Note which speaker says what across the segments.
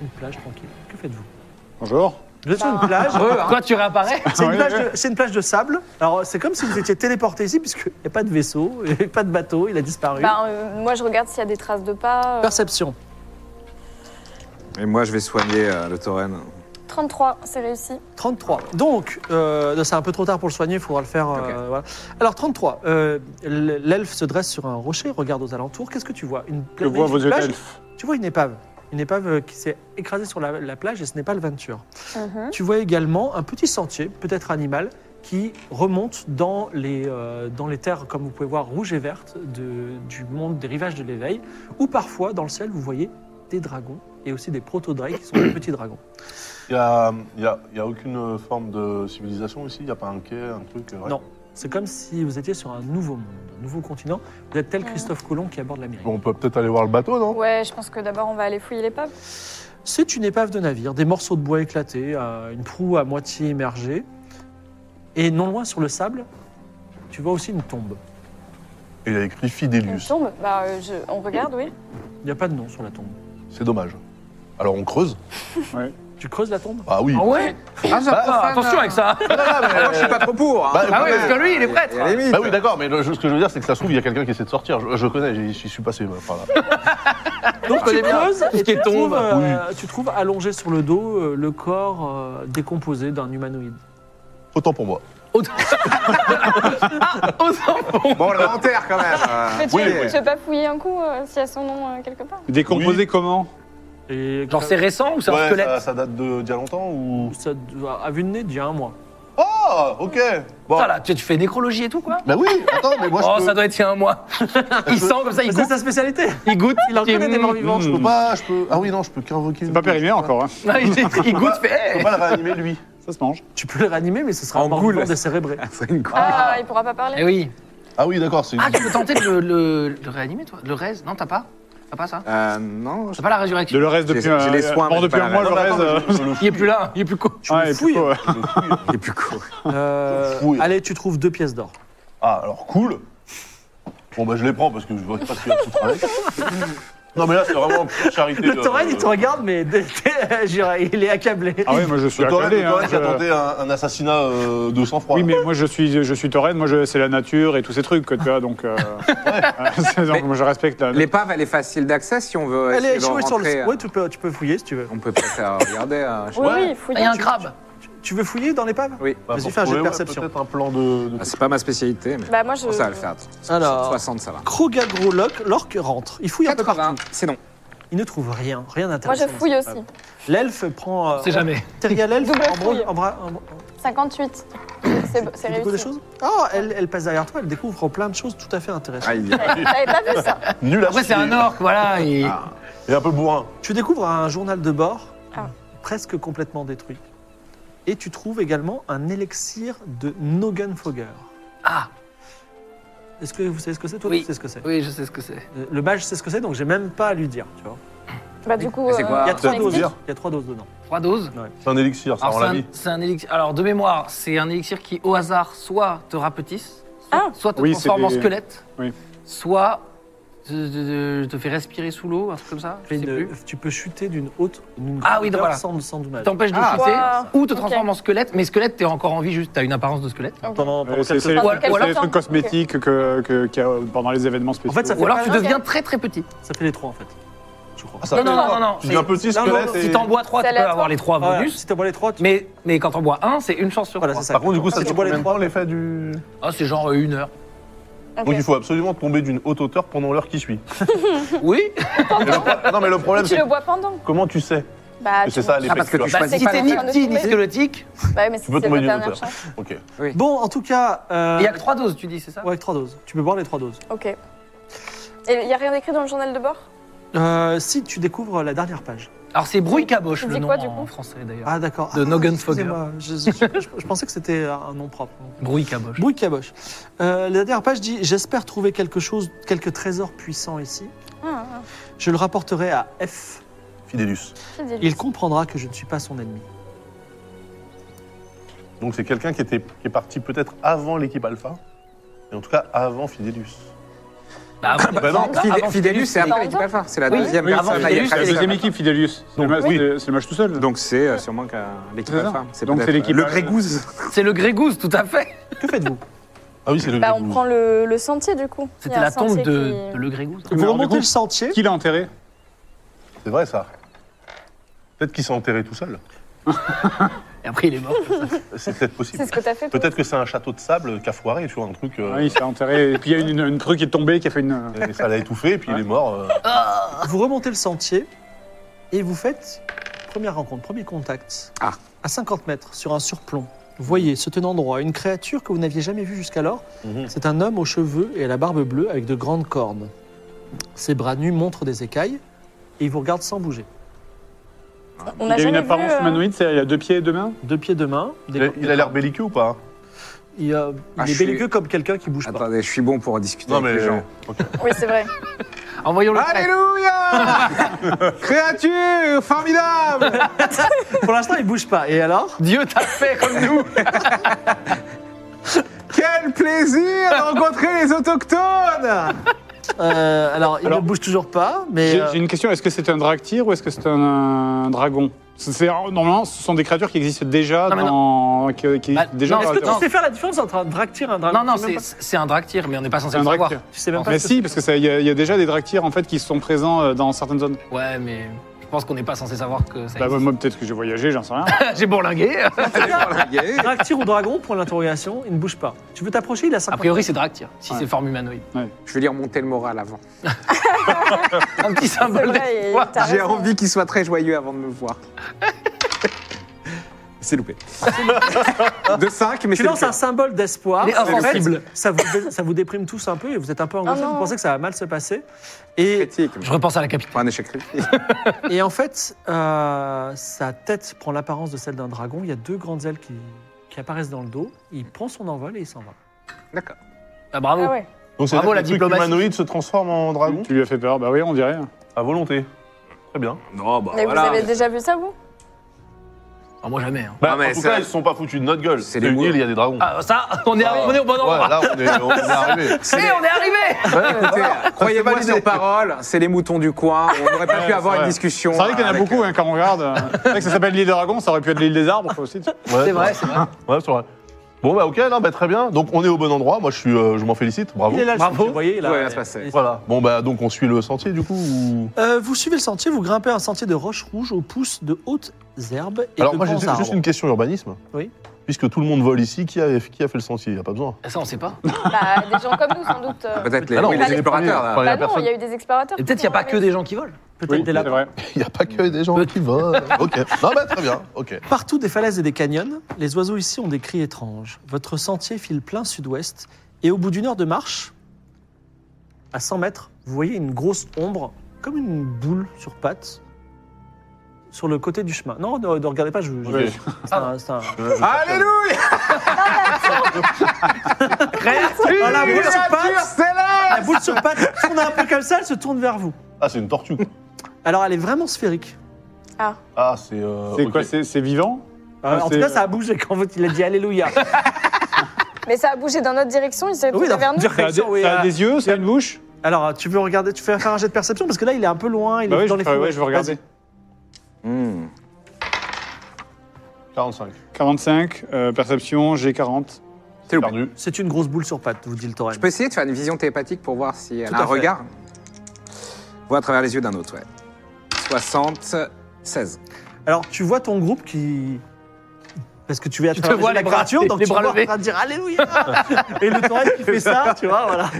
Speaker 1: Une plage tranquille. Que faites-vous
Speaker 2: Bonjour.
Speaker 1: Vous êtes sur une plage.
Speaker 3: Quoi, tu réapparais
Speaker 1: C'est une,
Speaker 2: Ouais,
Speaker 1: plage
Speaker 2: Bah,
Speaker 1: de-
Speaker 2: ouais.
Speaker 1: c'est une plage de sable. Alors, c'est comme si vous étiez téléporté ici, puisqu'il n'y a pas de vaisseau, il n'y a pas de bateau, il a disparu.
Speaker 2: Bah,
Speaker 4: Ben, euh, moi, je regarde s'il y a des traces de pas. euh,
Speaker 1: Perception.
Speaker 2: Et moi, je vais soigner euh, le tauren.
Speaker 4: 33, c'est réussi.
Speaker 1: 33. Donc, euh, non, c'est un peu trop tard pour le soigner, il faudra le faire. euh,
Speaker 2: Ok.
Speaker 1: voilà. Alors, 33. euh, l- L'elfe se dresse sur un rocher, regarde aux alentours. Qu'est-ce que tu vois Une
Speaker 2: Je vois vos yeux
Speaker 1: plage
Speaker 2: d'elfe.
Speaker 1: Tu vois une épave. Une épave euh, qui s'est écrasée sur la, la plage et ce n'est pas le Venture.
Speaker 4: Mhm.
Speaker 1: Tu vois également un petit sentier, peut-être animal, qui remonte dans les, euh, dans les terres, comme vous pouvez voir, rouges et vertes de- du monde des rivages de l'éveil, ou parfois dans le ciel, vous voyez des dragons et aussi des proto-drakes qui sont des petits dragons.
Speaker 5: Il n'y a, il y a- il y a aucune forme de civilisation ici Il n'y a pas un quai, un truc euh, ouais.
Speaker 1: Non. C'est comme si vous étiez sur un nouveau monde, un nouveau continent. Vous êtes tel Christophe Colomb qui aborde l'Amérique.
Speaker 5: Bon, on peut peut-être aller voir le bateau, non
Speaker 4: Ouais, je pense que d'abord, on va aller fouiller l'épave.
Speaker 1: C'est une épave de navire, des morceaux de bois éclatés, euh, une proue à moitié immergée. Et non loin sur le sable, tu vois aussi une tombe.
Speaker 5: Il a écrit
Speaker 4: Une
Speaker 5: Fidelius.
Speaker 4: tombe Bah, euh, je- on regarde, oui.
Speaker 1: Il n'y a pas de nom sur la tombe.
Speaker 5: C'est dommage. Alors on creuse
Speaker 1: Tu creuses la tombe
Speaker 5: Ah oui.
Speaker 3: Ah ouais Ah, ça profane, Attention avec ça
Speaker 2: moi, je suis pas trop pour. hein.
Speaker 5: Bah, Ah
Speaker 3: oui, parce que lui, il est prêtre.
Speaker 2: Il y a limite.
Speaker 5: Bah oui, d'accord, mais le- ce que je veux dire, c'est que ça se trouve, il y a quelqu'un qui essaie de sortir. Je, je connais, j'y- j'y suis passé moi, par là.
Speaker 1: Donc tu creuses et
Speaker 3: qui
Speaker 1: tu
Speaker 3: tombe.
Speaker 1: trouves, euh, tu trouves allongé sur le dos euh, le corps euh, décomposé d'un humanoïde.
Speaker 5: Autant pour moi.
Speaker 3: Autant- Ah, autant pour-
Speaker 2: Bon, l'inventaire quand même. euh,
Speaker 4: Mais tu,
Speaker 5: oui,
Speaker 4: veux-
Speaker 5: oui.
Speaker 4: tu veux pas fouiller un coup euh, s'il y a son nom euh, quelque part
Speaker 5: Décomposé
Speaker 2: comment
Speaker 1: Et
Speaker 3: Genre, c'est récent ou c'est un
Speaker 5: Ouais,
Speaker 3: squelette
Speaker 5: ça, ça date de d'il y a longtemps ou.
Speaker 1: ça doit- à vue de nez, d'il y a un mois.
Speaker 5: Oh, ok Bon.
Speaker 3: Putain, là, tu, tu fais nécrologie et tout, quoi
Speaker 5: Bah oui, attends, mais moi
Speaker 3: Oh,
Speaker 5: je,
Speaker 3: ça
Speaker 5: peux,
Speaker 3: doit être il y a un mois. il sent comme ça, il
Speaker 1: C'est
Speaker 3: goûte.
Speaker 1: sa spécialité.
Speaker 3: Il goûte.
Speaker 1: Il en
Speaker 3: fait
Speaker 1: connaît des morts vivants.
Speaker 5: je peux pas. Je peux... Ah oui, non, je peux qu'invoquer.
Speaker 6: Hmm. C'est
Speaker 5: une-
Speaker 6: pas périmé encore, hein.
Speaker 3: Non, il, il goûte, il fait.
Speaker 5: Je peux
Speaker 3: hey.
Speaker 5: pas le réanimer lui.
Speaker 6: ça se mange.
Speaker 1: Tu peux le réanimer, mais ce sera
Speaker 2: En
Speaker 1: un mort
Speaker 2: goule.
Speaker 1: vivant décérébré.
Speaker 2: C'est une quoi
Speaker 4: Ah, il pourra pas
Speaker 3: Eh
Speaker 4: parler.
Speaker 3: oui.
Speaker 5: Ah oui, d'accord, c'est une.
Speaker 3: Ah, tu peux tenter de le, le- le réanimer, toi Le raise Non, t'as pas T'as pas ça
Speaker 2: euh, Non, je
Speaker 3: T'as pas la résurrection
Speaker 6: De le reste
Speaker 2: J'ai-
Speaker 6: depuis. euh,
Speaker 2: j'ai les soins,
Speaker 6: mort
Speaker 2: mais j'ai
Speaker 6: depuis
Speaker 2: pas
Speaker 6: un
Speaker 2: la
Speaker 6: mois,
Speaker 2: raison.
Speaker 6: le reste. euh,
Speaker 3: Il est plus là, il est plus con.
Speaker 6: ouais,
Speaker 1: le
Speaker 6: Ah, et euh, puis
Speaker 1: fouilles.
Speaker 6: quoi, ouais.
Speaker 2: sais plus quoi.
Speaker 1: Euh,
Speaker 5: Fouille.
Speaker 1: allez, tu trouves deux pièces d'or.
Speaker 5: Ah, alors cool. Bon, bah je les prends parce que je vois pas ce qu'il y a à foutre avec. Non, mais là, c'est vraiment pure charité.
Speaker 1: Le
Speaker 5: euh,
Speaker 1: Torren, il te regarde, mais j'irai- il est accablé.
Speaker 6: Ah ouais, moi je suis
Speaker 5: Le Torren,
Speaker 6: accablé.
Speaker 5: le Torren
Speaker 6: hein,
Speaker 5: qui a
Speaker 6: je-
Speaker 5: tenté un, un assassinat euh, de sang-froid.
Speaker 6: Oui, mais moi je suis, je suis tauren, moi je- c'est la nature et tous ces trucs, quoi, tu vois, donc, euh, c'est- donc, moi je respecte la
Speaker 2: L'épave, elle est facile d'accès si on veut.
Speaker 1: Elle
Speaker 2: essayer
Speaker 1: est
Speaker 2: de
Speaker 1: échouée sur
Speaker 2: rentrer. euh,
Speaker 1: le. Ouais, tu peux, tu peux fouiller si tu veux.
Speaker 2: On peut peut-être euh, regarder. hein, je-
Speaker 4: Oui,
Speaker 5: Ouais.
Speaker 4: oui,
Speaker 3: Ah,
Speaker 4: fouiller.
Speaker 3: il y a un crabe.
Speaker 1: Tu veux fouiller dans l'épave
Speaker 2: Oui.
Speaker 5: Bah,
Speaker 1: Vas-y,
Speaker 5: pour
Speaker 1: fais un jet de
Speaker 5: trouver, ouais,
Speaker 1: perception.
Speaker 5: Peut-être un plan de. de-
Speaker 2: Ah, C'est pas ma spécialité, mais
Speaker 4: Bah, moi,
Speaker 2: je
Speaker 4: je.
Speaker 2: pense à Oh, le faire.
Speaker 1: Alors.
Speaker 2: 60, ça va.
Speaker 1: Krogagro-Loc, l'orque rentre. Il fouille un peu partout.
Speaker 2: 80, c'est non.
Speaker 1: Il ne trouve rien, rien
Speaker 4: Moi,
Speaker 1: d'intéressant.
Speaker 4: je fouille
Speaker 1: dans cette
Speaker 4: aussi.
Speaker 1: épave. L'elfe prend. euh,
Speaker 3: C'est jamais.
Speaker 1: Teria l'elfe,
Speaker 4: Double
Speaker 1: en
Speaker 4: fouille.
Speaker 1: en bras. en bras-
Speaker 4: 58. C'est c'est
Speaker 1: Tu découvres des
Speaker 4: réussi.
Speaker 1: choses Ah, elle, elle passe derrière toi, elle découvre plein de choses tout à fait intéressantes.
Speaker 2: Aïe.
Speaker 4: T'avais pas vu ça
Speaker 5: Nul à
Speaker 3: Après, c'est
Speaker 5: chier.
Speaker 3: un orc, voilà. il-
Speaker 2: Ah.
Speaker 5: Et un peu bourrin.
Speaker 1: Tu découvres un journal de bord
Speaker 4: Ah.
Speaker 1: presque complètement détruit. Et tu trouves également un élixir de Nogenfogger.
Speaker 3: Ah,
Speaker 1: Est-ce que vous savez ce que c'est Toi,
Speaker 3: Oui.
Speaker 1: tu sais ce que c'est.
Speaker 3: oui, je sais ce que c'est.
Speaker 1: Euh, Le mage sait ce que c'est, donc j'ai même pas à lui dire. Tu vois.
Speaker 4: Bah, du coup.
Speaker 2: Mais c'est
Speaker 4: euh,
Speaker 2: quoi
Speaker 1: Il y a
Speaker 2: Ah,
Speaker 1: trois
Speaker 4: on
Speaker 1: doses.
Speaker 4: explique.
Speaker 1: Il y a trois doses dedans.
Speaker 3: Trois doses.
Speaker 5: C'est un élixir, ça
Speaker 3: Alors,
Speaker 5: rend
Speaker 3: Ah, c'est
Speaker 5: la
Speaker 3: un-
Speaker 5: vie.
Speaker 3: c'est un élixir. Alors, de mémoire, c'est un élixir qui, au hasard, soit te rapetisse, soit,
Speaker 4: Ah.
Speaker 3: soit te
Speaker 6: Oui, c'est
Speaker 3: transforme en
Speaker 6: des-
Speaker 3: squelette,
Speaker 6: Oui.
Speaker 3: soit te, te- te- te fait respirer sous l'eau, un truc comme ça. Je
Speaker 1: Fais
Speaker 3: sais
Speaker 1: une- euh,
Speaker 3: plus.
Speaker 1: tu peux chuter d'une haute, d'une
Speaker 3: Ah oui,
Speaker 1: grandeur
Speaker 3: voilà.
Speaker 1: sans, sans dommage.
Speaker 3: T'empêche de
Speaker 2: Ah,
Speaker 3: chuter,
Speaker 4: wow.
Speaker 3: ou te
Speaker 4: Ok. Ah,
Speaker 3: transforme en squelette, mais squelette, t'es encore en vie, juste t'as une apparence de squelette.
Speaker 1: Pendant, pendant
Speaker 6: Euh, C'est
Speaker 1: quelques
Speaker 6: c'est les,
Speaker 1: temps.
Speaker 3: Ou alors-
Speaker 6: trucs- c'est
Speaker 3: ou
Speaker 6: les
Speaker 3: alors-
Speaker 6: trucs cosmétiques que, que- qu'il y a pendant les événements spéciaux.
Speaker 1: En fait, ça fait
Speaker 3: Ou alors
Speaker 1: pas
Speaker 3: tu
Speaker 1: mal.
Speaker 3: deviens très très petit.
Speaker 1: Ça fait les trois en fait. Je crois.
Speaker 5: Ah, ça
Speaker 3: Non,
Speaker 5: fait
Speaker 3: non,
Speaker 5: mal.
Speaker 3: non, non, non,
Speaker 5: Tu
Speaker 3: c'est-
Speaker 5: deviens petit,
Speaker 1: Non, non,
Speaker 5: squelette.
Speaker 1: non,
Speaker 5: et-
Speaker 3: Si t'en bois trois,
Speaker 4: C'est
Speaker 3: tu peux avoir
Speaker 4: aléatoire.
Speaker 3: les trois
Speaker 1: Voilà,
Speaker 3: bonus,
Speaker 1: Ah, Si t'as bois les trois, tu...
Speaker 3: Ah, mais, mais quand t'en bois un, c'est une chance sur
Speaker 1: voilà,
Speaker 3: trois.
Speaker 1: c'est ça.
Speaker 5: Par contre, du coup, ça
Speaker 1: si tu
Speaker 5: dure
Speaker 1: bois les
Speaker 5: combien de
Speaker 1: trois,
Speaker 5: temps, l'effet du.
Speaker 3: Ah, c'est genre euh, une heure.
Speaker 4: Ok.
Speaker 5: Donc il faut absolument tomber d'une haute hauteur pendant l'heure qui suit.
Speaker 3: Oui
Speaker 5: Mais le pro- Non, mais le problème,
Speaker 4: Tu
Speaker 5: c'est
Speaker 4: le bois pendant
Speaker 5: comment tu sais
Speaker 4: Bah,
Speaker 5: Et
Speaker 4: tu-
Speaker 5: c'est ça, les
Speaker 3: Ah, parce
Speaker 5: tu
Speaker 3: que
Speaker 5: vois.
Speaker 3: tu choisis. Si
Speaker 4: pas
Speaker 3: t'es
Speaker 4: la
Speaker 3: ni
Speaker 4: fin de
Speaker 3: petit ni
Speaker 4: tomber.
Speaker 3: squelettique,
Speaker 4: Bah oui, mais si
Speaker 5: Tu peux tomber
Speaker 4: c'est votre
Speaker 5: d'une
Speaker 4: dernière
Speaker 5: hauteur.
Speaker 4: chance.
Speaker 5: Ok.
Speaker 1: Bon, en tout cas. euh,
Speaker 3: il y a que trois doses, tu dis, c'est ça
Speaker 1: Ouais, avec trois doses. Tu peux boire les trois doses.
Speaker 4: Ok. Et il n'y a rien d'écrit dans le journal de bord
Speaker 1: Euh, si tu découvres la dernière page.
Speaker 3: Alors c'est Brouille Caboche,
Speaker 4: Il
Speaker 3: le
Speaker 4: dit
Speaker 3: nom
Speaker 4: quoi, du
Speaker 3: en
Speaker 4: coup
Speaker 3: français d'ailleurs.
Speaker 1: Ah, d'accord.
Speaker 3: De
Speaker 1: Ah,
Speaker 3: Nogenfogger.
Speaker 1: excusez-moi, Je, je- je- je pensais que c'était un nom propre.
Speaker 3: Brouille Caboche.
Speaker 1: Bruit caboche. Euh, la dernière page dit J'espère trouver quelque chose, quelques trésors puissants ici.
Speaker 4: Ah, ah,
Speaker 1: Je le rapporterai à F.
Speaker 5: Fidélus.
Speaker 4: qui dit lui
Speaker 1: Il comprendra que je ne suis pas son ennemi.
Speaker 5: Donc c'est quelqu'un qui, était, qui est parti peut-être avant l'équipe Alpha, et en tout cas avant Fidélus.
Speaker 3: Bah,
Speaker 5: Bah non,
Speaker 3: avant-
Speaker 2: Fidé- Fidélus, c'est
Speaker 4: Non,
Speaker 2: après l'équipe
Speaker 4: non.
Speaker 2: Alpha. C'est la
Speaker 3: Oui,
Speaker 2: deuxième
Speaker 3: oui,
Speaker 2: personne.
Speaker 3: c'est
Speaker 2: là, il y a
Speaker 3: Fidélus,
Speaker 6: C'est la
Speaker 2: Kratos.
Speaker 6: deuxième équipe, Fidelius. C'est le,
Speaker 5: Donc,
Speaker 6: match-
Speaker 5: oui.
Speaker 6: c'est le match tout seul.
Speaker 2: Donc c'est euh, sûrement qu'un- l'équipe
Speaker 6: C'est ça.
Speaker 2: Alpha. C'est
Speaker 6: Donc,
Speaker 2: peut-être,
Speaker 6: c'est l'équipe
Speaker 2: euh, Le
Speaker 6: Alpha.
Speaker 2: Grégouze.
Speaker 3: C'est le Grégouze, tout à fait.
Speaker 1: Que faites-vous
Speaker 5: Ah oui, c'est le
Speaker 4: Bah,
Speaker 5: Grey
Speaker 4: on
Speaker 5: Goose.
Speaker 4: prend le, le sentier du coup. Il y
Speaker 3: C'était
Speaker 4: a un
Speaker 3: la tombe de,
Speaker 4: sentier qui-
Speaker 3: de le Ah, Grégouze.
Speaker 6: Mais
Speaker 1: Vous
Speaker 6: alors, du
Speaker 1: remontez
Speaker 6: coup,
Speaker 1: le sentier.
Speaker 6: Qui l'a enterré
Speaker 5: C'est vrai ça. Peut-être qu'il s'est enterré tout seul.
Speaker 3: Et après, il est mort. comme ça.
Speaker 5: C'est peut-être possible.
Speaker 4: C'est ce que t'as fait toi
Speaker 5: Peut-être que c'est un château de sable qui a foiré, tu vois, un truc. euh,
Speaker 6: Ah Oui, il s'est enterré. Et puis il y a une, une, une truc qui est tombée qui a fait une. euh,
Speaker 5: et ça l'a étouffé, et puis il est mort. euh.
Speaker 1: Vous remontez le sentier et vous faites première rencontre, premier contact.
Speaker 2: Ah.
Speaker 1: À 50 mètres, sur un surplomb. Vous voyez, se tenant droit, une créature que vous n'aviez jamais vue jusqu'alors.
Speaker 5: Mhm.
Speaker 1: C'est un homme aux cheveux et à la barbe bleue avec de grandes cornes. Ses bras nus montrent des écailles et il vous regarde sans bouger.
Speaker 4: On n'a
Speaker 6: Il y a une
Speaker 4: jamais vu,
Speaker 6: apparence
Speaker 4: euh,
Speaker 6: humanoïde, c'est-à-dire il a deux pieds et deux mains
Speaker 1: Deux pieds, deux mains. des-
Speaker 5: Il a- Il a l'air belliqueux ou pas hein
Speaker 1: Il, euh, il
Speaker 2: Ah,
Speaker 1: est
Speaker 2: je suis- Ah,
Speaker 1: belliqueux comme quelqu'un qui bouge pas.
Speaker 2: Attendez, je suis bon pour discuter
Speaker 5: Non,
Speaker 2: avec
Speaker 5: mais-
Speaker 2: les gens.
Speaker 4: Oui, c'est vrai.
Speaker 3: Envoyons le trait.
Speaker 2: Alléluia Créature Formidable
Speaker 1: Pour l'instant, il bouge pas. Et alors
Speaker 3: Dieu t'a fait comme nous.
Speaker 2: Quel plaisir de rencontrer les autochtones
Speaker 1: Euh, Alors, il
Speaker 6: Alors,
Speaker 1: ne bouge toujours pas, mais
Speaker 6: J'ai
Speaker 1: euh,
Speaker 6: j'ai une question, est-ce que c'est un dractyre ou est-ce que c'est un, un dragon C'est- c'est- Normalement, ce sont des créatures qui existent déjà
Speaker 3: Non, mais
Speaker 6: dans. Qui, qui
Speaker 3: Bah,
Speaker 6: existent déjà
Speaker 3: non,
Speaker 6: dans
Speaker 3: est-ce
Speaker 6: la
Speaker 3: que
Speaker 6: Terre.
Speaker 1: tu sais faire la différence entre un dractyre et un dragon
Speaker 3: Non, non,
Speaker 1: Tu sais
Speaker 3: c'est
Speaker 1: même
Speaker 3: c'est un dractyre, mais on n'est pas censé
Speaker 6: C'est un
Speaker 3: le savoir.
Speaker 6: dractyre.
Speaker 1: pas- Tu sais même pas.
Speaker 6: Mais
Speaker 1: ce que
Speaker 6: si, parce que ça- il y, a- il y a déjà des dractyres en fait qui sont présents euh, dans certaines zones.
Speaker 3: Ouais, mais je pense qu'on n'est pas censé savoir que ça
Speaker 6: Bah,
Speaker 3: existe.
Speaker 6: moi peut-être que j'ai voyagé, j'en sais rien.
Speaker 3: J'ai bourlingué.
Speaker 1: c'est. Dractyre ou dragon, point d'interrogation, il ne bouge pas. Tu veux t'approcher, il a 50
Speaker 3: A priori, c'est dractyre, si
Speaker 6: Ouais.
Speaker 3: c'est forme humanoïde.
Speaker 2: Je vais lui remonter le moral avant.
Speaker 3: Un petit
Speaker 4: C'est
Speaker 3: symbole
Speaker 4: vrai. et
Speaker 3: d'espoir.
Speaker 4: t'as
Speaker 2: J'ai
Speaker 4: raison.
Speaker 2: envie qu'il soit très joyeux avant de me voir. C'est loupé. De 5, mais
Speaker 1: Tu
Speaker 2: c'est
Speaker 1: lances
Speaker 2: loupé.
Speaker 1: un symbole d'espoir.
Speaker 3: Il est
Speaker 1: En fait,
Speaker 3: insensible.
Speaker 1: ça vous, dé- ça vous déprime tous un peu et vous êtes un peu angoissés.
Speaker 4: Ah non.
Speaker 1: vous pensez que ça va mal se passer. Et,
Speaker 2: critique.
Speaker 3: Je repense à la capitale.
Speaker 2: Pas un échec critique.
Speaker 1: et en fait, euh, sa tête prend l'apparence de celle d'un dragon. Il y a deux grandes ailes qui, qui apparaissent dans le dos. Il prend son envol et il s'en va.
Speaker 2: D'accord.
Speaker 3: Ah, bravo.
Speaker 4: Ah ouais.
Speaker 5: Donc
Speaker 3: Bravo,
Speaker 5: c'est-à-dire que
Speaker 3: la
Speaker 5: le truc
Speaker 3: diplomatie.
Speaker 5: humanoïde se transforme en dragon
Speaker 6: tu lui as fait peur, bah oui, on dirait.
Speaker 5: Mm. À volonté. Très bien.
Speaker 2: Non, bah
Speaker 4: Mais vous avez déjà vu ça, vous
Speaker 3: Ah, moi, jamais. hein.
Speaker 5: Bah,
Speaker 2: Ah, mais
Speaker 5: en tout
Speaker 2: ça-
Speaker 5: cas, ils se sont pas foutus de notre gueule.
Speaker 2: C'est
Speaker 5: C'est
Speaker 2: les
Speaker 5: une
Speaker 2: mots.
Speaker 5: île, il y a des dragons.
Speaker 3: Ah, ça, on est,
Speaker 5: Ah.
Speaker 3: arri- on est au bon endroit.
Speaker 5: Ouais, là, on est, on est arrivé.
Speaker 3: Eh, on est arrivé
Speaker 2: Écoutez, croyez-moi
Speaker 5: validé.
Speaker 2: sur parole, c'est les moutons du coin. On n'aurait pas
Speaker 6: Ouais,
Speaker 2: pu avoir
Speaker 6: c'est
Speaker 2: une
Speaker 6: vrai.
Speaker 2: discussion.
Speaker 6: C'est vrai qu'il y en a
Speaker 2: avec-
Speaker 6: beaucoup hein, quand on regarde. euh, C'est vrai que ça s'appelle l'île des dragons, ça aurait pu être l'île des arbres, faut aussi.
Speaker 5: Ouais,
Speaker 3: C'est vrai, c'est vrai.
Speaker 5: Ouais, c'est vrai. Bon, bah, ok, non, bah, très bien. Donc, on est au bon endroit. Moi, je, suis, euh, je m'en félicite. Bravo.
Speaker 1: Il est là, le
Speaker 3: Bravo.
Speaker 1: sentier, vous voyez là.
Speaker 2: Tout va bien se passer.
Speaker 5: Voilà. Bon, bah, donc, on suit le sentier, du coup. ou-
Speaker 1: Euh, vous suivez le sentier, vous grimpez un sentier de roches rouges aux pousses de hautes herbes et
Speaker 5: Alors,
Speaker 1: de
Speaker 5: moi, j'ai
Speaker 1: grands arbres.
Speaker 5: juste une question urbanisme.
Speaker 1: Oui.
Speaker 5: Puisque tout le monde vole ici, qui a, qui a fait le sentier Il n'y a pas besoin.
Speaker 3: Ça, on sait pas.
Speaker 4: Bah, des gens comme nous, sans doute. euh.
Speaker 2: Peut-être les,
Speaker 5: Ah non,
Speaker 2: oui,
Speaker 5: on
Speaker 2: les
Speaker 4: est
Speaker 2: explorateurs.
Speaker 5: parmi-
Speaker 2: là.
Speaker 5: parmi-
Speaker 4: Bah
Speaker 5: la
Speaker 4: non,
Speaker 5: personne.
Speaker 4: il y a eu des explorateurs.
Speaker 3: Et peut-être qu'il n'y a pas que des gens qui volent.
Speaker 1: Peut-être
Speaker 6: Oui,
Speaker 1: des
Speaker 6: c'est
Speaker 1: lapins.
Speaker 6: vrai.
Speaker 5: Il n'y a pas que
Speaker 1: Mmh.
Speaker 5: des gens qui volent. Ok. Non, bah, très bien. Ok.
Speaker 1: Partout des falaises et des canyons, les oiseaux ici ont des cris étranges. Votre sentier file plein sud-ouest, et au bout d'une heure de marche, à 100 mètres, vous voyez une grosse ombre, comme une boule sur pattes, sur le côté du chemin. Non, ne, ne regardez pas, je vous.
Speaker 5: Ok.
Speaker 1: C'est un- c'est un-
Speaker 2: Alléluia
Speaker 1: Ah, la boule sur
Speaker 2: Créature
Speaker 1: pattes
Speaker 2: céleste
Speaker 1: La boule sur pattes tourne un peu comme ça, elle se tourne vers vous.
Speaker 5: Ah, c'est une tortue. quoi.
Speaker 1: Alors elle est vraiment sphérique.
Speaker 5: Ah, c'est. euh,
Speaker 6: C'est
Speaker 5: ok.
Speaker 6: quoi, c'est c'est vivant
Speaker 1: Euh,
Speaker 6: Ah,
Speaker 1: en
Speaker 6: c'est-
Speaker 1: tout cas, ça a bougé quand vous- il a dit Alléluia.
Speaker 4: Mais ça a bougé dans notre direction, il s'est tourné
Speaker 1: dans-
Speaker 4: vers nous.
Speaker 6: Ça a des,
Speaker 1: direction, oui,
Speaker 6: ça a
Speaker 1: euh,
Speaker 6: des yeux, ça a une bouche
Speaker 1: Alors, tu veux regarder, tu fais faire un jet de perception parce que là, il est un peu loin, il
Speaker 6: Bah
Speaker 1: est
Speaker 6: oui, je,
Speaker 1: dans les
Speaker 6: ah,
Speaker 1: forêts.
Speaker 6: ouais, je vais regarder.
Speaker 1: Vas-y.
Speaker 2: Hmm.
Speaker 5: 45.
Speaker 6: 45, euh, perception, j'ai 40.
Speaker 2: C'est loupé.
Speaker 5: Perdu.
Speaker 1: C'est une grosse boule sur pattes, vous dit le taureau.
Speaker 2: Je peux essayer de faire une vision télépathique pour voir si elle
Speaker 1: Tout
Speaker 2: a un
Speaker 1: à fait.
Speaker 2: regard. Voir à travers les yeux d'un autre, ouais. 60, 16.
Speaker 1: Alors, tu vois ton groupe qui. Parce que tu vas
Speaker 3: Tu te
Speaker 1: attraper
Speaker 3: vois
Speaker 1: la
Speaker 3: les bras-
Speaker 1: créature, donc
Speaker 3: les
Speaker 1: tu
Speaker 3: bras
Speaker 1: vois en
Speaker 3: levés.
Speaker 1: train de dire Alléluia Et le torrent qui fait ça, tu vois, voilà.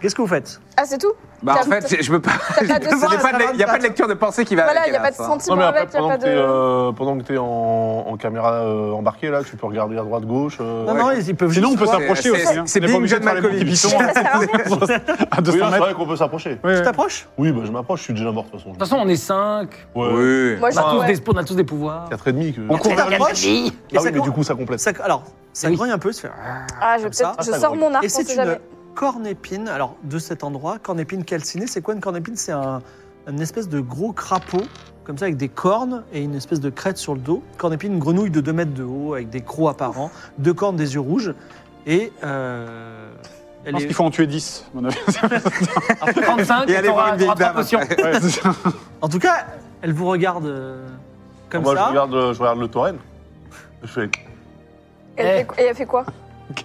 Speaker 1: Qu'est-ce que vous faites
Speaker 4: Ah, c'est tout
Speaker 2: Bah, en
Speaker 4: T'as-
Speaker 2: fait, je peux pas.
Speaker 4: t'as pas de
Speaker 2: Ce n'est
Speaker 4: sens, hein.
Speaker 2: pas de lec- Il n'y a pas de lecture de pensée qui va
Speaker 4: Voilà, il
Speaker 2: avec.
Speaker 4: n'y a pas
Speaker 2: hélas,
Speaker 4: de
Speaker 2: hein.
Speaker 4: sentiment
Speaker 5: Non, mais après,
Speaker 4: avec, il n'y a
Speaker 5: pendant
Speaker 4: pas
Speaker 5: que t'es
Speaker 4: de.
Speaker 5: euh, pendant que t'es en, en caméra euh, embarquée, là, tu peux regarder à droite, gauche. euh,
Speaker 1: Non,
Speaker 5: ouais.
Speaker 1: non, ils, ils peuvent
Speaker 6: Sinon, on
Speaker 1: juste
Speaker 6: peut
Speaker 1: voir-
Speaker 2: c'est-
Speaker 6: s'approcher
Speaker 2: c'est-
Speaker 6: aussi. hein.
Speaker 2: c'est
Speaker 6: On n'est
Speaker 2: Bing
Speaker 6: pas obligé de faire les
Speaker 2: John
Speaker 6: petits pitons,
Speaker 4: Ça sert à rien.
Speaker 6: hein, à
Speaker 5: Oui,
Speaker 6: 200
Speaker 5: là, c'est
Speaker 6: mètres.
Speaker 5: vrai qu'on peut s'approcher.
Speaker 6: Ouais,
Speaker 1: Tu
Speaker 6: ouais.
Speaker 1: t'approches
Speaker 5: Oui, bah, je m'approche, je suis déjà mort de toute façon.
Speaker 3: toute façon, on est cinq.
Speaker 5: ouais.
Speaker 2: Oui.
Speaker 4: Moi,
Speaker 3: On a,
Speaker 4: je
Speaker 3: tous
Speaker 4: ouais.
Speaker 3: des, on a tous des pouvoirs.
Speaker 5: 4 et demi. Que...
Speaker 1: On court vers la vie. Et
Speaker 5: Ah
Speaker 1: ça
Speaker 5: oui, mais
Speaker 1: court-
Speaker 5: du coup, ça complète.
Speaker 1: ça- Alors, ça
Speaker 3: Oui.
Speaker 1: grogne un peu. ça fait-
Speaker 4: Ah, je,
Speaker 1: Comme
Speaker 4: vais
Speaker 1: ça.
Speaker 4: peut-être, je
Speaker 5: Ah, ça
Speaker 4: sors mon arc,
Speaker 1: Et
Speaker 4: on
Speaker 1: c'est
Speaker 4: sait
Speaker 1: une
Speaker 4: jamais.
Speaker 1: cornépine. Alors, de cet endroit, cornépine calcinée, c'est quoi une cornépine C'est un, une espèce de gros crapaud, comme ça, avec des cornes et une espèce de crête sur le dos. Cornépine, une grenouille de 2 mètres de haut, avec des crocs apparents, deux cornes, des yeux rouges. Et. euh,
Speaker 6: Je
Speaker 1: elle
Speaker 6: pense
Speaker 1: est-
Speaker 6: qu'il faut en tuer 10, à mon avis.
Speaker 3: 35
Speaker 2: Et aller
Speaker 3: et
Speaker 2: voir
Speaker 3: t'auras
Speaker 2: une vieille
Speaker 3: t'auras trois
Speaker 2: dame.
Speaker 3: potions.
Speaker 6: Ouais, c'est ça.
Speaker 1: En tout cas, elle vous regarde euh, comme
Speaker 5: Moi, je
Speaker 1: ça.
Speaker 5: regarde, euh, je regarde le Torren. Je fais.
Speaker 4: Et elle fait quoi- et elle fait quoi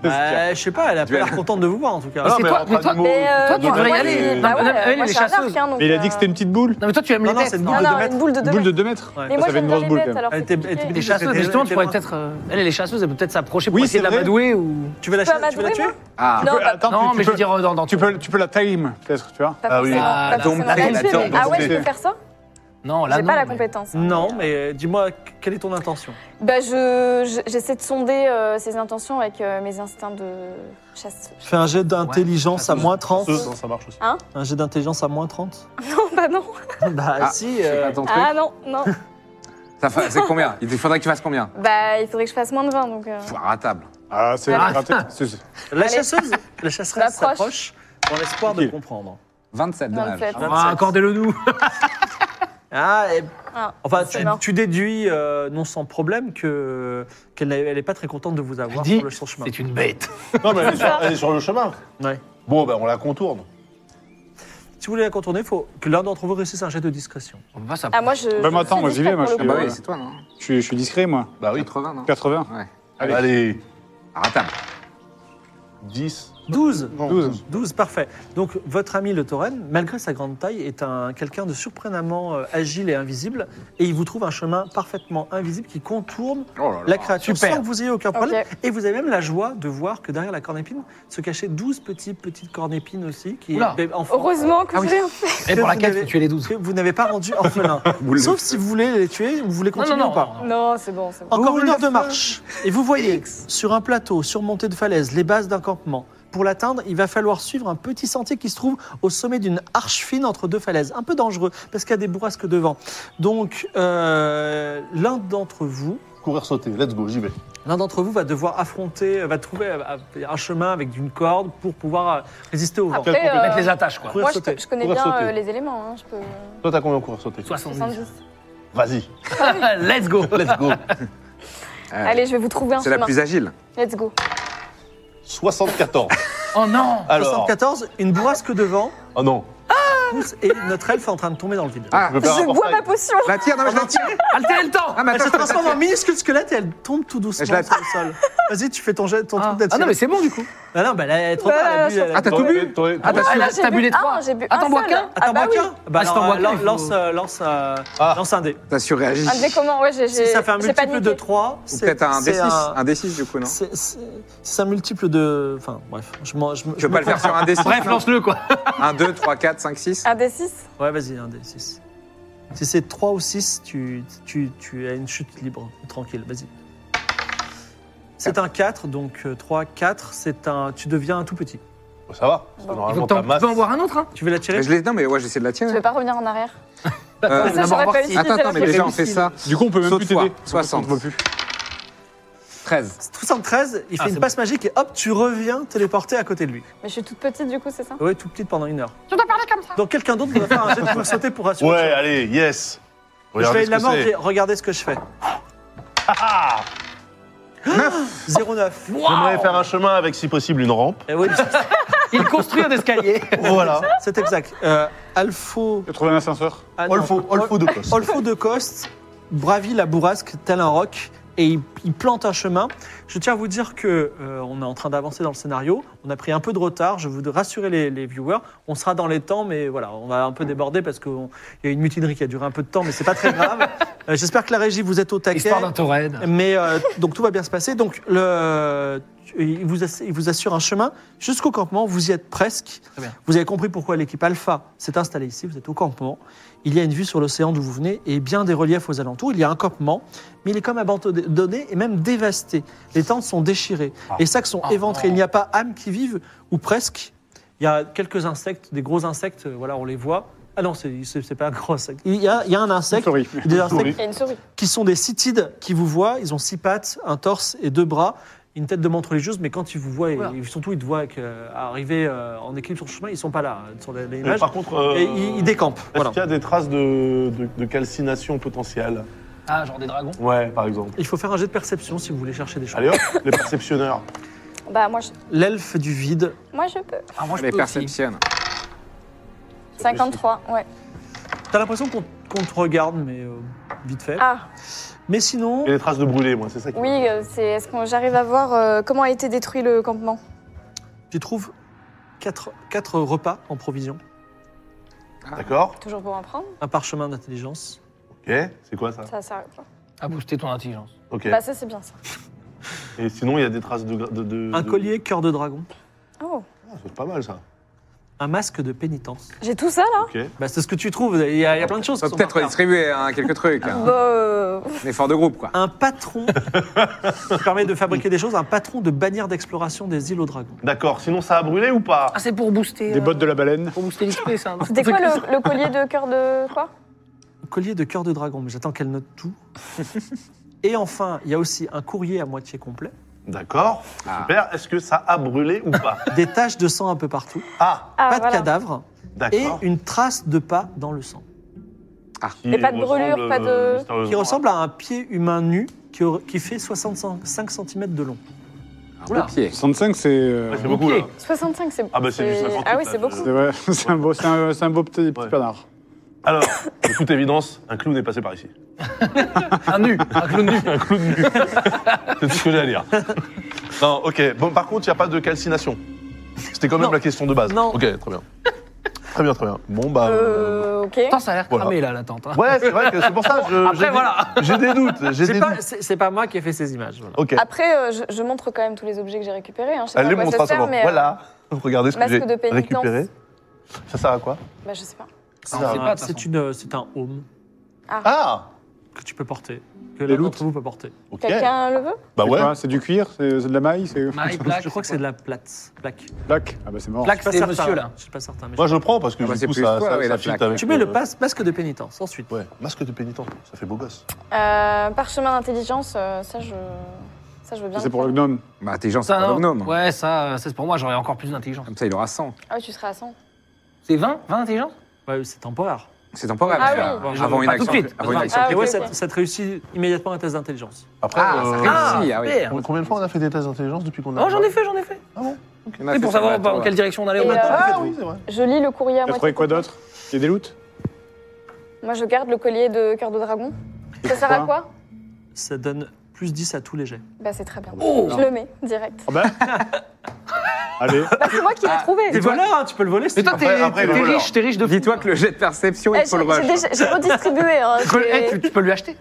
Speaker 1: Bah, je sais pas, elle a pas
Speaker 2: Tu as-
Speaker 1: l'air contente de vous voir en tout cas.
Speaker 3: Mais
Speaker 5: Ah,
Speaker 3: c'est toi-
Speaker 5: entre
Speaker 3: mais toi-
Speaker 5: animaux,
Speaker 4: Mais, euh,
Speaker 3: Toi, tu
Speaker 4: bah,
Speaker 3: devrais
Speaker 4: moi,
Speaker 3: y aller.
Speaker 4: j'ai-
Speaker 3: Non,
Speaker 4: Bah
Speaker 3: mais- mais
Speaker 4: ouais,
Speaker 3: elle,
Speaker 4: moi,
Speaker 3: les
Speaker 4: je suis un
Speaker 3: chasseuses.
Speaker 4: arc, hein, donc,
Speaker 6: Mais il a dit que c'était
Speaker 4: euh,
Speaker 6: une petite boule.
Speaker 3: Non, mais toi, tu aimes
Speaker 1: Non,
Speaker 3: les
Speaker 1: non,
Speaker 3: bêtes.
Speaker 1: c'est une
Speaker 3: non
Speaker 4: Non,
Speaker 1: de
Speaker 4: non,
Speaker 1: mètres.
Speaker 4: une boule de deux
Speaker 6: Boule de
Speaker 4: mètres.
Speaker 6: 2 mètres
Speaker 1: Ouais.
Speaker 4: Mais
Speaker 6: Ça
Speaker 4: moi,
Speaker 6: fait une
Speaker 4: j'aime
Speaker 6: grosse
Speaker 4: bien les
Speaker 6: boule, quand
Speaker 4: bêtes,
Speaker 6: même.
Speaker 4: alors
Speaker 1: Elle
Speaker 4: c'est
Speaker 1: était- elle
Speaker 4: compliqué.
Speaker 1: était
Speaker 3: Les
Speaker 1: petite,
Speaker 3: chasseuses,
Speaker 1: elle était-
Speaker 3: mais justement,
Speaker 1: elle
Speaker 3: tu
Speaker 1: était
Speaker 3: pourrais
Speaker 1: loin.
Speaker 3: peut-être. euh, Elle, elle est chasseuse, elle peut peut-être s'approcher pour
Speaker 6: Oui,
Speaker 3: essayer de
Speaker 6: c'est
Speaker 3: la
Speaker 6: vrai.
Speaker 3: badouer ou.
Speaker 1: Tu veux la,
Speaker 4: Tu peux
Speaker 1: chasser- tu veux la
Speaker 4: amadouer,
Speaker 1: tuer
Speaker 4: non
Speaker 2: Ah.
Speaker 6: Tu
Speaker 4: Non,
Speaker 6: peux-
Speaker 4: bah,
Speaker 6: attends,
Speaker 3: Non,
Speaker 6: tu-
Speaker 3: mais
Speaker 6: tu
Speaker 3: je veux
Speaker 6: peux-
Speaker 3: dire, euh, dans, dans
Speaker 6: Tu peux, tu peux la time, peut-être, tu vois.
Speaker 4: Pas
Speaker 5: Ah oui.
Speaker 4: forcément,
Speaker 3: Ah,
Speaker 4: pas
Speaker 3: la
Speaker 4: forcément.
Speaker 2: domptée, la
Speaker 4: Ah, tu fais- Ah ouais, je
Speaker 2: domptée.
Speaker 4: peux faire ça
Speaker 3: Non, là,
Speaker 4: J'ai
Speaker 3: non.
Speaker 4: pas la
Speaker 3: mais-
Speaker 4: compétence. hein.
Speaker 1: Non, mais euh, dis-moi, quelle est ton intention
Speaker 4: Bah, je, je- j'essaie de sonder euh, ses intentions avec euh, mes instincts de chasse.
Speaker 1: Fais un jet d'intelligence
Speaker 3: Ouais.
Speaker 1: à moins 30.
Speaker 5: chasseuses, hein, ça marche aussi.
Speaker 1: Un jet d'intelligence à moins 30
Speaker 4: Non, bah non.
Speaker 1: Bah
Speaker 2: Ah,
Speaker 1: si,
Speaker 2: C'est
Speaker 1: euh,
Speaker 2: pas ton truc.
Speaker 4: Ah non, non.
Speaker 2: Ça fait- C'est combien Il faudrait que tu fasses combien
Speaker 4: bah, il faudrait que je fasse moins de 20, donc. euh,
Speaker 2: Pouah, Ratable.
Speaker 6: Ah, c'est
Speaker 3: Ah.
Speaker 6: raté. C'est- c'est-
Speaker 1: la
Speaker 4: Allez.
Speaker 1: chasseuse, la chasseresse s'approche
Speaker 4: M'approche.
Speaker 1: dans l'espoir de
Speaker 6: Ok.
Speaker 1: comprendre.
Speaker 2: 27 dommages.
Speaker 4: 27.
Speaker 3: Ah, accordez-le nous.
Speaker 1: Ah, et-
Speaker 4: Ah,
Speaker 1: enfin,
Speaker 4: c'est
Speaker 1: tu,
Speaker 4: mort.
Speaker 1: tu déduis, euh, non sans problème, que qu'elle n'est- elle est pas très contente de vous avoir
Speaker 3: Dis,
Speaker 1: sur le son chemin.
Speaker 3: c'est une bête.
Speaker 5: Non, mais elle est, sur, elle est sur le chemin.
Speaker 1: Ouais.
Speaker 5: Bon, ben, on la contourne.
Speaker 1: Si vous voulez la contourner, il faut que l'un d'entre vous réussisse un jet de discrétion.
Speaker 3: On va
Speaker 4: Ah,
Speaker 3: s'approcher.
Speaker 4: moi, je.
Speaker 6: Bah, moi,
Speaker 4: je
Speaker 6: attends,
Speaker 4: suis
Speaker 6: moi, j'y
Speaker 4: discrète
Speaker 6: vais, moi,
Speaker 4: pour le
Speaker 6: je
Speaker 2: Ah
Speaker 6: vais-
Speaker 4: coup.
Speaker 2: bah
Speaker 6: Ouais.
Speaker 2: oui, c'est toi, non
Speaker 6: Je suis- je suis discret, moi.
Speaker 5: Bah oui.
Speaker 2: 80, non
Speaker 6: 80.
Speaker 2: Ouais.
Speaker 5: Allez.
Speaker 6: Allez.
Speaker 2: ratable.
Speaker 5: 10.
Speaker 1: 12
Speaker 6: 12.
Speaker 1: 12, parfait. Donc, votre ami le Tauren, malgré sa grande taille, est un quelqu'un de surprenamment euh, agile et invisible. Et il vous trouve un chemin parfaitement invisible qui contourne
Speaker 2: Oh là là.
Speaker 1: la créature
Speaker 3: super.
Speaker 1: sans que vous ayez aucun problème. Et vous avez même la joie de voir que derrière la cornépine se cachaient 12 petites, petites cornépines aussi qui
Speaker 3: Oula.
Speaker 1: bé- enfants,
Speaker 4: Heureusement que
Speaker 3: Ah oui.
Speaker 4: je l'ai fait.
Speaker 3: Et pour
Speaker 1: Vous
Speaker 3: laquelle
Speaker 1: avez-
Speaker 3: faut tuer les douze.
Speaker 1: que vous n'avez pas rendu orphelin.
Speaker 2: Boule de
Speaker 1: Sauf
Speaker 2: feu.
Speaker 1: si vous voulez les tuer, vous voulez
Speaker 3: Non, non,
Speaker 1: continuer
Speaker 3: non.
Speaker 1: ou pas
Speaker 3: non.
Speaker 4: Non, c'est bon, c'est bon.
Speaker 1: Encore
Speaker 3: Boule
Speaker 1: une heure
Speaker 3: de
Speaker 1: de
Speaker 3: feu.
Speaker 1: marche. Et vous voyez, sur un plateau surmonté de falaises, les bases d'un campement. Pour l'atteindre, il va falloir suivre un petit sentier qui se trouve au sommet d'une arche fine entre deux falaises. Un peu dangereux, parce qu'il y a des bourrasques devant. Donc, euh, l'un d'entre vous
Speaker 5: Courir, sauter. Let's go, j'y vais.
Speaker 1: L'un d'entre vous va devoir affronter, va trouver euh, un chemin avec une corde pour pouvoir euh, résister
Speaker 2: Ah,
Speaker 1: au vent.
Speaker 4: Après,
Speaker 5: Quelle
Speaker 4: euh,
Speaker 3: Mettre les attaches, quoi.
Speaker 1: courir,
Speaker 4: moi, je,
Speaker 1: sauter.
Speaker 4: je connais
Speaker 5: Courir,
Speaker 4: bien
Speaker 5: sauter.
Speaker 4: euh, les éléments. Hein, je peux.
Speaker 5: Toi, t'as combien courir, sauter
Speaker 3: 70.
Speaker 4: 70.
Speaker 5: Vas-y.
Speaker 3: Let's go.
Speaker 5: Let's go.
Speaker 2: Euh,
Speaker 4: Allez, je vais vous trouver un
Speaker 2: C'est la
Speaker 4: chemin.
Speaker 2: plus agile.
Speaker 4: Let's go.
Speaker 5: 74.
Speaker 3: Oh non.
Speaker 5: Alors.
Speaker 1: 74, une bourrasque devant,
Speaker 5: Oh non.
Speaker 1: pousse, et notre elfe est en train de tomber dans le vide.
Speaker 2: Ah,
Speaker 5: Je veux faire un
Speaker 4: Je bois
Speaker 5: portail.
Speaker 4: ma potion.
Speaker 2: je la tire, non, mais je la tire.
Speaker 3: Altérez le temps.
Speaker 2: Ah, mais
Speaker 1: elle
Speaker 2: attends,
Speaker 1: se
Speaker 2: je peux pas
Speaker 1: transforme en
Speaker 2: tirer.
Speaker 1: minuscule squelette et elle tombe tout doucement
Speaker 2: Je la-
Speaker 1: sur le sol. Vas-y, tu fais ton, jet, ton
Speaker 3: Ah
Speaker 1: truc d'attirer.
Speaker 3: Ah non, mais c'est bon, du coup.
Speaker 1: Ah non, bah, elle est trop
Speaker 4: Bah,
Speaker 1: tard, elle a bu,
Speaker 4: je-
Speaker 1: elle a-
Speaker 2: Ah, t'as tout
Speaker 5: T'aurais-
Speaker 2: bu
Speaker 5: t'aurais-
Speaker 3: Ah,
Speaker 4: Ah, là,
Speaker 3: t'as- t'as
Speaker 4: j'ai
Speaker 3: bu les
Speaker 4: bu
Speaker 3: trois.
Speaker 4: un, j'ai bu
Speaker 3: Ah,
Speaker 4: un
Speaker 3: t'en bois
Speaker 4: seul.
Speaker 3: qu'un
Speaker 1: Attends,
Speaker 4: Ah bah
Speaker 1: bois
Speaker 4: oui.
Speaker 1: qu'un. Bah,
Speaker 3: Ah, si t'en
Speaker 1: alors,
Speaker 3: bois qu'un, il faut-
Speaker 1: lance, euh, lance, euh,
Speaker 5: Ah.
Speaker 1: lance un dé.
Speaker 2: T'as surréagi.
Speaker 4: Un dé Ah, comment Ouais, j'ai.
Speaker 1: Si ça fait un
Speaker 4: j'ai
Speaker 1: multiple de
Speaker 4: paniqué.
Speaker 1: 3,
Speaker 2: Ou
Speaker 1: c'est
Speaker 2: peut-être un
Speaker 1: c'est
Speaker 2: D6. Un D6, du coup, non
Speaker 1: c'est- c'est- c'est un multiple de. Enfin, bref, je m'en. Je,
Speaker 2: Tu veux pas le faire sur un D6
Speaker 3: Bref,
Speaker 2: non
Speaker 3: lance-le, quoi.
Speaker 2: 1, 2, 3, 4, 5, 6.
Speaker 4: Un des 6
Speaker 1: Ouais, vas-y, un des 6. Si c'est 3 ou 6, tu, tu, tu as une chute libre, tranquille, vas-y. C'est un 4, donc 3, 4, c'est un... tu deviens un tout petit.
Speaker 5: Bon, oh, Ça va. Parce que
Speaker 4: Bon.
Speaker 3: Il
Speaker 5: normalement,
Speaker 3: faut que
Speaker 5: ta
Speaker 3: t'en- Tu
Speaker 5: masse.
Speaker 3: peux en boire un autre, hein.
Speaker 1: Tu veux la tirer
Speaker 2: Je l'ai- non, mais ouais, j'essaie de la
Speaker 4: Je
Speaker 2: tirer.
Speaker 4: vais pas revenir en arrière. Ça,
Speaker 2: Euh,
Speaker 3: d'abord,
Speaker 4: j'aurais
Speaker 3: voir
Speaker 4: pas
Speaker 3: si-
Speaker 4: utilisé la
Speaker 2: attends, attends, mais déjà, on
Speaker 4: réussite.
Speaker 2: fait ça.
Speaker 6: Du coup, on peut même
Speaker 2: Saut
Speaker 6: plus
Speaker 2: de foi,
Speaker 6: t'aider.
Speaker 2: 60.
Speaker 6: On te voit plus.
Speaker 2: 13.
Speaker 1: 73, il
Speaker 3: Ah,
Speaker 1: fait une
Speaker 3: c'est
Speaker 1: passe magique et hop, tu reviens téléporté à côté de lui.
Speaker 4: Mais je suis toute petite, du coup, c'est ça
Speaker 1: Ouais, tout petite pendant une heure.
Speaker 4: Tu dois parler comme ça.
Speaker 1: Donc quelqu'un d'autre va faire un jet de pouvoir sauter pour rassurer.
Speaker 5: Ouais, allez, yes.
Speaker 1: je
Speaker 5: Regardez
Speaker 1: fais de la
Speaker 5: ce
Speaker 1: mort,
Speaker 5: que c'est.
Speaker 1: regardez ce que je fais.
Speaker 5: Ah,
Speaker 1: 09.
Speaker 5: J'aimerais faire un chemin avec, si possible, une rampe.
Speaker 1: Eh oui,
Speaker 3: Il construit un escalier.
Speaker 5: Voilà.
Speaker 1: c'est exact. Euh, Alpho.
Speaker 6: J'ai trouvé un ascenseur.
Speaker 1: ah, non.
Speaker 5: Olfo, Olfo de poste.
Speaker 1: Olfo de Coste bravit la bourrasque tel un roc et il, il plante un chemin. Je tiens à vous dire que euh, on est en train d'avancer dans le scénario. On a pris un peu de retard. Je veux rassurer les, les viewers. On sera dans les temps, mais voilà, on va un peu déborder parce qu'il y a une mutinerie qui a duré un peu de temps, mais c'est pas très grave. Euh, J'espère que la régie vous êtes au taquet.
Speaker 3: Histoire d'un torrent.
Speaker 1: Mais euh, donc tout va bien se passer. Donc le, il vous, ass- il vous assure un chemin jusqu'au campement. Vous y êtes presque.
Speaker 3: Très bien.
Speaker 1: Vous avez compris pourquoi l'équipe Alpha s'est installée ici. Vous êtes au campement. Il y a une vue sur l'océan d'où vous venez et bien des reliefs aux alentours. Il y a un campement, mais il est comme abandonné et même dévasté. Les tentes sont déchirées. Les sacs sont
Speaker 3: Ah.
Speaker 1: éventrés. Il n'y a pas âme qui vive ou presque. Il y a quelques insectes, des gros insectes. euh, Voilà, on les voit. Ah non, c'est c'est- c'est pas un gros insecte. Il y a, il y a un insecte,
Speaker 6: Sorry.
Speaker 1: des insectes
Speaker 4: Il y a une souris.
Speaker 1: qui sont des cytides qui vous voient. Ils ont six pattes, un torse et deux bras, une tête de montre religieuse, mais quand ils vous voient,
Speaker 3: Oula.
Speaker 1: et surtout ils te voient avec, euh, arriver euh, en équilibre sur le chemin, ils sont pas là euh, sur la-
Speaker 5: Mais
Speaker 1: l'image.
Speaker 5: par contre, euh,
Speaker 1: Et ils, ils décampent.
Speaker 5: est-ce
Speaker 1: Voilà.
Speaker 5: qu'il y a des traces de, de- de calcination potentielle
Speaker 3: Ah, genre des dragons
Speaker 5: Ouais, par exemple.
Speaker 1: Il faut faire un jet de perception si vous voulez chercher des choses.
Speaker 5: Allez hop, les perceptionneurs.
Speaker 4: Bah, moi je,
Speaker 1: L'elfe du vide,
Speaker 4: moi, je peux.
Speaker 3: Ah, moi, je
Speaker 2: Les
Speaker 3: peux aussi.
Speaker 2: perceptionnes.
Speaker 4: 53, ouais.
Speaker 1: t'as l'impression qu'on qu'on te regarde, mais euh, vite fait.
Speaker 4: Ah,
Speaker 1: Mais sinon,
Speaker 5: Et les traces de brûlé, moi, c'est ça qui
Speaker 4: oui, euh, c'est. Est-ce que j'arrive à voir euh, comment a été détruit le campement
Speaker 1: tu trouves quatre, quatre repas en provision,
Speaker 5: D'accord
Speaker 4: Toujours pour en prendre
Speaker 1: un parchemin d'intelligence.
Speaker 5: Ok, c'est quoi ça
Speaker 4: Ça sert à quoi
Speaker 3: À booster ton intelligence.
Speaker 5: Ok.
Speaker 4: Bah, ça, c'est bien ça.
Speaker 5: Et sinon, il y a des traces de. gra- de, de-
Speaker 1: Un
Speaker 5: de-
Speaker 1: collier cœur de dragon,
Speaker 4: Oh,
Speaker 5: Ah, c'est pas mal ça.
Speaker 1: un masque de pénitence.
Speaker 4: j'ai tout ça là
Speaker 5: Ok.
Speaker 1: Bah, c'est ce que tu trouves. Il y a, il y a plein de choses.
Speaker 2: Faut
Speaker 1: qui sont
Speaker 2: Euh, peut-être
Speaker 1: par terre.
Speaker 2: distribuer hein, quelques trucs.
Speaker 3: Ah
Speaker 2: hein.
Speaker 4: Bah, euh,
Speaker 2: Un effort de groupe, quoi.
Speaker 1: un patron qui permet de fabriquer des choses, un patron de bannière d'exploration des îles aux dragons.
Speaker 5: D'accord, sinon ça a brûlé ou pas
Speaker 3: Ah, c'est pour booster.
Speaker 6: Des
Speaker 3: euh,
Speaker 6: bottes de la baleine.
Speaker 3: Pour booster l'XP, ça. hein.
Speaker 4: C'était quoi le, le collier de cœur de quoi
Speaker 1: Collier de cœur de dragon, mais j'attends qu'elle note tout. Et enfin, il y a aussi un courrier à moitié complet,
Speaker 5: D'accord,
Speaker 2: Ah.
Speaker 5: super. Est-ce que ça a brûlé ou pas
Speaker 1: des taches de sang un peu partout,
Speaker 5: Ah,
Speaker 4: Ah,
Speaker 1: pas de
Speaker 4: voilà.
Speaker 1: cadavre et
Speaker 5: d'accord.
Speaker 1: une trace de pas dans le sang,
Speaker 5: Qui
Speaker 4: Et pas de brûlure,
Speaker 5: ressemble,
Speaker 4: pas de-
Speaker 5: euh, mystérieusement
Speaker 1: qui ressemble à un pied humain nu qui, aurait- qui fait 65 cm de long.
Speaker 2: Un
Speaker 3: Oula.
Speaker 2: beau pied.
Speaker 6: 65, c'est. euh,
Speaker 5: Ouais, c'est beaucoup là.
Speaker 4: 65, c'est.
Speaker 5: Ah bah, c'est du 58,
Speaker 4: Ah oui,
Speaker 5: là,
Speaker 4: c'est
Speaker 5: je-
Speaker 4: beaucoup.
Speaker 6: c'est vrai, c'est un beau, c'est un- c'est un beau petit, petit
Speaker 5: Ouais.
Speaker 6: panard.
Speaker 5: Alors, de toute évidence, un clown est passé par ici.
Speaker 3: Un nu, un clown nu.
Speaker 5: Un clown nu. C'est tout ce que j'ai à dire. Non, ok. Bon, par contre, il n'y a pas de calcination. C'était quand même
Speaker 1: Non.
Speaker 5: la question de base.
Speaker 1: Non.
Speaker 5: Ok, très bien. Très bien, très bien. Bon, bah. euh,
Speaker 4: Euh, ok.
Speaker 3: Attends, ça a l'air
Speaker 5: Voilà.
Speaker 3: cramé, là, la tente. hein.
Speaker 5: Ouais, c'est vrai que c'est pour ça. je-
Speaker 3: Après,
Speaker 5: j'ai des-
Speaker 3: voilà.
Speaker 5: J'ai des doutes. J'ai des
Speaker 1: C'est pas,
Speaker 5: doutes.
Speaker 1: c'est- c'est pas moi qui ai fait ces images. voilà.
Speaker 5: Ok.
Speaker 4: Après, euh, je, je montre quand même tous les objets que j'ai récupérés. Hein. Je sais
Speaker 5: Elle
Speaker 4: pas
Speaker 5: les
Speaker 4: à quoi
Speaker 5: montre
Speaker 4: ça
Speaker 5: à son
Speaker 4: sert,
Speaker 5: moment.
Speaker 4: mais. euh,
Speaker 5: Voilà. Regardez ce que
Speaker 4: masque
Speaker 5: j'ai
Speaker 4: de pénitence.
Speaker 5: récupéré. Ça sert à quoi
Speaker 4: Bah, je sais pas.
Speaker 3: Ça, on
Speaker 1: C'est
Speaker 3: sait
Speaker 1: un-
Speaker 3: pas, de toute
Speaker 1: C'est
Speaker 3: façon.
Speaker 1: une- c'est un home
Speaker 5: Ah
Speaker 1: que tu peux porter, que l'un
Speaker 6: loutres.
Speaker 1: d'entre vous peut porter.
Speaker 5: Ok.
Speaker 4: Quelqu'un le veut
Speaker 5: Bah
Speaker 6: C'est
Speaker 5: ouais.
Speaker 6: quoi C'est du cuir C'est c'est de la maille C'est
Speaker 3: Marie Plaque,
Speaker 1: Je crois que c'est de la plate, plaque.
Speaker 6: plaque Ah bah c'est mort.
Speaker 3: Plaque,
Speaker 1: Je suis
Speaker 3: c'est
Speaker 1: pas
Speaker 3: le
Speaker 1: certain,
Speaker 3: monsieur, là.
Speaker 1: Je suis pas certain. mais
Speaker 5: Moi, je le prends parce que
Speaker 2: Ah bah,
Speaker 5: du
Speaker 2: c'est
Speaker 5: coup,
Speaker 2: plus
Speaker 5: ça,
Speaker 2: toi,
Speaker 5: ça,
Speaker 2: ouais,
Speaker 5: ça
Speaker 2: la
Speaker 5: fit
Speaker 2: plaque.
Speaker 5: avec
Speaker 1: Tu mets le
Speaker 5: passe.
Speaker 1: passe- masque de pénitence ensuite.
Speaker 5: Ouais, masque de pénitent, ça fait beau gosse.
Speaker 4: Euh, Parchemin d'intelligence, euh, ça, je. Ça, je veux bien.
Speaker 6: C'est pour le
Speaker 4: prendre.
Speaker 6: gnome.
Speaker 2: Bah, intelligence, c'est
Speaker 3: Ça,
Speaker 2: un
Speaker 3: non.
Speaker 2: gnome.
Speaker 3: Ouais, ça, euh, ça, c'est pour moi, j'aurais encore plus d'intelligence.
Speaker 2: Comme ça, il aura 100.
Speaker 4: Ah oui, tu seras à 100.
Speaker 3: C'est 20 20 d'intelligence
Speaker 1: Ouais, c'est temporaire.
Speaker 2: C'est temporaire.
Speaker 4: Ah
Speaker 2: mais,
Speaker 4: oui.
Speaker 2: euh, Avant une
Speaker 3: Pas tout de
Speaker 2: action.
Speaker 3: suite.
Speaker 2: Avant une
Speaker 3: Ah,
Speaker 2: action.
Speaker 4: Ah,
Speaker 1: et
Speaker 4: ok,
Speaker 1: ouais,
Speaker 4: ok.
Speaker 1: ça, ça te réussit immédiatement un test d'intelligence.
Speaker 5: Après,
Speaker 2: Ah,
Speaker 5: euh,
Speaker 2: ça réussit. Ah oui.
Speaker 3: super.
Speaker 5: com- combien de fois on a fait des tests d'intelligence depuis qu'on a.
Speaker 3: Non, Oh, j'en ai fait, j'en ai fait.
Speaker 2: Il y en a
Speaker 3: C'est
Speaker 2: fait
Speaker 3: pour
Speaker 2: ça,
Speaker 3: savoir
Speaker 2: maintenant,
Speaker 3: dans quelle
Speaker 2: ouais.
Speaker 3: direction on allait au
Speaker 4: Et,
Speaker 3: matin.
Speaker 4: euh,
Speaker 5: Ah oui, c'est vrai.
Speaker 4: Je lis le courrier à
Speaker 6: T'as
Speaker 4: moitié.
Speaker 6: trouvé quoi
Speaker 4: complet.
Speaker 6: d'autre Il y a des loots
Speaker 4: Moi, je garde le collier de cœur de dragon. Ça sert à quoi
Speaker 1: Ça donne plus 10 à tous les jets.
Speaker 4: Bah, c'est très bien.
Speaker 3: Oh
Speaker 4: Je le mets direct.
Speaker 6: Ah bah Allez,
Speaker 4: Bah, c'est moi qui l'ai trouvé.
Speaker 1: Et voilà, hein, tu peux le voler.
Speaker 3: Mais
Speaker 1: c'est
Speaker 3: toi,
Speaker 1: pas-
Speaker 3: t'es
Speaker 5: Après- après,
Speaker 3: t'es
Speaker 5: le voleur.
Speaker 3: riche, t'es riche de fou.
Speaker 2: Dis-toi que le jet de perception,
Speaker 4: Eh,
Speaker 2: il faut
Speaker 4: J'ai
Speaker 2: le
Speaker 4: j'ai
Speaker 2: rush.
Speaker 4: déjà- j'ai redistribué. hein,
Speaker 3: Tu peux- eh,
Speaker 4: j'ai-
Speaker 3: tu, tu peux lui acheter.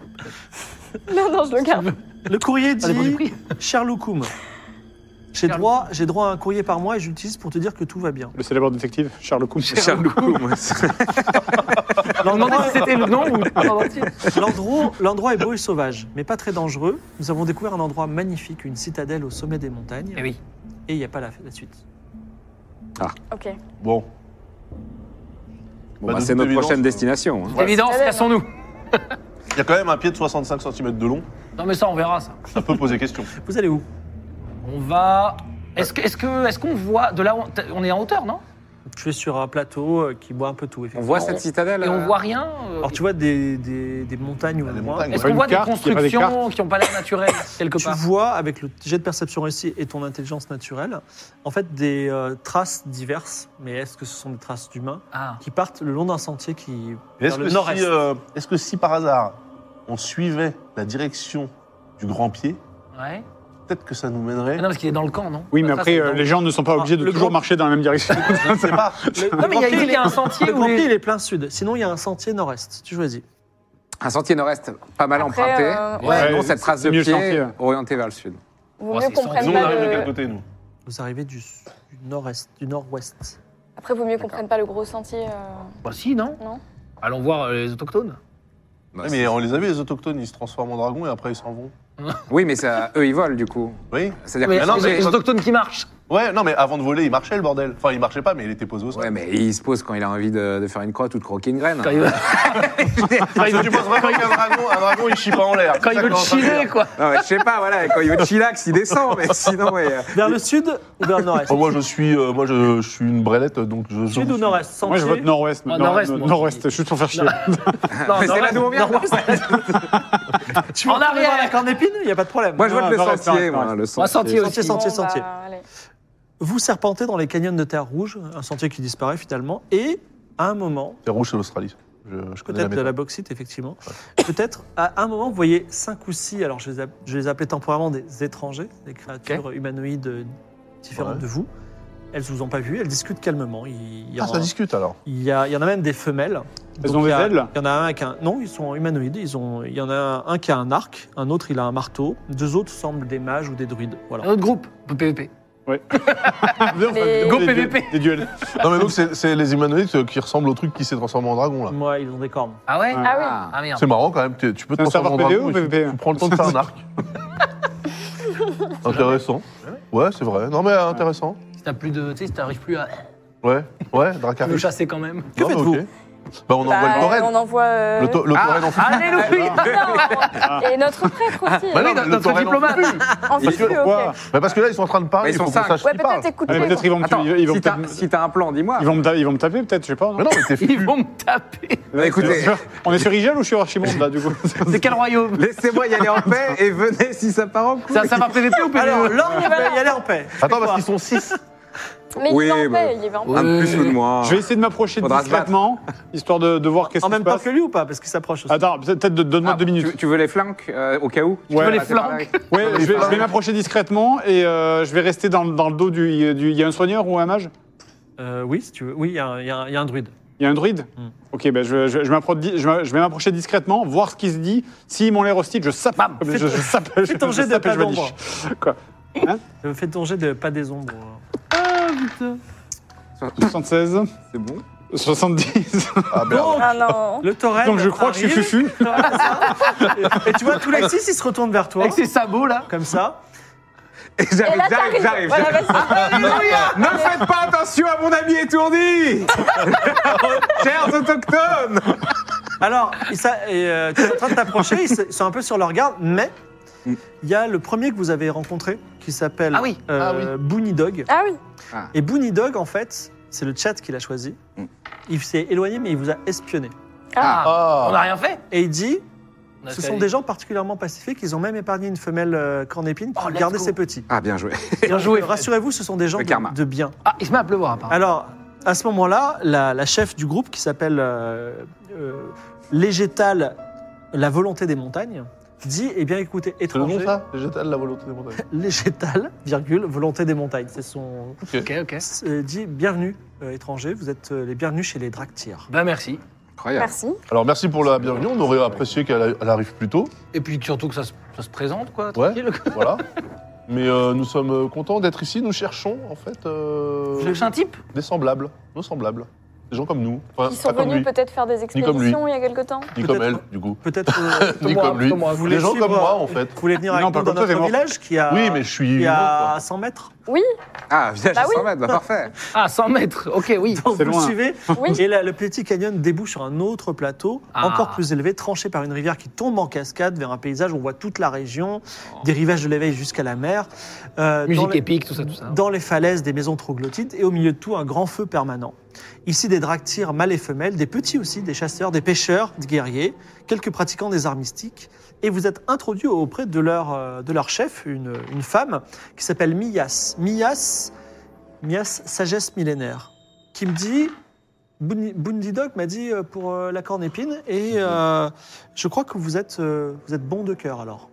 Speaker 4: Non, non, je le garde.
Speaker 1: Le courrier
Speaker 3: Ça dépend du
Speaker 1: dit
Speaker 3: prix.
Speaker 1: Cher Loukoum, j'ai
Speaker 3: Cher
Speaker 1: droit, j'ai droit à un courrier par mois et j'utilise pour te dire que tout va bien.
Speaker 6: le célèbre détective, Charles Coum.
Speaker 2: Cher Loukoum.
Speaker 3: On demandait si c'était le nom ou Non, non, si.
Speaker 1: L'endroit l'endroit est beau et sauvage, mais pas très dangereux. Nous avons découvert un endroit magnifique, une citadelle au sommet des montagnes.
Speaker 3: Eh oui.
Speaker 1: Et il n'y a pas la, la suite.
Speaker 4: Ok.
Speaker 5: Bon,
Speaker 2: Bon,
Speaker 5: Bah,
Speaker 2: bah,
Speaker 5: de
Speaker 2: c'est
Speaker 5: toute
Speaker 2: notre
Speaker 5: évidence,
Speaker 2: prochaine
Speaker 5: euh,
Speaker 2: destination. hein.
Speaker 3: Évidence, cassons-nous.
Speaker 4: bah.
Speaker 5: il y a quand même un pied de 65 cm de long,
Speaker 3: Non, mais ça, on verra ça.
Speaker 5: ça peut poser question.
Speaker 1: Vous allez où
Speaker 3: On va. Est-ce que, est-ce que, est-ce qu'on voit de là où on, t'as- on est en hauteur, non
Speaker 1: Tu es sur un plateau euh, qui boit un peu tout.
Speaker 2: On
Speaker 1: effectivement.
Speaker 2: voit cette citadelle
Speaker 3: Et on
Speaker 2: euh,
Speaker 3: voit rien. euh,
Speaker 1: Alors tu vois des, des- des montagnes au
Speaker 5: Des
Speaker 1: loin.
Speaker 5: montagnes,
Speaker 3: Est-ce
Speaker 5: ouais.
Speaker 3: qu'on
Speaker 6: une
Speaker 3: voit des
Speaker 6: carte, y a pas des
Speaker 3: constructions qui n'ont pas l'air naturelles quelque
Speaker 1: Tu
Speaker 3: part
Speaker 1: vois, avec le jet de perception réussi et ton intelligence naturelle, en fait, des euh, traces diverses, mais est-ce que ce sont des traces d'humains,
Speaker 3: Ah.
Speaker 1: qui partent le long d'un sentier qui.
Speaker 5: Et Est-ce
Speaker 1: vers le
Speaker 5: que,
Speaker 1: nord-est.
Speaker 5: si, euh, est-ce que si par hasard on suivait la direction du grand pied,
Speaker 3: Ouais.
Speaker 5: peut-être que ça nous
Speaker 3: Mais
Speaker 5: mènerait.
Speaker 3: non, parce qu'il est dans le camp, non
Speaker 6: Oui, mais
Speaker 3: Après,
Speaker 6: après,
Speaker 3: c'est
Speaker 6: euh,
Speaker 3: dans-
Speaker 6: les gens ne sont pas obligés de
Speaker 1: le
Speaker 6: toujours
Speaker 1: grand-
Speaker 6: marcher dans la même direction.
Speaker 5: Je ne sais pas.
Speaker 1: Le,
Speaker 3: Non, mais il y
Speaker 1: grand pied,
Speaker 3: a- il y a
Speaker 1: il est-
Speaker 3: un sentier
Speaker 1: le
Speaker 3: où
Speaker 1: grand pied,
Speaker 3: les-
Speaker 1: il est plein sud. Sinon, il y a un sentier nord-est. Tu choisis.
Speaker 2: euh, Un sentier nord-est pas mal
Speaker 4: Après,
Speaker 2: emprunté.
Speaker 4: euh,
Speaker 2: Et
Speaker 6: ouais.
Speaker 2: sinon,
Speaker 6: Ouais,
Speaker 2: cette trace de
Speaker 6: mieux le
Speaker 2: pied
Speaker 6: sentier.
Speaker 2: orientée vers le sud.
Speaker 4: Vaut
Speaker 3: Oh,
Speaker 4: mieux
Speaker 3: c'est
Speaker 4: qu'on
Speaker 3: sans-
Speaker 4: prenne
Speaker 5: Nous, on
Speaker 4: pas
Speaker 5: arrive de quel
Speaker 4: le...
Speaker 5: côté, nous
Speaker 1: Vous arrivez du, s- du nord-est, du nord-ouest.
Speaker 4: Après, vaut mieux qu'on
Speaker 2: D'accord.
Speaker 4: prenne pas le gros sentier. euh,
Speaker 3: Bah si, non
Speaker 4: Non.
Speaker 3: Allons voir euh, les autochtones.
Speaker 2: Bah,
Speaker 5: Ouais,
Speaker 2: c'est-
Speaker 5: Mais on les a vus, les autochtones, ils se transforment en dragons et après ils s'en vont.
Speaker 2: Oui, mais ça, eux, ils volent, du coup.
Speaker 5: Oui
Speaker 2: C'est-à-dire
Speaker 3: Mais
Speaker 2: que-
Speaker 5: Ah non,
Speaker 3: c'est
Speaker 5: mais-
Speaker 3: les autochtones qui marchent.
Speaker 5: Ouais, non, mais avant de voler, il marchait le bordel. Enfin, il marchait pas, mais il était posé au sol.
Speaker 2: Ouais, mais il se pose quand il a envie de, de faire une crotte ou de croquer une graine.
Speaker 3: Quand ils veulent,
Speaker 5: Parce que tu penses vraiment qu'un dragon, un dragon, il chie pas en l'air.
Speaker 3: quand ils
Speaker 5: C'est ça qu'on est
Speaker 3: veulent
Speaker 5: en train de
Speaker 3: chiller,
Speaker 5: dire.
Speaker 3: quoi.
Speaker 2: Non, mais je sais pas, voilà, quand il veut chillax, il descend, mais sinon, ouais, euh,
Speaker 1: Vers le sud ou vers le nord-est
Speaker 5: Oh, moi, je suis, euh, moi, je, je suis une brélette, donc je.
Speaker 1: Sud ou nord-est Sentier
Speaker 6: Moi, je vote nord-ouest.
Speaker 3: Ah,
Speaker 6: nord-
Speaker 3: nord-ouest,
Speaker 6: nord-
Speaker 3: moi.
Speaker 6: Nord-ouest, juste pour faire chier.
Speaker 3: Non,
Speaker 2: mais c'est là d'où on vient.
Speaker 1: Tu veux
Speaker 3: En
Speaker 1: retourner
Speaker 3: arrière.
Speaker 1: vers la cornépine Il n'y a pas de problème.
Speaker 2: Moi, je
Speaker 6: Non,
Speaker 2: vote le
Speaker 6: non, reste,
Speaker 2: sentier,
Speaker 6: reste,
Speaker 2: moi,
Speaker 6: reste.
Speaker 2: le
Speaker 3: Moi, sentier
Speaker 2: sentier.
Speaker 3: aussi.
Speaker 1: Sentier, sentier, sentier.
Speaker 4: bah, allez.
Speaker 1: Vous serpentez dans les canyons de terre rouge, un sentier qui disparaît finalement, et à un moment,
Speaker 5: C'est rouge, c'est l'Australie. Je, je connais
Speaker 1: peut-être
Speaker 5: la
Speaker 1: euh, de la
Speaker 5: méthode.
Speaker 1: bauxite effectivement, peut-être à un moment vous voyez cinq ou six, alors je les, app- je les appelais temporairement des étrangers, des créatures humanoïdes euh, différentes
Speaker 5: Ouais.
Speaker 1: de vous. Elles vous ont pas vu, elles discutent calmement. Il il y,
Speaker 5: Ah,
Speaker 1: en-
Speaker 5: ça discute alors.
Speaker 1: il y a, il y en a même des femelles.
Speaker 6: Elles
Speaker 1: Donc,
Speaker 6: ont
Speaker 1: il y a-
Speaker 6: des ailes
Speaker 1: Il y en a un avec un. Non, ils sont humanoïdes. Ils ont... Il y en a un qui a un arc, un autre il a un marteau, deux autres semblent des mages ou des druides. Voilà.
Speaker 3: Un autre groupe, PVP.
Speaker 6: Viens, on fait des-
Speaker 3: Go
Speaker 6: des-
Speaker 3: PVP.
Speaker 6: Des duels.
Speaker 5: Non, mais donc, c'est c'est les humanoïdes qui ressemblent au truc qui s'est transformé en dragon, là.
Speaker 1: Moi, ils ont des cornes.
Speaker 3: Ah ouais
Speaker 4: Ah oui.
Speaker 2: Ah.
Speaker 3: Ah merde.
Speaker 5: C'est marrant quand même, t'es- tu peux te
Speaker 6: C'est un
Speaker 5: transformer en
Speaker 6: serveur
Speaker 5: dragon.
Speaker 6: PVO,
Speaker 5: et tu-
Speaker 6: PVP?
Speaker 5: Tu prends le temps de faire un arc. intéressant. Ouais, c'est vrai. Non, mais euh, intéressant.
Speaker 3: Si t'as plus de. Tu sais, si t'arrives plus à
Speaker 5: Ouais, ouais, Dracarys.
Speaker 3: le chasser quand même.
Speaker 1: Que
Speaker 5: Non, mais
Speaker 1: faites-vous
Speaker 5: ok. Bah, on
Speaker 4: Bah,
Speaker 5: envoie le
Speaker 4: on
Speaker 5: tauren.
Speaker 4: envoie. euh, Ah
Speaker 5: Le, to- le tauren en
Speaker 3: ah,
Speaker 5: fuite.
Speaker 3: Alléluia
Speaker 4: Non, Et notre prêtre aussi.
Speaker 5: Bah
Speaker 3: oui,
Speaker 5: non, mais
Speaker 3: notre-
Speaker 5: le
Speaker 3: notre
Speaker 5: tauren en
Speaker 3: diplomate.
Speaker 5: fuite.
Speaker 4: En
Speaker 5: Parce
Speaker 4: fait,
Speaker 5: que-
Speaker 6: Pourquoi
Speaker 4: ok.
Speaker 5: Bah, parce que là, ils sont en train de parler,
Speaker 2: Mais ils
Speaker 5: il faut
Speaker 2: sont
Speaker 5: qu'on
Speaker 2: cinq.
Speaker 5: sache
Speaker 4: Ouais,
Speaker 5: qui parle.
Speaker 4: peut-être écoute
Speaker 6: Allez, Ah, Peut-être ils vont me
Speaker 2: Attends,
Speaker 6: tuer, ils vont
Speaker 2: si t'as
Speaker 6: peut-être-
Speaker 2: si t'as un plan, dis-moi.
Speaker 6: ils vont me ta- ils vont me taper, peut-être, je sais pas.
Speaker 5: Mais non, mais t'es fou.
Speaker 3: Ils vont me taper.
Speaker 2: Bah, Écoutez,
Speaker 6: On est sur Igel ou sur Archimonde, là, du coup
Speaker 3: C'est quel royaume
Speaker 2: laissez-moi y aller en paix et venez si ça part en couille.
Speaker 3: ça, ça va PVP ou PVE
Speaker 6: euh,
Speaker 1: Alors, l'ordre, il va y aller en paix.
Speaker 5: Attends, parce qu'ils sont 6.
Speaker 4: Mais
Speaker 2: Oui,
Speaker 4: il va en
Speaker 2: bah-
Speaker 4: paix, il va en paix.
Speaker 2: Un de plus ou de moins.
Speaker 6: Je vais essayer de m'approcher
Speaker 2: Faudra se
Speaker 6: discrètement, histoire de, de voir qu'est-ce
Speaker 1: En
Speaker 6: qui se
Speaker 1: même temps
Speaker 6: passe.
Speaker 1: que lui ou pas Parce qu'il s'approche aussi.
Speaker 6: Attends, peut-être de- donne-moi
Speaker 2: Ah,
Speaker 6: deux minutes.
Speaker 2: Tu, tu veux les flanques euh, au cas où
Speaker 6: Ouais. Tu veux les
Speaker 2: Ah, c'est pas
Speaker 3: flanques
Speaker 2: mal.
Speaker 6: Ouais, je vais, je vais m'approcher discrètement et euh, je vais rester dans, dans le dos du, du- Il y a un soigneur ou un mage
Speaker 1: Euh, oui, si tu veux. Oui, il y, a un- il y a un- il y a un druide.
Speaker 6: Il y a un druide
Speaker 1: Hmm.
Speaker 6: Ok, ben je, je, je m'approche di- je m'a- je vais m'approcher discrètement, voir ce qui se dit. S'ils m'ont l'air hostile, je sape.
Speaker 3: Bam,
Speaker 6: je, je sape. Je,
Speaker 1: fais ton
Speaker 6: je
Speaker 1: jet de
Speaker 6: sape et
Speaker 1: pas
Speaker 6: je vanish.
Speaker 1: d'ombre.
Speaker 6: Quoi
Speaker 1: Euh, Fais ton jet de pas des ombres. hein.
Speaker 6: 76,
Speaker 2: C'est bon.
Speaker 6: 70.
Speaker 5: Ah, merde.
Speaker 1: Donc,
Speaker 4: Ah non.
Speaker 1: le tauren.
Speaker 6: Donc je crois que je suis
Speaker 1: arrive.
Speaker 6: fufu.
Speaker 1: Et tu vois, tous les six, ils se retournent vers toi.
Speaker 3: Avec ses sabots là
Speaker 1: Comme ça.
Speaker 2: Et
Speaker 4: Et
Speaker 2: J'arrive,
Speaker 4: là,
Speaker 2: j'arrive,
Speaker 4: t'arrives.
Speaker 2: j'arrive.
Speaker 4: Voilà, vas-y.
Speaker 2: Ne faites pas attention à mon ami étourdi Chers autochtones
Speaker 1: Alors, ils s'a- et, euh, tu es en train de t'approcher, ils s- ils sont un peu sur leur garde, mais
Speaker 2: Mm.
Speaker 1: il y a le premier que vous avez rencontré qui s'appelle
Speaker 3: Ah oui,
Speaker 1: euh, Boony Dog.
Speaker 4: Ah oui.
Speaker 1: Et Boony Dog, en fait, c'est le chat qu'il a choisi.
Speaker 2: Mm.
Speaker 1: Il s'est éloigné, mais il vous a espionné.
Speaker 3: Ah,
Speaker 5: Ah.
Speaker 3: On n'a rien fait
Speaker 1: Et il dit
Speaker 3: On a
Speaker 1: ce
Speaker 3: fait
Speaker 1: sont
Speaker 3: aller.
Speaker 1: des gens particulièrement pacifiques, ils ont même épargné une femelle euh, cornépine pour
Speaker 3: Oh, let's
Speaker 1: garder
Speaker 3: go.
Speaker 1: ses petits.
Speaker 2: Ah, bien joué.
Speaker 3: Bien joué.
Speaker 1: Rassurez-vous, ce sont des gens
Speaker 2: Le
Speaker 1: de-
Speaker 2: karma.
Speaker 1: de bien.
Speaker 3: Ah, il se met à pleuvoir à part.
Speaker 1: Alors, à ce moment-là, la, la chef du groupe qui s'appelle euh, euh, Légétal, la volonté des montagnes, dit Eh bien, écoutez,
Speaker 5: C'est le nom,
Speaker 1: étranger,
Speaker 5: ça Végétal, la volonté des montagnes.
Speaker 1: Légétal, virgule, volonté des montagnes. C'est son.
Speaker 3: Ok, ok.
Speaker 1: c'est- dit Bienvenue, euh, étranger, vous êtes euh, les bienvenus chez les Dractyres.
Speaker 3: Bah merci.
Speaker 2: Incroyable.
Speaker 4: Merci.
Speaker 5: Alors, merci pour la bienvenue. On aurait apprécié qu'elle elle arrive plus tôt.
Speaker 3: Et puis surtout que ça se, ça se présente quoi.
Speaker 5: Ouais.
Speaker 3: tranquille, quoi.
Speaker 5: Voilà. Mais euh, nous sommes contents d'être ici. Nous cherchons, en fait, euh,
Speaker 3: Vous cherchez un type
Speaker 5: des semblables. Nos semblables. Des gens comme nous. Enfin,
Speaker 4: Ils sont
Speaker 5: Ah, pas comme
Speaker 4: venus
Speaker 5: lui,
Speaker 4: peut-être faire des
Speaker 5: comme lui.
Speaker 4: expéditions il y a quelque temps.
Speaker 5: ni comme elle,
Speaker 1: peut-être-
Speaker 5: du coup.
Speaker 1: Peut-être. euh,
Speaker 5: Ni
Speaker 1: moi,
Speaker 5: comme lui.
Speaker 1: moi, vous voulez
Speaker 5: Des gens
Speaker 1: suivre,
Speaker 5: comme moi,
Speaker 1: euh,
Speaker 5: en fait.
Speaker 1: Vous voulez venir
Speaker 6: Non,
Speaker 1: avec
Speaker 6: par
Speaker 1: nous dans
Speaker 6: contre, toi, t'es
Speaker 1: notre
Speaker 6: mort.
Speaker 1: village qui a,
Speaker 5: Oui, mais je suis.
Speaker 1: qui
Speaker 5: humain,
Speaker 1: Ah, a
Speaker 5: quoi.
Speaker 1: 100 mètres
Speaker 2: Ah, village
Speaker 4: Bah
Speaker 2: à
Speaker 4: oui.
Speaker 2: 100 mètres, bah parfait.
Speaker 3: Ah, 100 mètres. Ok, oui.
Speaker 1: Donc, vous
Speaker 6: C'est
Speaker 1: le
Speaker 6: loin.
Speaker 1: suivez.
Speaker 4: Oui.
Speaker 1: Et la- le petit canyon débouche sur un autre plateau,
Speaker 3: Ah.
Speaker 1: encore plus élevé, tranché par une rivière qui tombe en cascade vers un paysage où on voit toute la région, des rivages de l'éveil jusqu'à la mer. Euh, dans,
Speaker 3: Musique
Speaker 1: les,
Speaker 3: épique, tout ça, tout ça.
Speaker 1: dans les falaises, des maisons troglodytes et au milieu de tout, un grand feu permanent. Ici, des dractyres mâles et femelles, des petits aussi, des chasseurs, des pêcheurs, des guerriers, quelques pratiquants des arts mystiques. Et vous êtes introduit auprès de leur, euh, de leur chef, une, une femme qui s'appelle Mias. Mias, Mias, sagesse millénaire, qui me dit Bouni- Bundy Dog m'a dit euh, pour euh, la corne épine et euh, je crois que vous êtes, euh, vous êtes bon de cœur alors.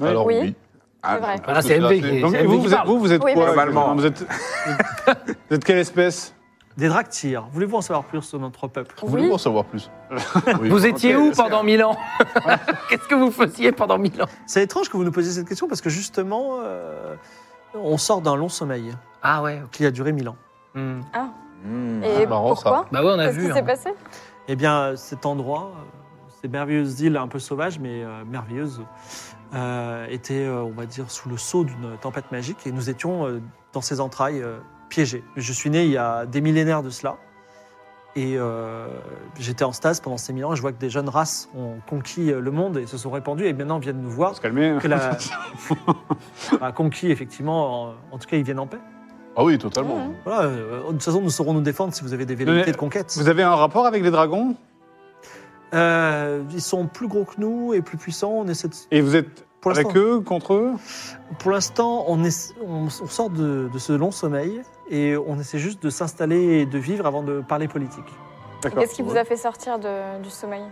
Speaker 6: Ouais.
Speaker 5: Alors, oui.
Speaker 4: Oui.
Speaker 2: Ah,
Speaker 4: C'est vrai.
Speaker 3: Ah, là, c'est MV. qui est-
Speaker 6: Donc,
Speaker 3: c'est
Speaker 6: et
Speaker 3: MV
Speaker 6: vous,
Speaker 3: qui
Speaker 6: vous êtes,
Speaker 3: parle.
Speaker 6: vous, vous êtes
Speaker 4: Oui,
Speaker 6: quoi
Speaker 4: mais-
Speaker 6: exactement Vous êtes, vous êtes quelle espèce
Speaker 1: des Draktyrs. Voulez-vous en savoir plus sur notre peuple
Speaker 5: Vous voulez en savoir plus Oui.
Speaker 3: Vous étiez
Speaker 2: ok,
Speaker 3: où
Speaker 2: let's go.
Speaker 3: pendant mille ans Qu'est-ce que vous faisiez pendant mille ans
Speaker 1: C'est étrange que vous nous posiez cette question parce que justement, euh, on sort d'un long sommeil
Speaker 3: Ah ouais. ok.
Speaker 1: qui a duré mille ans.
Speaker 3: Hmm.
Speaker 2: Hmm.
Speaker 4: Et
Speaker 5: Ah, marrant, ça.
Speaker 4: pourquoi
Speaker 3: Bah ouais, on a
Speaker 4: Qu'est-ce
Speaker 3: vu.
Speaker 4: qui
Speaker 3: hein.
Speaker 4: s'est passé
Speaker 1: Eh bien, cet endroit, euh, ces merveilleuses îles un peu sauvages, mais euh, merveilleuses, euh, étaient, euh, on va dire, sous le sceau d'une tempête magique et nous étions euh, dans ses entrailles euh, piégés. Je suis né il y a des millénaires de cela et euh, j'étais en stase pendant ces mille ans. et Je vois que des jeunes races ont conquis euh, le monde et se sont répandues et maintenant viennent nous voir.
Speaker 6: se calmer.
Speaker 1: Que la... Bah, conquis, effectivement, en, en tout cas, ils viennent en paix.
Speaker 5: Ah oui, totalement.
Speaker 4: Mhm.
Speaker 1: Voilà, euh, de toute façon, nous saurons nous défendre si vous avez des
Speaker 6: Mais-
Speaker 1: velléités de conquête.
Speaker 6: Vous avez un rapport avec les dragons
Speaker 1: Euh, ils sont plus gros que nous et plus puissants. On essaie de-
Speaker 6: et vous êtes
Speaker 1: Pour
Speaker 6: avec
Speaker 1: l'instant.
Speaker 6: eux, contre eux
Speaker 1: Pour l'instant, on, essa- on- on sort de, de ce long sommeil et on essaie juste de s'installer et de vivre avant de parler politique.
Speaker 6: D'accord.
Speaker 4: Qu'est-ce qui vous a fait sortir de- du sommeil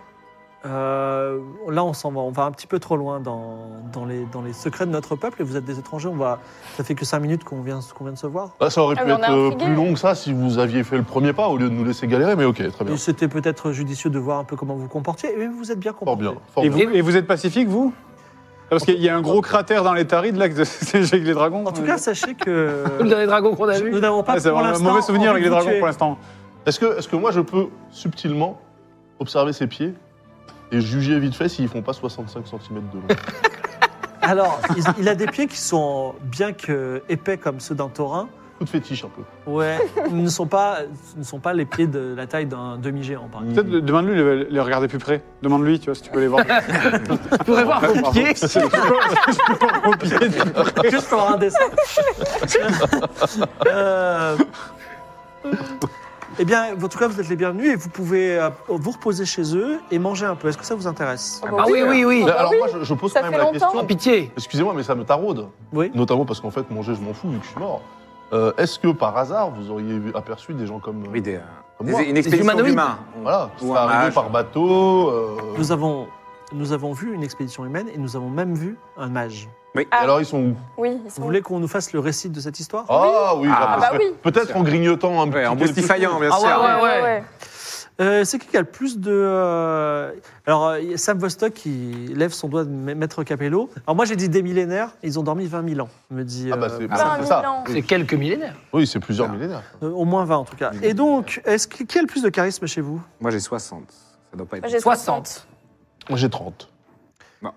Speaker 1: Euh, là, on s'en va, on va un petit peu trop loin dans, dans les, dans les secrets de notre peuple. Et vous êtes des étrangers. On va, ça fait que cinq minutes qu'on vient, qu'on vient de se voir.
Speaker 5: Là, ça aurait
Speaker 4: Ah,
Speaker 5: pu
Speaker 4: mais on est
Speaker 5: être euh,
Speaker 4: intrigués.
Speaker 5: plus long que ça si vous aviez fait le premier pas au lieu de nous laisser galérer, mais ok, très bien.
Speaker 1: Et c'était peut-être judicieux de voir un peu comment vous vous comportiez. Et vous êtes bien
Speaker 5: Fort
Speaker 1: comporté.
Speaker 5: bien, fort
Speaker 6: Et vous,
Speaker 5: bien.
Speaker 6: et vous êtes pacifique, vous Parce qu'il y a un gros cratère dans les Tarides, là, que c'est avec les dragons.
Speaker 1: En tout cas, sachez que
Speaker 3: Comme dans les dragons qu'on a
Speaker 1: nous
Speaker 3: vus.
Speaker 1: n'avons pas
Speaker 6: Ouais, c'est
Speaker 1: pour
Speaker 6: un
Speaker 1: l'instant
Speaker 6: mauvais souvenir
Speaker 1: envie
Speaker 6: avec les
Speaker 1: de vous
Speaker 6: dragons
Speaker 1: tuer.
Speaker 6: pour l'instant.
Speaker 5: Est-ce que, est que moi, je peux subtilement observer ses pieds et juger vite fait s'ils font pas 65 cm de long
Speaker 1: Alors, il, il a des pieds qui sont bien que épais comme ceux d'un taurin.
Speaker 5: Coup de fétiche un peu.
Speaker 1: Ouais, ne sont pas, ne sont pas les pieds de la taille d'un demi-géant, par exemple.
Speaker 6: Peut-être de- demande-lui de les regarder plus près. Demande-lui, tu vois, si tu peux les voir.
Speaker 3: Vous pourrez voir vos pieds.
Speaker 6: Au pied du-
Speaker 1: Juste pour avoir un dessin. Euh, Eh bien, en tout cas, vous êtes les bienvenus et vous pouvez euh, vous reposer chez eux et manger un peu. Est-ce que ça vous intéresse
Speaker 3: Ah oui, oui, oui.
Speaker 5: Euh, Alors,
Speaker 4: bah oui,
Speaker 5: moi, je, je pose
Speaker 4: ça
Speaker 5: quand même
Speaker 4: fait
Speaker 5: la
Speaker 4: longtemps.
Speaker 5: question.
Speaker 3: Oh, pitié.
Speaker 5: Excusez-moi, mais ça me taraude.
Speaker 1: Oui.
Speaker 5: Notamment parce qu'en fait, manger, je m'en fous vu que je suis mort. Euh, Est-ce que par hasard, vous auriez vu- aperçu des gens comme.
Speaker 2: Oui, des, euh,
Speaker 5: comme
Speaker 2: des-
Speaker 5: moi
Speaker 2: une expédition
Speaker 3: humanoïdes.
Speaker 2: d'humains.
Speaker 5: Voilà, qui
Speaker 2: Ou
Speaker 5: seraient
Speaker 2: un
Speaker 5: arrivés
Speaker 2: mage.
Speaker 5: par bateau. euh,
Speaker 1: Nous avons, nous avons vu une expédition humaine et nous avons même vu un mage.
Speaker 2: Ah.
Speaker 5: et Alors, ils sont où
Speaker 4: Oui, ils sont
Speaker 1: Vous voulez qu'on nous fasse le récit de cette histoire
Speaker 5: Ah oui,
Speaker 2: Ah,
Speaker 5: j'apprécierais.
Speaker 4: bah oui.
Speaker 5: Peut-être en grignotant un
Speaker 2: Ouais,
Speaker 5: petit
Speaker 2: en
Speaker 5: quelque
Speaker 2: boustifaillant, bien
Speaker 3: Ah
Speaker 2: sûr.
Speaker 3: ouais, ouais, ouais.
Speaker 1: Euh, c'est qui qui a le plus de. euh, Alors, euh, Sam Vostok qui lève son doigt de ma- maître Capello. Alors, moi, j'ai dit des millénaires, ils ont dormi 20 000 ans, me dit.
Speaker 5: Ah bah
Speaker 1: euh,
Speaker 5: c'est
Speaker 2: Ah,
Speaker 5: bah,
Speaker 4: un
Speaker 5: c'est ça.
Speaker 4: Milan.
Speaker 3: C'est quelques millénaires.
Speaker 5: Oui, c'est plusieurs
Speaker 2: Ah.
Speaker 5: millénaires.
Speaker 1: euh, au moins 20 en tout cas. Et donc, est-ce que- qui a le plus de charisme chez vous
Speaker 2: Moi, j'ai 60. Ça doit pas être.
Speaker 4: Moi, j'ai 60.
Speaker 3: 60.
Speaker 5: Moi j'ai 30.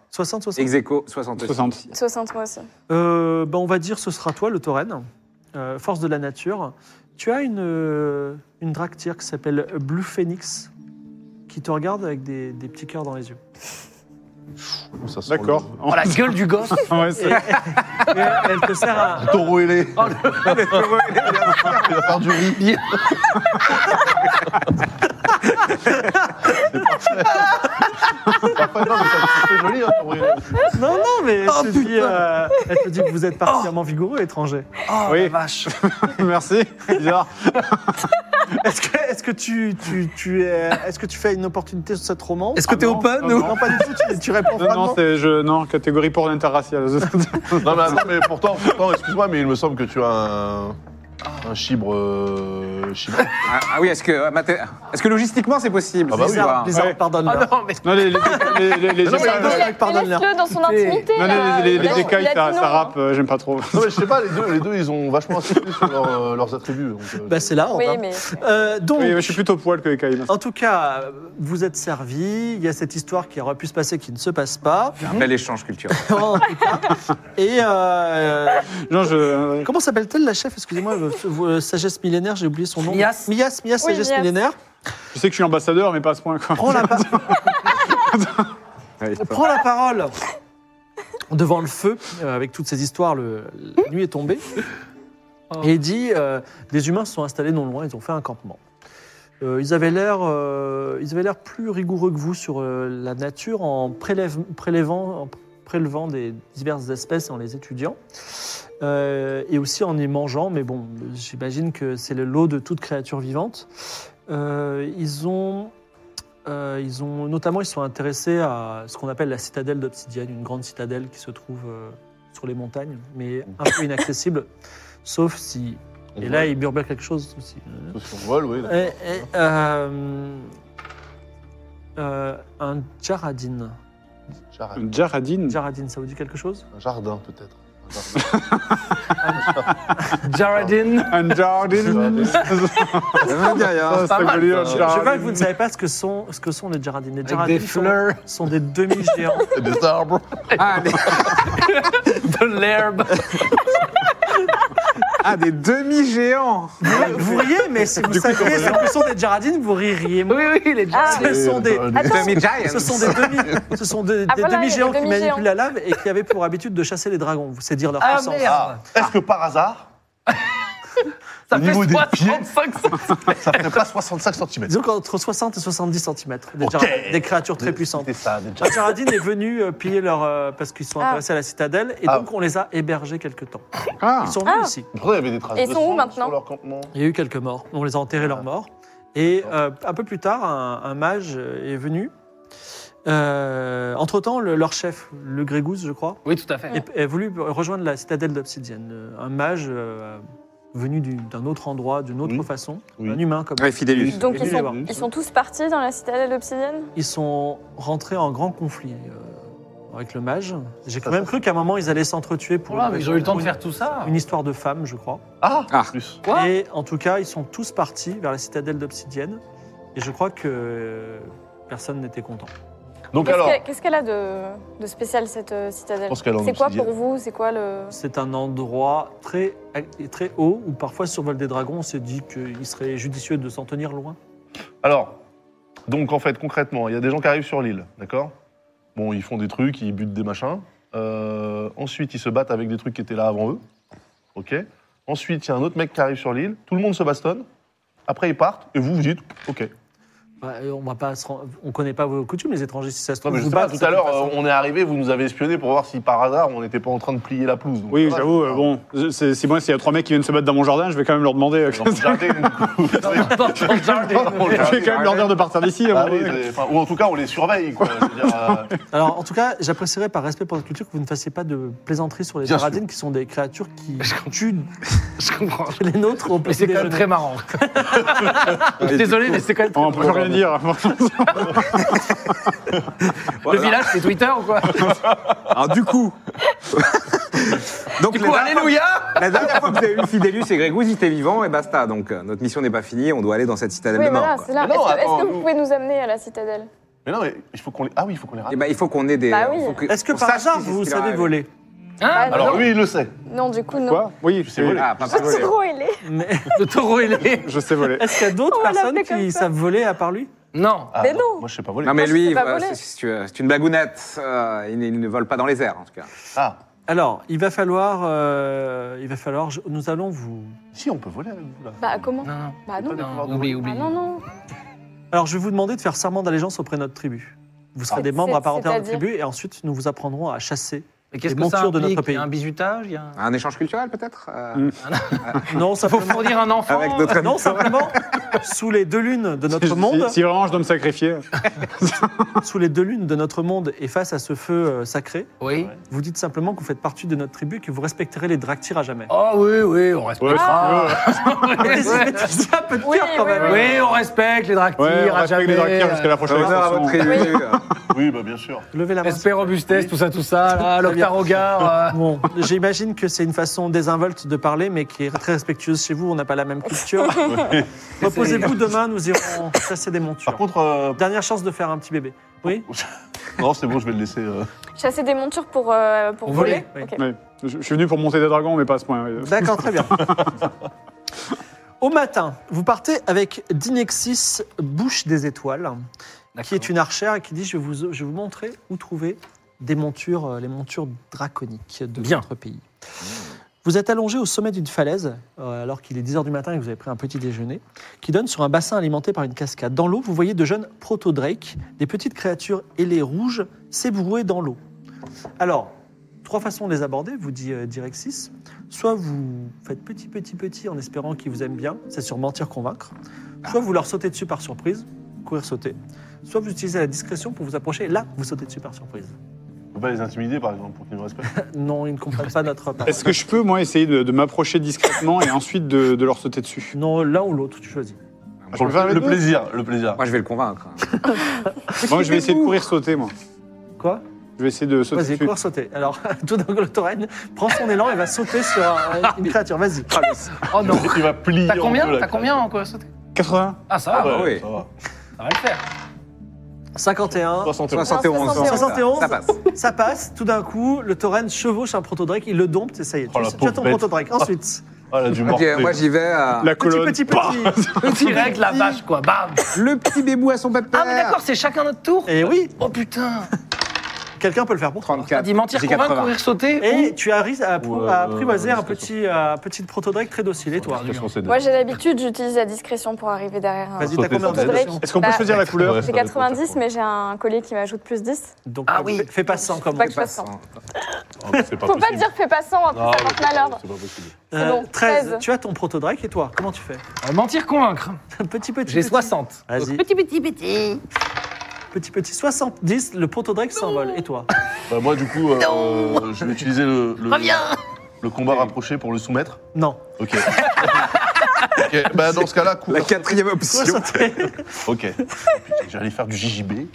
Speaker 1: 60, 60
Speaker 2: Ex aequo, 60.
Speaker 6: 60.
Speaker 4: 60 moi aussi.
Speaker 1: Euh, ben, On va dire ce sera toi, le tauren, euh, force de la nature. Tu as une, euh, une dractyre qui s'appelle Blue Phoenix qui te regarde avec des, des petits cœurs dans les yeux.
Speaker 5: Ouh, ça sent
Speaker 6: D'accord.
Speaker 3: Oh la gueule du gosse.
Speaker 6: Ouais, c'est-
Speaker 1: Et elle te sert à,
Speaker 5: le- Taureau ailé.
Speaker 3: Oh, le-
Speaker 5: Il va faire du riz.
Speaker 3: Bien.
Speaker 5: Enfin, non, mais ça- c'est joli, hein, taureau ailé.
Speaker 1: Non, non, mais
Speaker 5: Oh,
Speaker 1: elle, te dit, euh, elle te dit que vous êtes particulièrement vigoureux, étranger.
Speaker 3: Oh
Speaker 6: Oui.
Speaker 3: la vache.
Speaker 6: Merci. Bizarre.
Speaker 1: Est-ce que, est-ce que tu, tu, tu es, est-ce que tu fais une opportunité sur cette romance Ah
Speaker 3: Est-ce que t'es
Speaker 6: non,
Speaker 3: open
Speaker 6: non,
Speaker 3: ou
Speaker 1: Non, pas du tout. Tu, tu réponds
Speaker 6: Non, non,
Speaker 1: froidement.
Speaker 6: c'est je, non, catégorie pour l'interracial.
Speaker 5: Non, mais attends, mais pourtant, pourtant excuse-moi, mais il me semble que tu as un. Un chibre. euh, chibre.
Speaker 2: Ah, ah oui, est-ce que, euh, maté- est-ce que logistiquement c'est possible
Speaker 5: Ah bah oui.
Speaker 2: c'est ça.
Speaker 1: Bizarre, bizarre,
Speaker 6: Ouais. Ah
Speaker 1: pardonne.
Speaker 3: Oh non, mais
Speaker 6: non, les, les, les, les, les-
Speaker 5: Non, mais
Speaker 6: ça-
Speaker 5: il
Speaker 4: Mais
Speaker 5: a-
Speaker 4: la- mais
Speaker 1: pardonne-leur.
Speaker 4: Laisse-le dans son intimité.
Speaker 6: non,
Speaker 4: là.
Speaker 6: les- les-
Speaker 4: Il a-
Speaker 6: les écailles,
Speaker 4: il a dit
Speaker 6: ça,
Speaker 4: non.
Speaker 6: ça rappe, euh, j'aime pas trop.
Speaker 5: Non, mais je sais pas, les deux, les deux ils ont vachement insisté sur leurs, euh, leurs attributs. donc, euh,
Speaker 1: Bah, c'est là. on va-
Speaker 4: Oui, mais
Speaker 1: Euh, donc,
Speaker 6: Oui, je suis plutôt poil que écaille.
Speaker 1: en tout cas, euh, vous êtes servi. Il y a cette histoire qui aurait pu se passer, qui ne se passe pas.
Speaker 2: C'est un bel échange culturel.
Speaker 1: En tout cas. Et euh,
Speaker 6: Non, je.
Speaker 1: comment s'appelle-t-elle la chef Excusez-moi, euh, euh, sagesse millénaire. J'ai oublié son nom.
Speaker 3: Mias.
Speaker 1: Mias, Mias,
Speaker 4: Oui,
Speaker 1: sagesse
Speaker 4: Mias.
Speaker 1: millénaire.
Speaker 6: Je sais que je suis ambassadeur, mais pas à ce point. Quoi.
Speaker 1: Prends la, pa-
Speaker 2: Ouais,
Speaker 1: prends la parole devant le feu, euh, avec toutes ces histoires, le, la nuit est tombée, et dit euh, des humains se sont installés non loin, ils ont fait un campement. Euh, ils avaient l'air, euh, ils avaient l'air plus rigoureux que vous sur euh, la nature en prélève- prélevant, en prélevant des diverses espèces et en les étudiant, Euh, et aussi en les mangeant. Mais bon, j'imagine que c'est le lot de toute créature vivante. Euh, ils ont euh, ils ont notamment ils sont intéressés à ce qu'on appelle la citadelle d'Obsidienne, une grande citadelle qui se trouve euh, sur les montagnes, mais un peu inaccessible, sauf si Et là, il burble quelque chose aussi.
Speaker 5: Parce qu'on vole, oui. d'accord.
Speaker 1: Et- et, euh, euh, un jaradine.
Speaker 5: Jarret.
Speaker 6: Une Jaradine
Speaker 1: Jaradine, ça vous dit quelque chose
Speaker 5: Un jardin, peut-être. Un jardin.
Speaker 3: Jaradin.
Speaker 6: Un Jaradine
Speaker 2: Ça me dit
Speaker 3: Pas
Speaker 2: rien.
Speaker 6: C'est
Speaker 3: mal.
Speaker 6: joli,
Speaker 1: Je
Speaker 6: un
Speaker 1: vois que
Speaker 6: Jaradine.
Speaker 1: vous ne savez pas ce que sont, ce que sont les jaradines. Les
Speaker 3: Avec des
Speaker 1: jaradines sont,
Speaker 3: fleurs
Speaker 1: sont des demi-géants.
Speaker 5: Et Des arbres.
Speaker 2: Ah, des,
Speaker 3: de l'herbe.
Speaker 2: ah, des demi-géants.
Speaker 1: vous, vous riez, mais si vous
Speaker 6: Du coup,
Speaker 1: saviez
Speaker 6: comment
Speaker 1: ce que sont des jaradines, vous ririez.
Speaker 3: Oui, oui, les
Speaker 4: Ah.
Speaker 3: Jaradin.
Speaker 1: Ce sont des,
Speaker 4: Attends,
Speaker 2: Demi-giants.
Speaker 1: ce sont des demi, ce sont des,
Speaker 4: Ah,
Speaker 1: des
Speaker 4: voilà, il y a des
Speaker 1: demi-géants qui
Speaker 4: demi-géants.
Speaker 1: manipulent la lave et qui avaient pour habitude de chasser les dragons. C'est dire leur
Speaker 3: Ah,
Speaker 1: puissance.
Speaker 3: merde.
Speaker 5: Est-ce que par hasard,
Speaker 3: Ça
Speaker 5: Au
Speaker 3: fait
Speaker 5: niveau des
Speaker 3: 65
Speaker 5: ça ferait pas 65 cm
Speaker 1: Disons qu'entre 60 et 70 cm, des,
Speaker 5: Ok.
Speaker 1: jaradines, des créatures très puissantes.
Speaker 5: C'était ça, des
Speaker 1: La
Speaker 5: jarrets.
Speaker 1: Jaradine est venue euh, piller leur. euh, parce qu'ils sont
Speaker 4: Ah.
Speaker 1: intéressés à la citadelle, et
Speaker 5: Ah.
Speaker 1: donc on les a hébergés quelque temps.
Speaker 6: Ah
Speaker 1: Ils sont venus
Speaker 4: Ah.
Speaker 1: ici.
Speaker 5: Pourquoi il y avait des traces
Speaker 4: Et
Speaker 5: de
Speaker 4: sont où
Speaker 5: sang
Speaker 4: maintenant
Speaker 5: sur leur campement
Speaker 1: Il y a eu quelques morts. On les a enterrés
Speaker 5: Ah.
Speaker 1: leurs morts. Et euh, un peu plus tard, un, un mage euh, est venu. Euh, Entre-temps, le- leur chef, le Grégousse, je crois,
Speaker 3: Oui, tout à fait.
Speaker 1: est, est voulu rejoindre la citadelle d'Obsidienne. Euh, Un mage euh, venu du- d'un autre endroit, d'une autre
Speaker 5: Oui.
Speaker 1: façon,
Speaker 5: Oui.
Speaker 1: un humain comme
Speaker 2: Ouais, Fidélus.
Speaker 4: Donc
Speaker 1: Et
Speaker 4: ils
Speaker 1: lui,
Speaker 4: sont,
Speaker 1: là-bas.
Speaker 4: ils sont tous partis dans la citadelle obsidienne
Speaker 1: ils sont rentrés en grand conflit euh, avec le mage. J'ai quand
Speaker 5: Ça,
Speaker 1: même
Speaker 5: ça,
Speaker 1: cru qu'à un moment, ils allaient s'entretuer pour
Speaker 3: Voilà,
Speaker 1: une
Speaker 3: mais ils
Speaker 1: raison-
Speaker 3: ont eu le temps de
Speaker 1: une-
Speaker 3: faire tout ça.
Speaker 1: Une histoire de femme, je crois.
Speaker 5: Ah,
Speaker 2: Ah.
Speaker 5: plus.
Speaker 3: Quoi
Speaker 1: Et en tout cas, ils sont tous partis vers la citadelle d'Obsidienne. Et je crois que euh, personne n'était content.
Speaker 5: Donc
Speaker 4: Qu'est-ce
Speaker 5: alors,
Speaker 4: qu'elle- qu'est-ce qu'elle a de, de spécial cette euh, citadelle
Speaker 5: Je pense qu'elle est en
Speaker 4: C'est quoi
Speaker 5: obsidienne.
Speaker 4: pour vous C'est quoi le
Speaker 1: C'est un endroit très, très haut où parfois survol des dragons, on s'est dit qu'il serait judicieux de s'en tenir loin.
Speaker 5: alors, donc en fait, concrètement, il y a des gens qui arrivent sur l'île, d'accord Bon, ils font des trucs, ils butent des machins. Euh, ensuite, ils se battent avec des trucs qui étaient là avant eux. Ok Ensuite, il y a un autre mec qui arrive sur l'île. Tout le monde se bastonne. Après, ils partent. Et vous, vous dites, ok.
Speaker 1: Bah, euh, on va pas se ren- on connaît pas vos coutumes, les étrangers, si ça se
Speaker 5: Non,
Speaker 1: trouve.
Speaker 5: mais je
Speaker 1: vous
Speaker 5: sais pas,
Speaker 1: battent,
Speaker 5: tout
Speaker 1: de
Speaker 5: à l'heure,
Speaker 1: toute façon.
Speaker 5: euh, on est arrivé, vous nous avez espionné pour voir si par hasard on n'était pas en train de plier la pelouse. donc
Speaker 6: Oui,
Speaker 5: ça va,
Speaker 6: j'avoue,
Speaker 5: c'est
Speaker 6: euh,
Speaker 5: pas-
Speaker 6: bon, je- c'est- si moi, s'il y a trois mecs qui viennent se battre dans mon jardin, je vais quand même leur demander. euh,
Speaker 5: Dans le jardin, du coup.
Speaker 3: Dans ton jardin.
Speaker 5: Dans le
Speaker 6: je vais
Speaker 5: jardin.
Speaker 6: quand même leur dire de partir d'ici. hein, à un
Speaker 5: Ah
Speaker 6: moment
Speaker 5: oui,
Speaker 6: donné.
Speaker 5: c'est- enfin, ou en tout cas, on les surveille. Quoi. Je veux dire, euh,
Speaker 1: Alors, en tout cas, j'apprécierais par respect pour notre culture que vous ne fassiez pas de plaisanteries sur les
Speaker 5: Bien
Speaker 1: jaradines qui sont des créatures qui tuent
Speaker 3: Je comprends.
Speaker 1: les nôtres au
Speaker 3: Mais
Speaker 1: petit
Speaker 3: c'est quand même
Speaker 1: déjeuner.
Speaker 3: très marrant. Désolé, mais c'est quand même très
Speaker 6: On peut
Speaker 3: marrant.
Speaker 6: rien dire. hein.
Speaker 3: Le village, c'est Twitter ou quoi
Speaker 2: Alors, du coup. Donc,
Speaker 3: Du
Speaker 2: les
Speaker 3: coup,
Speaker 2: dernières-
Speaker 3: alléluia
Speaker 2: la dernière fois que vous avez eu Fidélus et Grégouze, ils étaient vivants et basta. Donc, euh, notre mission n'est pas finie. On doit aller dans cette citadelle
Speaker 4: Oui,
Speaker 2: de mort.
Speaker 4: voilà,
Speaker 2: quoi.
Speaker 4: c'est là.
Speaker 5: Mais non,
Speaker 4: Est-ce que, est-ce que
Speaker 5: attends,
Speaker 4: vous
Speaker 5: nous-
Speaker 4: pouvez nous amener à la citadelle
Speaker 5: Mais non, mais il faut qu'on les. Ah oui, il faut qu'on les
Speaker 2: Eh
Speaker 5: ramène.
Speaker 2: ben, il faut qu'on ait des.
Speaker 4: Bah oui.
Speaker 2: faut que-
Speaker 1: Est-ce que
Speaker 2: on
Speaker 1: par
Speaker 2: sache
Speaker 1: hasard,
Speaker 2: ce qui
Speaker 1: vous
Speaker 2: s'est
Speaker 1: savez
Speaker 2: arrivé.
Speaker 1: voler
Speaker 3: Hein
Speaker 4: Ah,
Speaker 5: Alors
Speaker 4: non.
Speaker 5: lui, il le sait.
Speaker 4: Non, du coup, non.
Speaker 6: Quoi Oui,
Speaker 5: sais voler.
Speaker 6: oui,
Speaker 2: Ah, pas
Speaker 4: Ah, c'est
Speaker 2: voler.
Speaker 4: trop ailé.
Speaker 1: Mais
Speaker 3: Le taureau, il est...
Speaker 6: je sais voler.
Speaker 1: est-ce qu'il y a d'autres
Speaker 4: On va l'appeler
Speaker 1: personnes
Speaker 4: comme
Speaker 1: qui
Speaker 4: ça.
Speaker 1: savent voler à part lui
Speaker 3: Non.
Speaker 5: Ah,
Speaker 4: Mais non.
Speaker 5: Moi, je sais pas voler.
Speaker 2: Non, mais
Speaker 4: Moi, je
Speaker 2: lui,
Speaker 4: sais pas
Speaker 2: voilà,
Speaker 4: voler.
Speaker 2: c'est si tu veux, c'est une blagounette. Euh, il, ne- il ne vole pas dans les airs, en tout cas.
Speaker 5: Ah,
Speaker 1: Alors, il va falloir, euh, il va falloir, je- nous allons vous.
Speaker 5: si, on peut voler avec vous, là.
Speaker 4: Bah comment
Speaker 3: Non, non.
Speaker 4: Bah non.
Speaker 3: Non, oublie,
Speaker 4: Ah,
Speaker 3: oublie.
Speaker 4: non, non.
Speaker 1: Alors, je vais vous demander de faire serment d'allégeance auprès de notre tribu. Vous serez
Speaker 4: Ah,
Speaker 1: des
Speaker 4: c'est-
Speaker 1: membres apparentaires de notre
Speaker 4: c'est-à-dire
Speaker 1: tribu et ensuite nous vous apprendrons à chasser.
Speaker 3: Mais qu'est-ce
Speaker 1: Les
Speaker 3: que ça
Speaker 1: montures de notre
Speaker 3: implique
Speaker 1: pays.
Speaker 3: Il y a un bizutage, il y a un...
Speaker 2: Un échange culturel, peut-être Euh,
Speaker 6: Mm.
Speaker 1: Non,
Speaker 3: Faut
Speaker 1: simplement,
Speaker 3: fournir un enfant.
Speaker 2: Avec d'autres amis.
Speaker 1: non, simplement sous les deux lunes de notre
Speaker 6: Si-
Speaker 1: monde,
Speaker 6: Si, si vraiment je dois me sacrifier.
Speaker 1: sous les deux lunes de notre monde et face à ce feu euh, sacré,
Speaker 3: Oui.
Speaker 1: vous dites simplement que vous faites partie de notre tribu et que vous respecterez les dractyres à jamais.
Speaker 3: Oh oui, oui, on respecte.
Speaker 6: Ouais,
Speaker 3: Ah.
Speaker 1: Mais
Speaker 3: oui,
Speaker 1: c'est- mais c'est un peu de
Speaker 4: Oui,
Speaker 1: cœur, quand
Speaker 4: oui,
Speaker 1: même.
Speaker 4: oui.
Speaker 3: oui, on respecte les dractyres
Speaker 6: Ouais, on
Speaker 3: à
Speaker 6: respecte
Speaker 3: jamais.
Speaker 6: les dractyères jusqu'à la prochaine
Speaker 2: Honneur à
Speaker 6: extension.
Speaker 2: votre élu.
Speaker 5: Oui, bah bien sûr.
Speaker 1: Levez la main.
Speaker 3: euh, Respect, robustesse, tout ça, tout ça. là,
Speaker 1: Très bien.
Speaker 3: L'octarogar. euh,
Speaker 1: Bon, j'imagine que c'est une façon désinvolte de parler, mais qui est très respectueuse chez vous. On n'a pas la même culture. Reposez-vous demain, nous irons chasser des
Speaker 5: Par
Speaker 1: montures.
Speaker 5: contre. euh,
Speaker 1: Dernière chance de faire un petit bébé. Oui
Speaker 5: non, c'est bon, je vais le laisser. euh.
Speaker 4: Chasser des montures pour, euh, pour
Speaker 3: Pour
Speaker 4: voler.
Speaker 1: voler, oui.
Speaker 4: Ok.
Speaker 6: Ouais. Je, je suis venu pour monter des dragons, mais pas à ce point. ouais.
Speaker 1: D'accord, très bien. Au matin, vous partez avec Dinexis Bouche des Étoiles, qui est une archère et qui dit je vais vous, je vais vous montrer où trouver des montures, euh, les montures draconiques de
Speaker 3: Bien.
Speaker 1: notre pays. Vous êtes allongé au sommet d'une falaise, euh, alors qu'il est 10h du matin et que vous avez pris un petit déjeuner, qui donne sur un bassin alimenté par une cascade. Dans l'eau, vous voyez de jeunes proto-drakes, des petites créatures ailées rouges s'ébrouer dans l'eau. Alors, trois façons de les aborder, vous dit euh, Direxis. Soit vous faites petit, petit, petit en espérant qu'ils vous aiment bien, c'est sur mentir, convaincre. Soit vous leur sautez dessus par surprise, courir, sauter. Soit vous utilisez la discrétion pour vous approcher et là, vous sautez dessus par surprise.
Speaker 5: peut pas les intimider, par exemple, pour qu'ils nous respectent.
Speaker 1: Non, ils ne comprennent pas notre parole.
Speaker 6: Est-ce que je peux, moi, essayer de, de m'approcher discrètement et ensuite de, de leur sauter dessus
Speaker 1: Non, l'un ou l'autre, tu choisis.
Speaker 5: Pour le,
Speaker 6: faire les
Speaker 5: le
Speaker 6: deux
Speaker 5: plaisir, le plaisir.
Speaker 2: Moi, je vais le convaincre. hein.
Speaker 6: Moi, je vais essayer de courir sauter, moi.
Speaker 1: Quoi
Speaker 6: Je vais essayer de sauter
Speaker 1: Vas-y,
Speaker 6: dessus.
Speaker 1: cours sauter. Alors, tout d'un coup, le tauren prend son élan et va sauter sur euh, une créature. Vas-y.
Speaker 3: Oh non.
Speaker 5: Il va plier.
Speaker 3: T'as
Speaker 5: en deux,
Speaker 3: combien
Speaker 5: la
Speaker 3: T'as
Speaker 5: crête.
Speaker 3: combien en quoi sauter
Speaker 6: 80
Speaker 3: Ah, ça va,
Speaker 1: bah
Speaker 5: Ah
Speaker 2: oui.
Speaker 5: ouais, ça va.
Speaker 3: ça va le faire.
Speaker 1: 51.
Speaker 5: 71.
Speaker 2: 71.
Speaker 1: 71.
Speaker 2: Ça passe.
Speaker 1: Ça passe, tout d'un coup, le tauren chevauche un protodrake, il le dompte, et ça y est,
Speaker 5: Oh,
Speaker 1: tu,
Speaker 5: la
Speaker 1: tu as
Speaker 5: pauvre
Speaker 1: ton
Speaker 5: bête.
Speaker 1: protodrake. Ensuite,
Speaker 5: Ah, elle a dû
Speaker 2: Ok,
Speaker 5: morfler.
Speaker 2: moi, j'y vais. euh,
Speaker 6: La colonne.
Speaker 1: petit, petit, petit.
Speaker 3: Bah. Direct la vache, quoi. Bam
Speaker 2: Le petit bébou à son papier.
Speaker 3: Ah, mais d'accord, c'est chacun notre tour
Speaker 1: et oui,
Speaker 3: Oh putain
Speaker 1: quelqu'un peut le faire pour toi.
Speaker 2: 34.
Speaker 3: Dit mentir,
Speaker 2: j'ai
Speaker 3: convaincre,
Speaker 2: 80.
Speaker 3: courir, sauter.
Speaker 1: Et tu arrives à, appro-
Speaker 5: Ouais,
Speaker 1: à apprivoiser
Speaker 5: ouais,
Speaker 1: un
Speaker 5: ouais,
Speaker 1: petit, euh, petit protodrake très docile, et toi
Speaker 5: Qu'est-ce qu'on s'est dit
Speaker 4: Moi, j'ai l'habitude, j'utilise la discrétion pour arriver derrière un.
Speaker 1: Vas-y,
Speaker 5: Sauter
Speaker 1: t'as combien
Speaker 5: sur
Speaker 1: de
Speaker 4: la tête.
Speaker 1: dotations
Speaker 6: Est-ce qu'on peut
Speaker 4: Bah,
Speaker 6: choisir la couleur
Speaker 5: Ouais.
Speaker 4: J'ai
Speaker 5: ça va être
Speaker 4: 90,
Speaker 5: trop
Speaker 4: mais j'ai un collier qui m'ajoute plus 10.
Speaker 1: Donc,
Speaker 3: Ah
Speaker 1: euh,
Speaker 3: oui.
Speaker 1: fais- fais pas 100 comme
Speaker 4: Faut pas
Speaker 1: on
Speaker 4: que je
Speaker 1: dit.
Speaker 4: fasse ça.
Speaker 5: Oh, mais C'est pas
Speaker 4: Faut pas
Speaker 5: possible.
Speaker 4: dire fais pas 100, après
Speaker 5: Non,
Speaker 4: ça
Speaker 5: mais
Speaker 4: porte
Speaker 5: c'est pas-
Speaker 4: malheur.
Speaker 5: Ah, C'est pas possible.
Speaker 4: c'est bon, 13.
Speaker 1: Euh, Tu as ton protodrake, et toi Comment tu fais
Speaker 3: Euh, mentir, convaincre.
Speaker 1: Petit, Ah, petit.
Speaker 3: J'ai
Speaker 1: petit.
Speaker 3: 60.
Speaker 1: Vas-y.
Speaker 3: Petit, petit.
Speaker 1: Petit, petit. 70, le protodrake s'envole, et toi
Speaker 5: Bah, moi, du coup, euh, je vais utiliser le, le, le combat rapproché pour le soumettre.
Speaker 1: Non.
Speaker 5: Ok. Ok, Bah, dans ce cas-là,
Speaker 2: La
Speaker 5: courir.
Speaker 2: quatrième option.
Speaker 5: Ok. J'allais faire du JJB.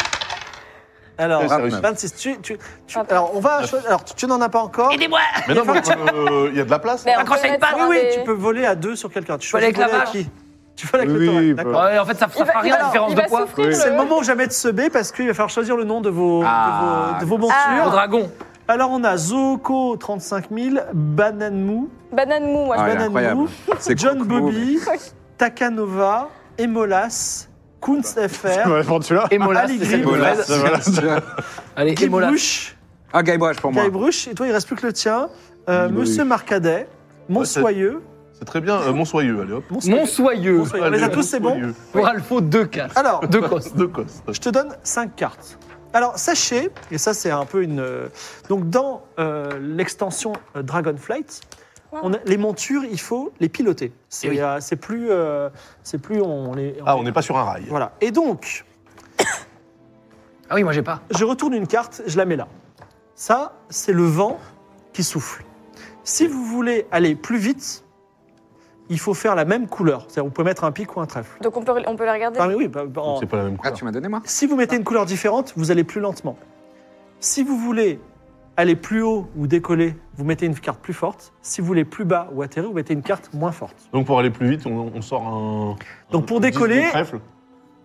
Speaker 1: Alors,
Speaker 5: Ouais, sérieusement.
Speaker 1: 26. Tu, tu, tu-
Speaker 4: Attends.
Speaker 1: alors, on va. cho- Alors, tu, tu n'en as pas encore.
Speaker 3: Aidez-moi
Speaker 5: Mais non, mais euh, il y a de la place.
Speaker 4: Mais on peut
Speaker 3: Accroche à une
Speaker 4: mettre
Speaker 3: patte.
Speaker 4: sur
Speaker 1: Oui,
Speaker 4: un
Speaker 1: oui,
Speaker 4: des-
Speaker 1: tu peux voler à deux sur quelqu'un. Tu
Speaker 3: peux aller
Speaker 1: choisis de
Speaker 3: avec la
Speaker 1: voler à
Speaker 3: vache.
Speaker 1: qui Tu voles avec
Speaker 6: Oui,
Speaker 1: le
Speaker 6: il
Speaker 1: torrent,
Speaker 6: peut.
Speaker 1: d'accord.
Speaker 3: Ouais, en fait, ça, ça
Speaker 4: Il va-
Speaker 3: fera rien
Speaker 4: il va-
Speaker 3: la différence
Speaker 4: il
Speaker 3: de
Speaker 4: va
Speaker 3: poids.
Speaker 4: souffrir,
Speaker 1: C'est le
Speaker 4: le-
Speaker 1: moment où jamais de se baie parce qu'il va falloir choisir le nom de vos,
Speaker 2: Ah.
Speaker 1: de vos, de vos montures.
Speaker 4: Ah.
Speaker 3: Au dragon.
Speaker 1: Alors on a Zooko 35 000, Banane Mou,
Speaker 4: Banane mou, moi. je-
Speaker 2: Ah, ouais.
Speaker 1: Banane
Speaker 2: incroyable.
Speaker 1: Mou,
Speaker 2: C'est
Speaker 1: John
Speaker 2: Crocro,
Speaker 1: Bobby,
Speaker 4: mais-
Speaker 1: Takanova, Emolas, Kunz
Speaker 2: Bah.
Speaker 6: On
Speaker 1: FR,
Speaker 6: va prendre celui-là.
Speaker 3: Emola,
Speaker 1: Ali
Speaker 3: c'est celle de
Speaker 1: Grimm.
Speaker 3: Fred.
Speaker 2: Voilà, c'est-
Speaker 3: Allez, Emola.
Speaker 1: Guybrush,
Speaker 2: Ah, Guybrush pour moi.
Speaker 1: Guybrush, et toi il reste plus que le tien, euh,
Speaker 5: Guybrush.
Speaker 1: Monsieur Marcadet,
Speaker 2: Bah,
Speaker 1: Monsoyeux,
Speaker 5: C'est très bien. Euh, mon soyeux, allez hop.
Speaker 3: Mon soyeux.
Speaker 1: Monsoyeux. On les a tous, c'est bon
Speaker 5: Monsoyeux.
Speaker 3: Pour Alpho, deux cartes.
Speaker 1: Alors,
Speaker 3: Deux costes.
Speaker 5: De Coste.
Speaker 1: Je te donne cinq cartes. Alors, sachez, et ça c'est un peu une... euh, Donc, dans euh, l'extension euh, Dragonflight, on a- les montures, il faut les piloter. C'est
Speaker 3: Eh oui.
Speaker 1: euh, c'est plus... euh, c'est plus... On les,
Speaker 5: Ah, on n'est pas sur un rail.
Speaker 1: Voilà. Et donc,
Speaker 3: Ah oui, moi j'ai pas.
Speaker 1: je retourne une carte, je la mets là. Ça, c'est le vent qui souffle. Si vous voulez aller plus vite, il faut faire la même couleur. C'est-à-dire, vous pouvez mettre un pic ou un trèfle.
Speaker 4: Donc on peut, on peut le regarder.
Speaker 1: Ah, mais oui, bah, bah, en-
Speaker 5: C'est pas la même
Speaker 2: Ah,
Speaker 5: couleur.
Speaker 2: tu m'as donné moi
Speaker 1: Si vous mettez une couleur différente, vous allez plus lentement. Si vous voulez aller plus haut ou décoller, vous mettez une carte plus forte. Si vous voulez plus bas ou atterrir, vous mettez une carte moins forte.
Speaker 5: Donc pour aller plus vite, on, on sort un.
Speaker 1: Donc, pour
Speaker 5: un disque
Speaker 1: décoller-
Speaker 5: de trèfle.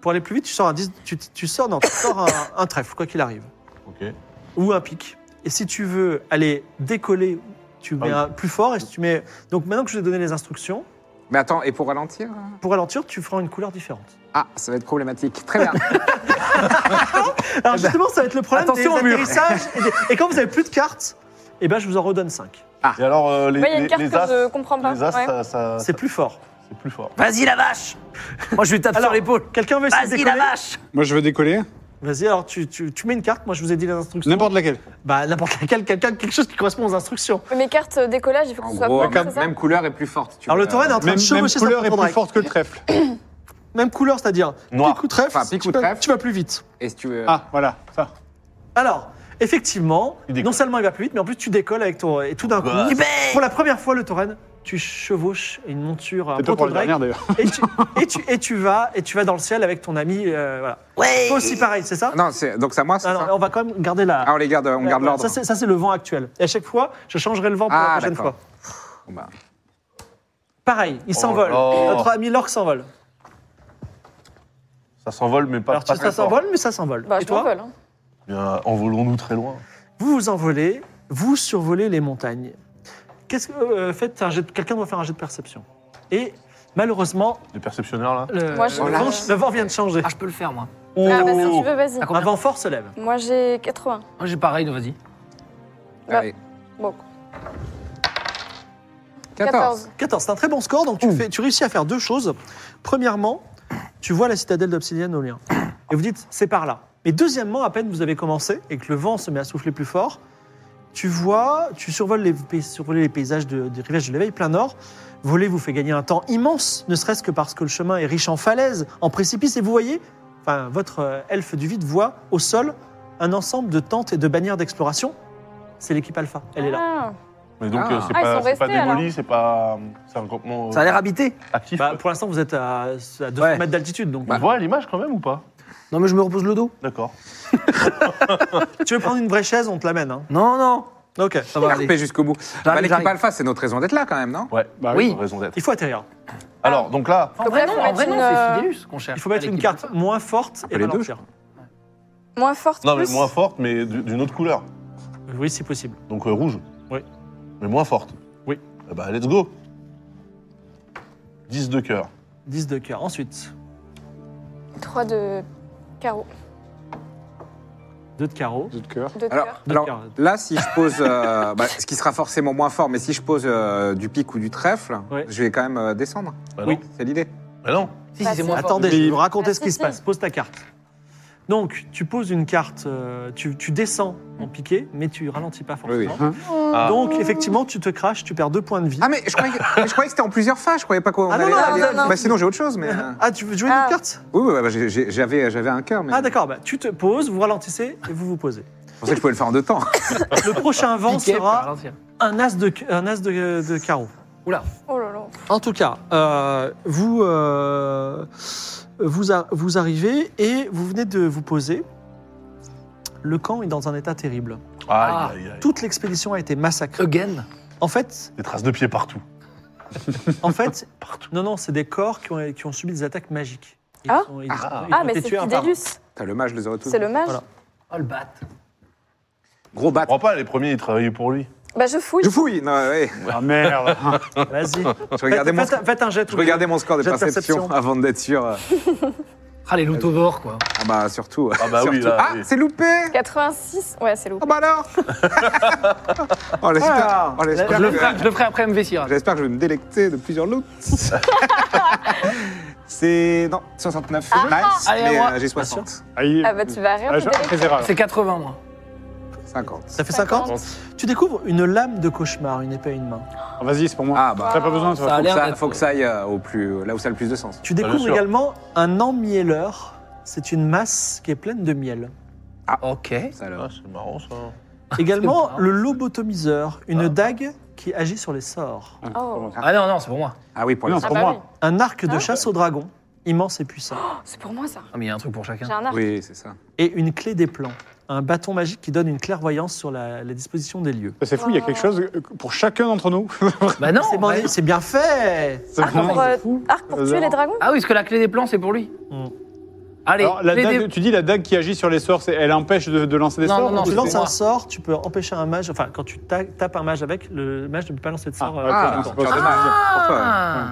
Speaker 1: Pour aller plus vite, tu sors un, dis- tu, tu sors, non, tu sors un, un trèfle, quoi qu'il arrive,
Speaker 5: Ok.
Speaker 1: ou un pic. Et si tu veux aller décoller, tu mets
Speaker 5: Ah oui.
Speaker 1: un plus fort. Et si tu mets... Donc maintenant que je vous ai donné les instructions,
Speaker 2: Mais attends, et pour ralentir hein
Speaker 1: pour ralentir, tu feras une couleur différente.
Speaker 2: Ah, ça va être problématique. Très bien.
Speaker 1: Alors justement, ça va être le problème
Speaker 3: Attention
Speaker 1: des
Speaker 3: au mur.
Speaker 1: atterrissages. Et, des- et quand vous avez plus de cartes, eh ben, je vous en redonne 5.
Speaker 2: Ah.
Speaker 5: Et alors, euh, les,
Speaker 4: Ouais, il y a une
Speaker 5: les-
Speaker 4: carte
Speaker 5: les
Speaker 4: que
Speaker 5: as,
Speaker 4: je comprends pas.
Speaker 5: les as,
Speaker 4: ouais.
Speaker 5: ça, Ah, ça-
Speaker 1: C'est plus fort.
Speaker 5: c'est plus fort.
Speaker 3: Vas-y, la vache Moi je lui tape sur
Speaker 1: Alors,
Speaker 3: l'épaule.
Speaker 1: Quelqu'un veut essayer de
Speaker 3: Vas-y, la
Speaker 1: décoller
Speaker 3: vache
Speaker 6: Moi, je veux décoller.
Speaker 1: Vas-y, alors tu, tu- tu mets une carte, moi je vous ai dit les instructions.
Speaker 6: N'importe laquelle.
Speaker 1: Bah n'importe laquelle, quelqu'un, quelque chose qui correspond aux instructions.
Speaker 4: Mes cartes euh, décollage, il faut que
Speaker 2: En
Speaker 4: ce soit
Speaker 2: gros,
Speaker 4: bleu,
Speaker 2: même,
Speaker 4: c'est ça
Speaker 2: même couleur et plus forte. tu
Speaker 1: Alors le
Speaker 2: vois.
Speaker 1: tauren est en train
Speaker 6: Même,
Speaker 1: de
Speaker 6: même
Speaker 1: chevaucher sa
Speaker 6: couleur est plus
Speaker 1: protondrague.
Speaker 6: forte que le trèfle.
Speaker 1: Même couleur, c'est-à-dire
Speaker 5: Noir.
Speaker 1: pic ou trèfle,
Speaker 2: Enfin, pic
Speaker 1: tu,
Speaker 2: ou
Speaker 1: vas-
Speaker 2: trèfle.
Speaker 1: tu vas plus vite.
Speaker 2: Et si tu veux.
Speaker 6: Ah, voilà, ça.
Speaker 1: Alors, effectivement,
Speaker 5: Il décolle.
Speaker 1: non seulement il va plus vite, mais en plus tu décolles avec ton... Et tout d'un coup,
Speaker 5: Bah.
Speaker 1: pour la première fois, le tauren, tu chevauches une monture, un
Speaker 6: C'est toi pour la
Speaker 1: protondrague,
Speaker 6: dernière, d'ailleurs.
Speaker 1: et tu, et, tu, et, tu vas, et tu vas dans le ciel avec ton ami. euh, voilà. Toi aussi pareil, c'est ça
Speaker 2: Non, c'est- donc c'est à moi, c'est
Speaker 1: Ah non,
Speaker 2: ça
Speaker 1: On va quand même garder la...
Speaker 2: Ah, on les garde, on garde
Speaker 1: la-
Speaker 2: l'ordre.
Speaker 1: Ça c'est ça, c'est le vent actuel. Et à chaque fois, je changerai le vent pour
Speaker 2: Ah,
Speaker 1: la prochaine
Speaker 2: d'accord.
Speaker 1: fois.
Speaker 2: Bon, bah,
Speaker 1: Pareil, il
Speaker 5: Oh
Speaker 1: s'envole.
Speaker 5: là.
Speaker 1: Notre ami l'orque s'envole.
Speaker 5: Ça s'envole, mais pas,
Speaker 1: Alors,
Speaker 5: pas
Speaker 1: ça
Speaker 5: très fort.
Speaker 1: s'envole, mais ça s'envole.
Speaker 4: Bah,
Speaker 1: Et
Speaker 4: je
Speaker 1: toi
Speaker 4: m'envole. hein.
Speaker 5: Bien, envolons-nous très loin.
Speaker 1: Vous vous envolez, vous survolez les montagnes. Qu'est-ce que euh, faites un jet de- Quelqu'un doit faire un jet de perception. Et malheureusement,
Speaker 5: Les perceptionnaires, là.
Speaker 1: le,
Speaker 4: Moi, je-
Speaker 1: le
Speaker 2: là.
Speaker 1: vent, le vent vient de changer. Oh.
Speaker 3: Ah, je peux le faire moi.
Speaker 4: Ah, bah, si tu veux, vas-y.
Speaker 3: Ah,
Speaker 1: Un vent fort se lève.
Speaker 4: Moi, j'ai 80.
Speaker 3: Moi j'ai pareil, donc vas-y.
Speaker 4: Bah,
Speaker 2: allez.
Speaker 4: Bon,
Speaker 2: 14.
Speaker 4: 14.
Speaker 1: 14, c'est un très bon score, donc tu, fais, tu réussis à faire deux choses. Premièrement, tu vois la citadelle d'Obsidienne au lien. Et vous dites, c'est par là. Mais deuxièmement, à peine vous avez commencé et que le vent se met à souffler plus fort, tu vois, tu survoles les, pais- survoler les paysages de- des rivages de l'éveil plein nord. Voler vous fait gagner un temps immense, ne serait-ce que parce que le chemin est riche en falaises, en précipices, et vous voyez, enfin, votre euh, elfe du vide voit au sol un ensemble de tentes et de bannières d'exploration. C'est l'équipe Alpha, elle est là.
Speaker 4: Ah.
Speaker 5: Mais donc,
Speaker 3: Ah.
Speaker 5: euh, c'est
Speaker 4: Ah,
Speaker 5: pas,
Speaker 4: ils sont
Speaker 5: c'est pas
Speaker 4: restés,
Speaker 5: démoli, c'est pas. C'est un campement euh,
Speaker 3: Ça a l'air habité.
Speaker 5: actif.
Speaker 1: Bah,
Speaker 5: quoi.
Speaker 1: pour l'instant, vous êtes à, à 200
Speaker 3: Ouais.
Speaker 1: mètres d'altitude, donc
Speaker 5: On voit l'image quand même ou pas
Speaker 3: Non, mais je me repose le dos.
Speaker 5: D'accord.
Speaker 1: tu veux prendre une vraie chaise, on te l'amène. hein.
Speaker 3: Non, non.
Speaker 1: Ok.
Speaker 3: Ça va aller.
Speaker 2: Harpé jusqu'au bout. Bah, L'équipe
Speaker 3: j'arrive.
Speaker 2: Alpha, c'est notre raison d'être là quand même, non
Speaker 5: Ouais, bah
Speaker 3: oui.
Speaker 5: oui, t'as raison d'être.
Speaker 1: Il faut atterrir.
Speaker 5: Alors, donc là,
Speaker 3: En vrai,
Speaker 4: Bref,
Speaker 3: non,
Speaker 4: on
Speaker 3: en
Speaker 4: met
Speaker 3: vrai,
Speaker 4: une,
Speaker 3: non,
Speaker 4: euh,
Speaker 3: c'est Fidelius qu'on cherche.
Speaker 1: Il faut mettre
Speaker 3: Pas
Speaker 1: une
Speaker 3: l'équipe
Speaker 1: carte
Speaker 3: Alpha.
Speaker 1: moins forte et
Speaker 2: Les deux,
Speaker 1: ralentir.
Speaker 4: Moins forte.
Speaker 5: non, mais
Speaker 4: plus.
Speaker 5: moins forte, mais du- d'une autre couleur.
Speaker 1: Oui, c'est possible.
Speaker 5: Donc euh, rouge.
Speaker 1: Oui.
Speaker 5: Mais moins forte.
Speaker 1: Oui.
Speaker 5: Eh bah, let's go. 10 de cœur.
Speaker 1: 10 de cœur. Ensuite,
Speaker 4: 3 de carreau.
Speaker 1: 2 de carreau.
Speaker 6: Deux de cœur.
Speaker 4: 2 de
Speaker 2: Alors,
Speaker 4: cœur.
Speaker 1: Deux de
Speaker 2: alors,
Speaker 1: cœur.
Speaker 2: là, si je pose, euh, bah, ce qui sera forcément moins fort, mais si je pose euh, du pic ou du trèfle,
Speaker 1: Ouais.
Speaker 2: je vais quand même euh, descendre.
Speaker 5: Bah
Speaker 1: Oui.
Speaker 5: non.
Speaker 2: C'est l'idée.
Speaker 5: Bah non.
Speaker 3: Si, si, c'est moins fort.
Speaker 1: Attendez, je vais vous raconter
Speaker 4: Ah,
Speaker 1: ce qui
Speaker 4: si,
Speaker 1: se
Speaker 4: si.
Speaker 1: passe. Pose ta carte. Donc, tu poses une carte, euh, tu, tu descends en piqué, mais tu ralentis pas
Speaker 2: Oui,
Speaker 1: forcément.
Speaker 2: oui.
Speaker 5: Ah.
Speaker 1: Donc, effectivement, tu te craches, tu perds deux points de vie.
Speaker 2: Ah, mais je croyais que, mais je croyais que c'était en plusieurs phases. Je croyais pas qu'on
Speaker 1: Ah, non,
Speaker 2: allait.
Speaker 1: non,
Speaker 2: allait-
Speaker 1: non, non.
Speaker 2: Bah, sinon, j'ai autre chose. Mais... euh,
Speaker 1: Ah, tu veux jouer une
Speaker 4: Ah.
Speaker 1: autre carte
Speaker 2: Oui, oui, bah, j'ai- j'ai- j'avais j'avais un cœur, mais
Speaker 1: Ah, d'accord, bah, tu te poses, vous ralentissez et vous vous posez.
Speaker 2: je pensais que je pouvais le faire en deux temps.
Speaker 1: Le prochain vent
Speaker 3: Piqué,
Speaker 1: sera
Speaker 3: ralentir.
Speaker 1: un as de, un as de, de carreau.
Speaker 4: Oh là là.
Speaker 1: En tout cas, euh, vous, euh, vous, a- vous arrivez et vous venez de vous poser. Le camp est dans un état terrible.
Speaker 3: Ah.
Speaker 5: Aïe, aïe, aïe.
Speaker 1: Toute l'expédition a été massacrée.
Speaker 3: Again.
Speaker 1: En fait,
Speaker 5: Des traces de pieds partout.
Speaker 1: en fait non, non, c'est des corps qui ont, qui ont subi des attaques magiques. Ils
Speaker 4: Ah.
Speaker 1: ont- ils ont-
Speaker 5: Ah.
Speaker 1: ils ont
Speaker 4: Ah, mais
Speaker 1: été
Speaker 4: c'est
Speaker 1: tués un par un.
Speaker 4: Fidelius.
Speaker 2: T'as le mage, je les aurais tous.
Speaker 4: C'est le mage.
Speaker 1: Voilà.
Speaker 3: Oh, le bat.
Speaker 2: Gros bat.
Speaker 5: Je comprends pas, les premiers, ils travaillaient pour lui.
Speaker 4: Bah, je fouille.
Speaker 2: Je fouille. Non, ouais.
Speaker 6: Ah merde
Speaker 1: Vas-y.
Speaker 2: Je regardais
Speaker 1: Faites-
Speaker 2: mon,
Speaker 1: faites, faites un jet.
Speaker 2: je regardais mon score de
Speaker 1: Jet de
Speaker 2: perception,
Speaker 1: perception.
Speaker 2: avant d'être sûr. euh,
Speaker 3: Ah, les loups d'or, quoi.
Speaker 2: Ah bah surtout.
Speaker 5: Ah bah oui,
Speaker 2: surtout.
Speaker 5: là,
Speaker 2: Ah,
Speaker 5: oui.
Speaker 2: c'est loupé.
Speaker 4: 86. Ouais, c'est lourd.
Speaker 2: Ah bah alors Oh,
Speaker 1: Voilà.
Speaker 2: j'espère, oh,
Speaker 3: Je
Speaker 2: j'espère
Speaker 3: le
Speaker 2: que-
Speaker 3: ferai, je le ferai après MV Sierra.
Speaker 2: j'espère que je vais me délecter de plusieurs loots. c'est. Non, 69.
Speaker 1: Ah.
Speaker 2: nice,
Speaker 3: Allez, à
Speaker 2: mais
Speaker 3: moi.
Speaker 2: euh, j'ai 60.
Speaker 6: Aïe.
Speaker 4: Ah, bah, tu vas
Speaker 6: Ah,
Speaker 4: rien. te
Speaker 6: je-
Speaker 4: délecter.
Speaker 6: Très erreur.
Speaker 3: C'est 80, moi.
Speaker 2: 50.
Speaker 1: Ça fait 50 Tu découvres une lame de cauchemar, une épée à une main.
Speaker 6: Ah, Vas-y, c'est pour moi.
Speaker 2: Ah bah.
Speaker 6: T'as pas besoin, de
Speaker 3: Ça a
Speaker 2: Faut que
Speaker 3: l'air
Speaker 2: ça,
Speaker 3: d'être-
Speaker 2: faut que ça aille euh, au plus, là où ça a le plus de sens.
Speaker 1: Tu
Speaker 5: bien
Speaker 1: découvres
Speaker 5: sûr.
Speaker 1: également un emmielleur. C'est une masse qui est pleine de miel.
Speaker 3: Ok.
Speaker 2: Ça, alors.
Speaker 5: Ah, c'est marrant ça.
Speaker 3: C'est
Speaker 1: Également
Speaker 3: marrant,
Speaker 1: le
Speaker 3: ça.
Speaker 1: lobotomiseur, une
Speaker 5: Ah.
Speaker 1: dague qui agit sur les sorts.
Speaker 4: Oh.
Speaker 3: Ah non, non, c'est pour moi.
Speaker 2: Ah oui, pour
Speaker 6: Non,
Speaker 2: les
Speaker 6: c'est
Speaker 4: Ah
Speaker 6: pour
Speaker 4: bah
Speaker 6: moi.
Speaker 1: Un arc de
Speaker 4: Ah.
Speaker 1: chasse au dragon, immense et puissant.
Speaker 4: Oh, C'est pour moi, ça.
Speaker 3: Ah, mais il y a un truc pour chacun.
Speaker 4: J'ai un arc.
Speaker 2: Oui, c'est ça.
Speaker 1: Et une clé des plans, un bâton magique qui donne une clairvoyance sur la, la disposition des lieux.
Speaker 6: C'est fou, il y a quelque chose pour chacun d'entre nous.
Speaker 3: Bah
Speaker 6: Ah,
Speaker 3: non
Speaker 1: C'est bon,
Speaker 3: ouais.
Speaker 1: c'est bien fait
Speaker 6: C'est
Speaker 4: Arc pour, euh,
Speaker 6: fou.
Speaker 4: arc pour tuer les dragons
Speaker 3: Ah oui, parce que la clé des plans, c'est pour lui.
Speaker 1: Hmm.
Speaker 3: Allez,
Speaker 6: Alors, la
Speaker 3: clé
Speaker 6: dague-
Speaker 3: des...
Speaker 6: tu dis la dague qui agit sur les sorts, c'est- elle empêche de, de lancer des
Speaker 3: Non,
Speaker 6: sorts
Speaker 3: non, non,
Speaker 6: ou
Speaker 1: tu
Speaker 6: c'est-
Speaker 3: non,
Speaker 1: lances
Speaker 3: moi.
Speaker 1: un sort, tu peux empêcher un mage, enfin quand tu ta- tapes un mage avec, le mage ne peut pas lancer de sort.
Speaker 6: Ah,
Speaker 1: euh,
Speaker 6: ah,
Speaker 1: en même
Speaker 2: Ah,
Speaker 1: temps.
Speaker 6: c'est pas
Speaker 2: cœur de
Speaker 6: ça.
Speaker 2: mage, pour toi, ouais.
Speaker 3: Ah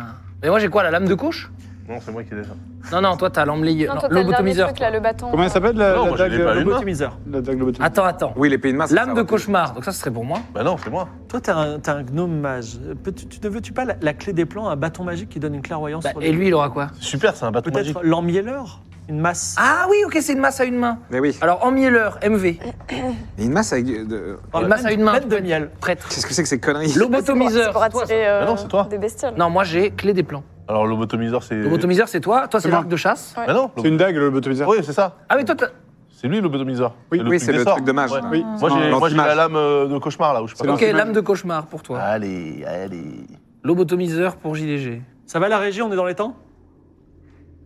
Speaker 3: Mais moi, j'ai quoi, la lame de gauche
Speaker 5: Non, c'est moi qui l'ai fait.
Speaker 3: Non, non, toi, t'as l'emmelayeur.
Speaker 4: Non,
Speaker 3: Non,
Speaker 4: toi, t'as le dernier
Speaker 3: Lobotomiseur.
Speaker 4: truc, là, le bâton.
Speaker 6: Comment elle s'appelle
Speaker 5: Non,
Speaker 6: la, la
Speaker 5: moi, je
Speaker 6: dague
Speaker 5: l'ai pas eu.
Speaker 1: Lobotomiseur.
Speaker 6: La dague lobotomisée.
Speaker 3: Attends, attends.
Speaker 2: Oui, l'épée de masse.
Speaker 3: Lame de cauchemar, donc ça, ce serait pour moi.
Speaker 5: Bah non, c'est moi.
Speaker 1: Toi, t'es un, t'es un gnome mage. Peux-tu- tu ne veux-tu pas la, la clé des plans, un bâton magique qui donne une clairvoyance
Speaker 3: Bah,
Speaker 1: sur les
Speaker 3: et lui, il aura quoi
Speaker 5: Super, c'est un bâton magique.
Speaker 1: Peut-être l'emmielleur Une masse
Speaker 3: Ah oui, ok, c'est une masse à une main.
Speaker 2: Mais oui.
Speaker 3: Alors, emmielleur, MV,
Speaker 2: Et une masse avec. du- de-
Speaker 1: Oh,
Speaker 3: une masse à une main.
Speaker 1: pleine de miel.
Speaker 3: prêtre.
Speaker 2: Qu'est-ce que c'est que ces conneries
Speaker 4: C'est
Speaker 3: Lobotomiseur.
Speaker 4: pour
Speaker 3: toi,
Speaker 4: attirer euh,
Speaker 5: Bah non, c'est toi.
Speaker 4: des bestioles.
Speaker 3: ça. Non, moi, j'ai clé des plans.
Speaker 5: Alors, lobotomiseur,
Speaker 1: Euh,
Speaker 5: c'est.
Speaker 3: Lobotomiseur, c'est toi. Toi, c'est
Speaker 6: C'est moi.
Speaker 3: l'arc de chasse.
Speaker 5: Bah non,
Speaker 6: C'est une dague le lobotomiseur.
Speaker 5: Oui, c'est ça.
Speaker 3: Ah, mais toi, t'as-
Speaker 5: C'est lui, lobotomiseur.
Speaker 6: Oui,
Speaker 2: Oui, c'est
Speaker 5: des
Speaker 2: le
Speaker 5: sorts.
Speaker 2: truc de mage.
Speaker 5: Ouais.
Speaker 2: là.
Speaker 6: Oui.
Speaker 5: Moi, j'ai-
Speaker 2: Non,
Speaker 5: moi, j'ai
Speaker 2: l'anti-mage.
Speaker 5: la lame euh, de cauchemar là où je sais
Speaker 6: Ah. C'est
Speaker 5: pas.
Speaker 3: Ok,
Speaker 6: l'anti-mage.
Speaker 3: lame de cauchemar pour
Speaker 1: Ah.
Speaker 3: toi.
Speaker 5: Allez, allez.
Speaker 3: Lobotomiseur pour JDG.
Speaker 1: Ça va la régie, on est dans les temps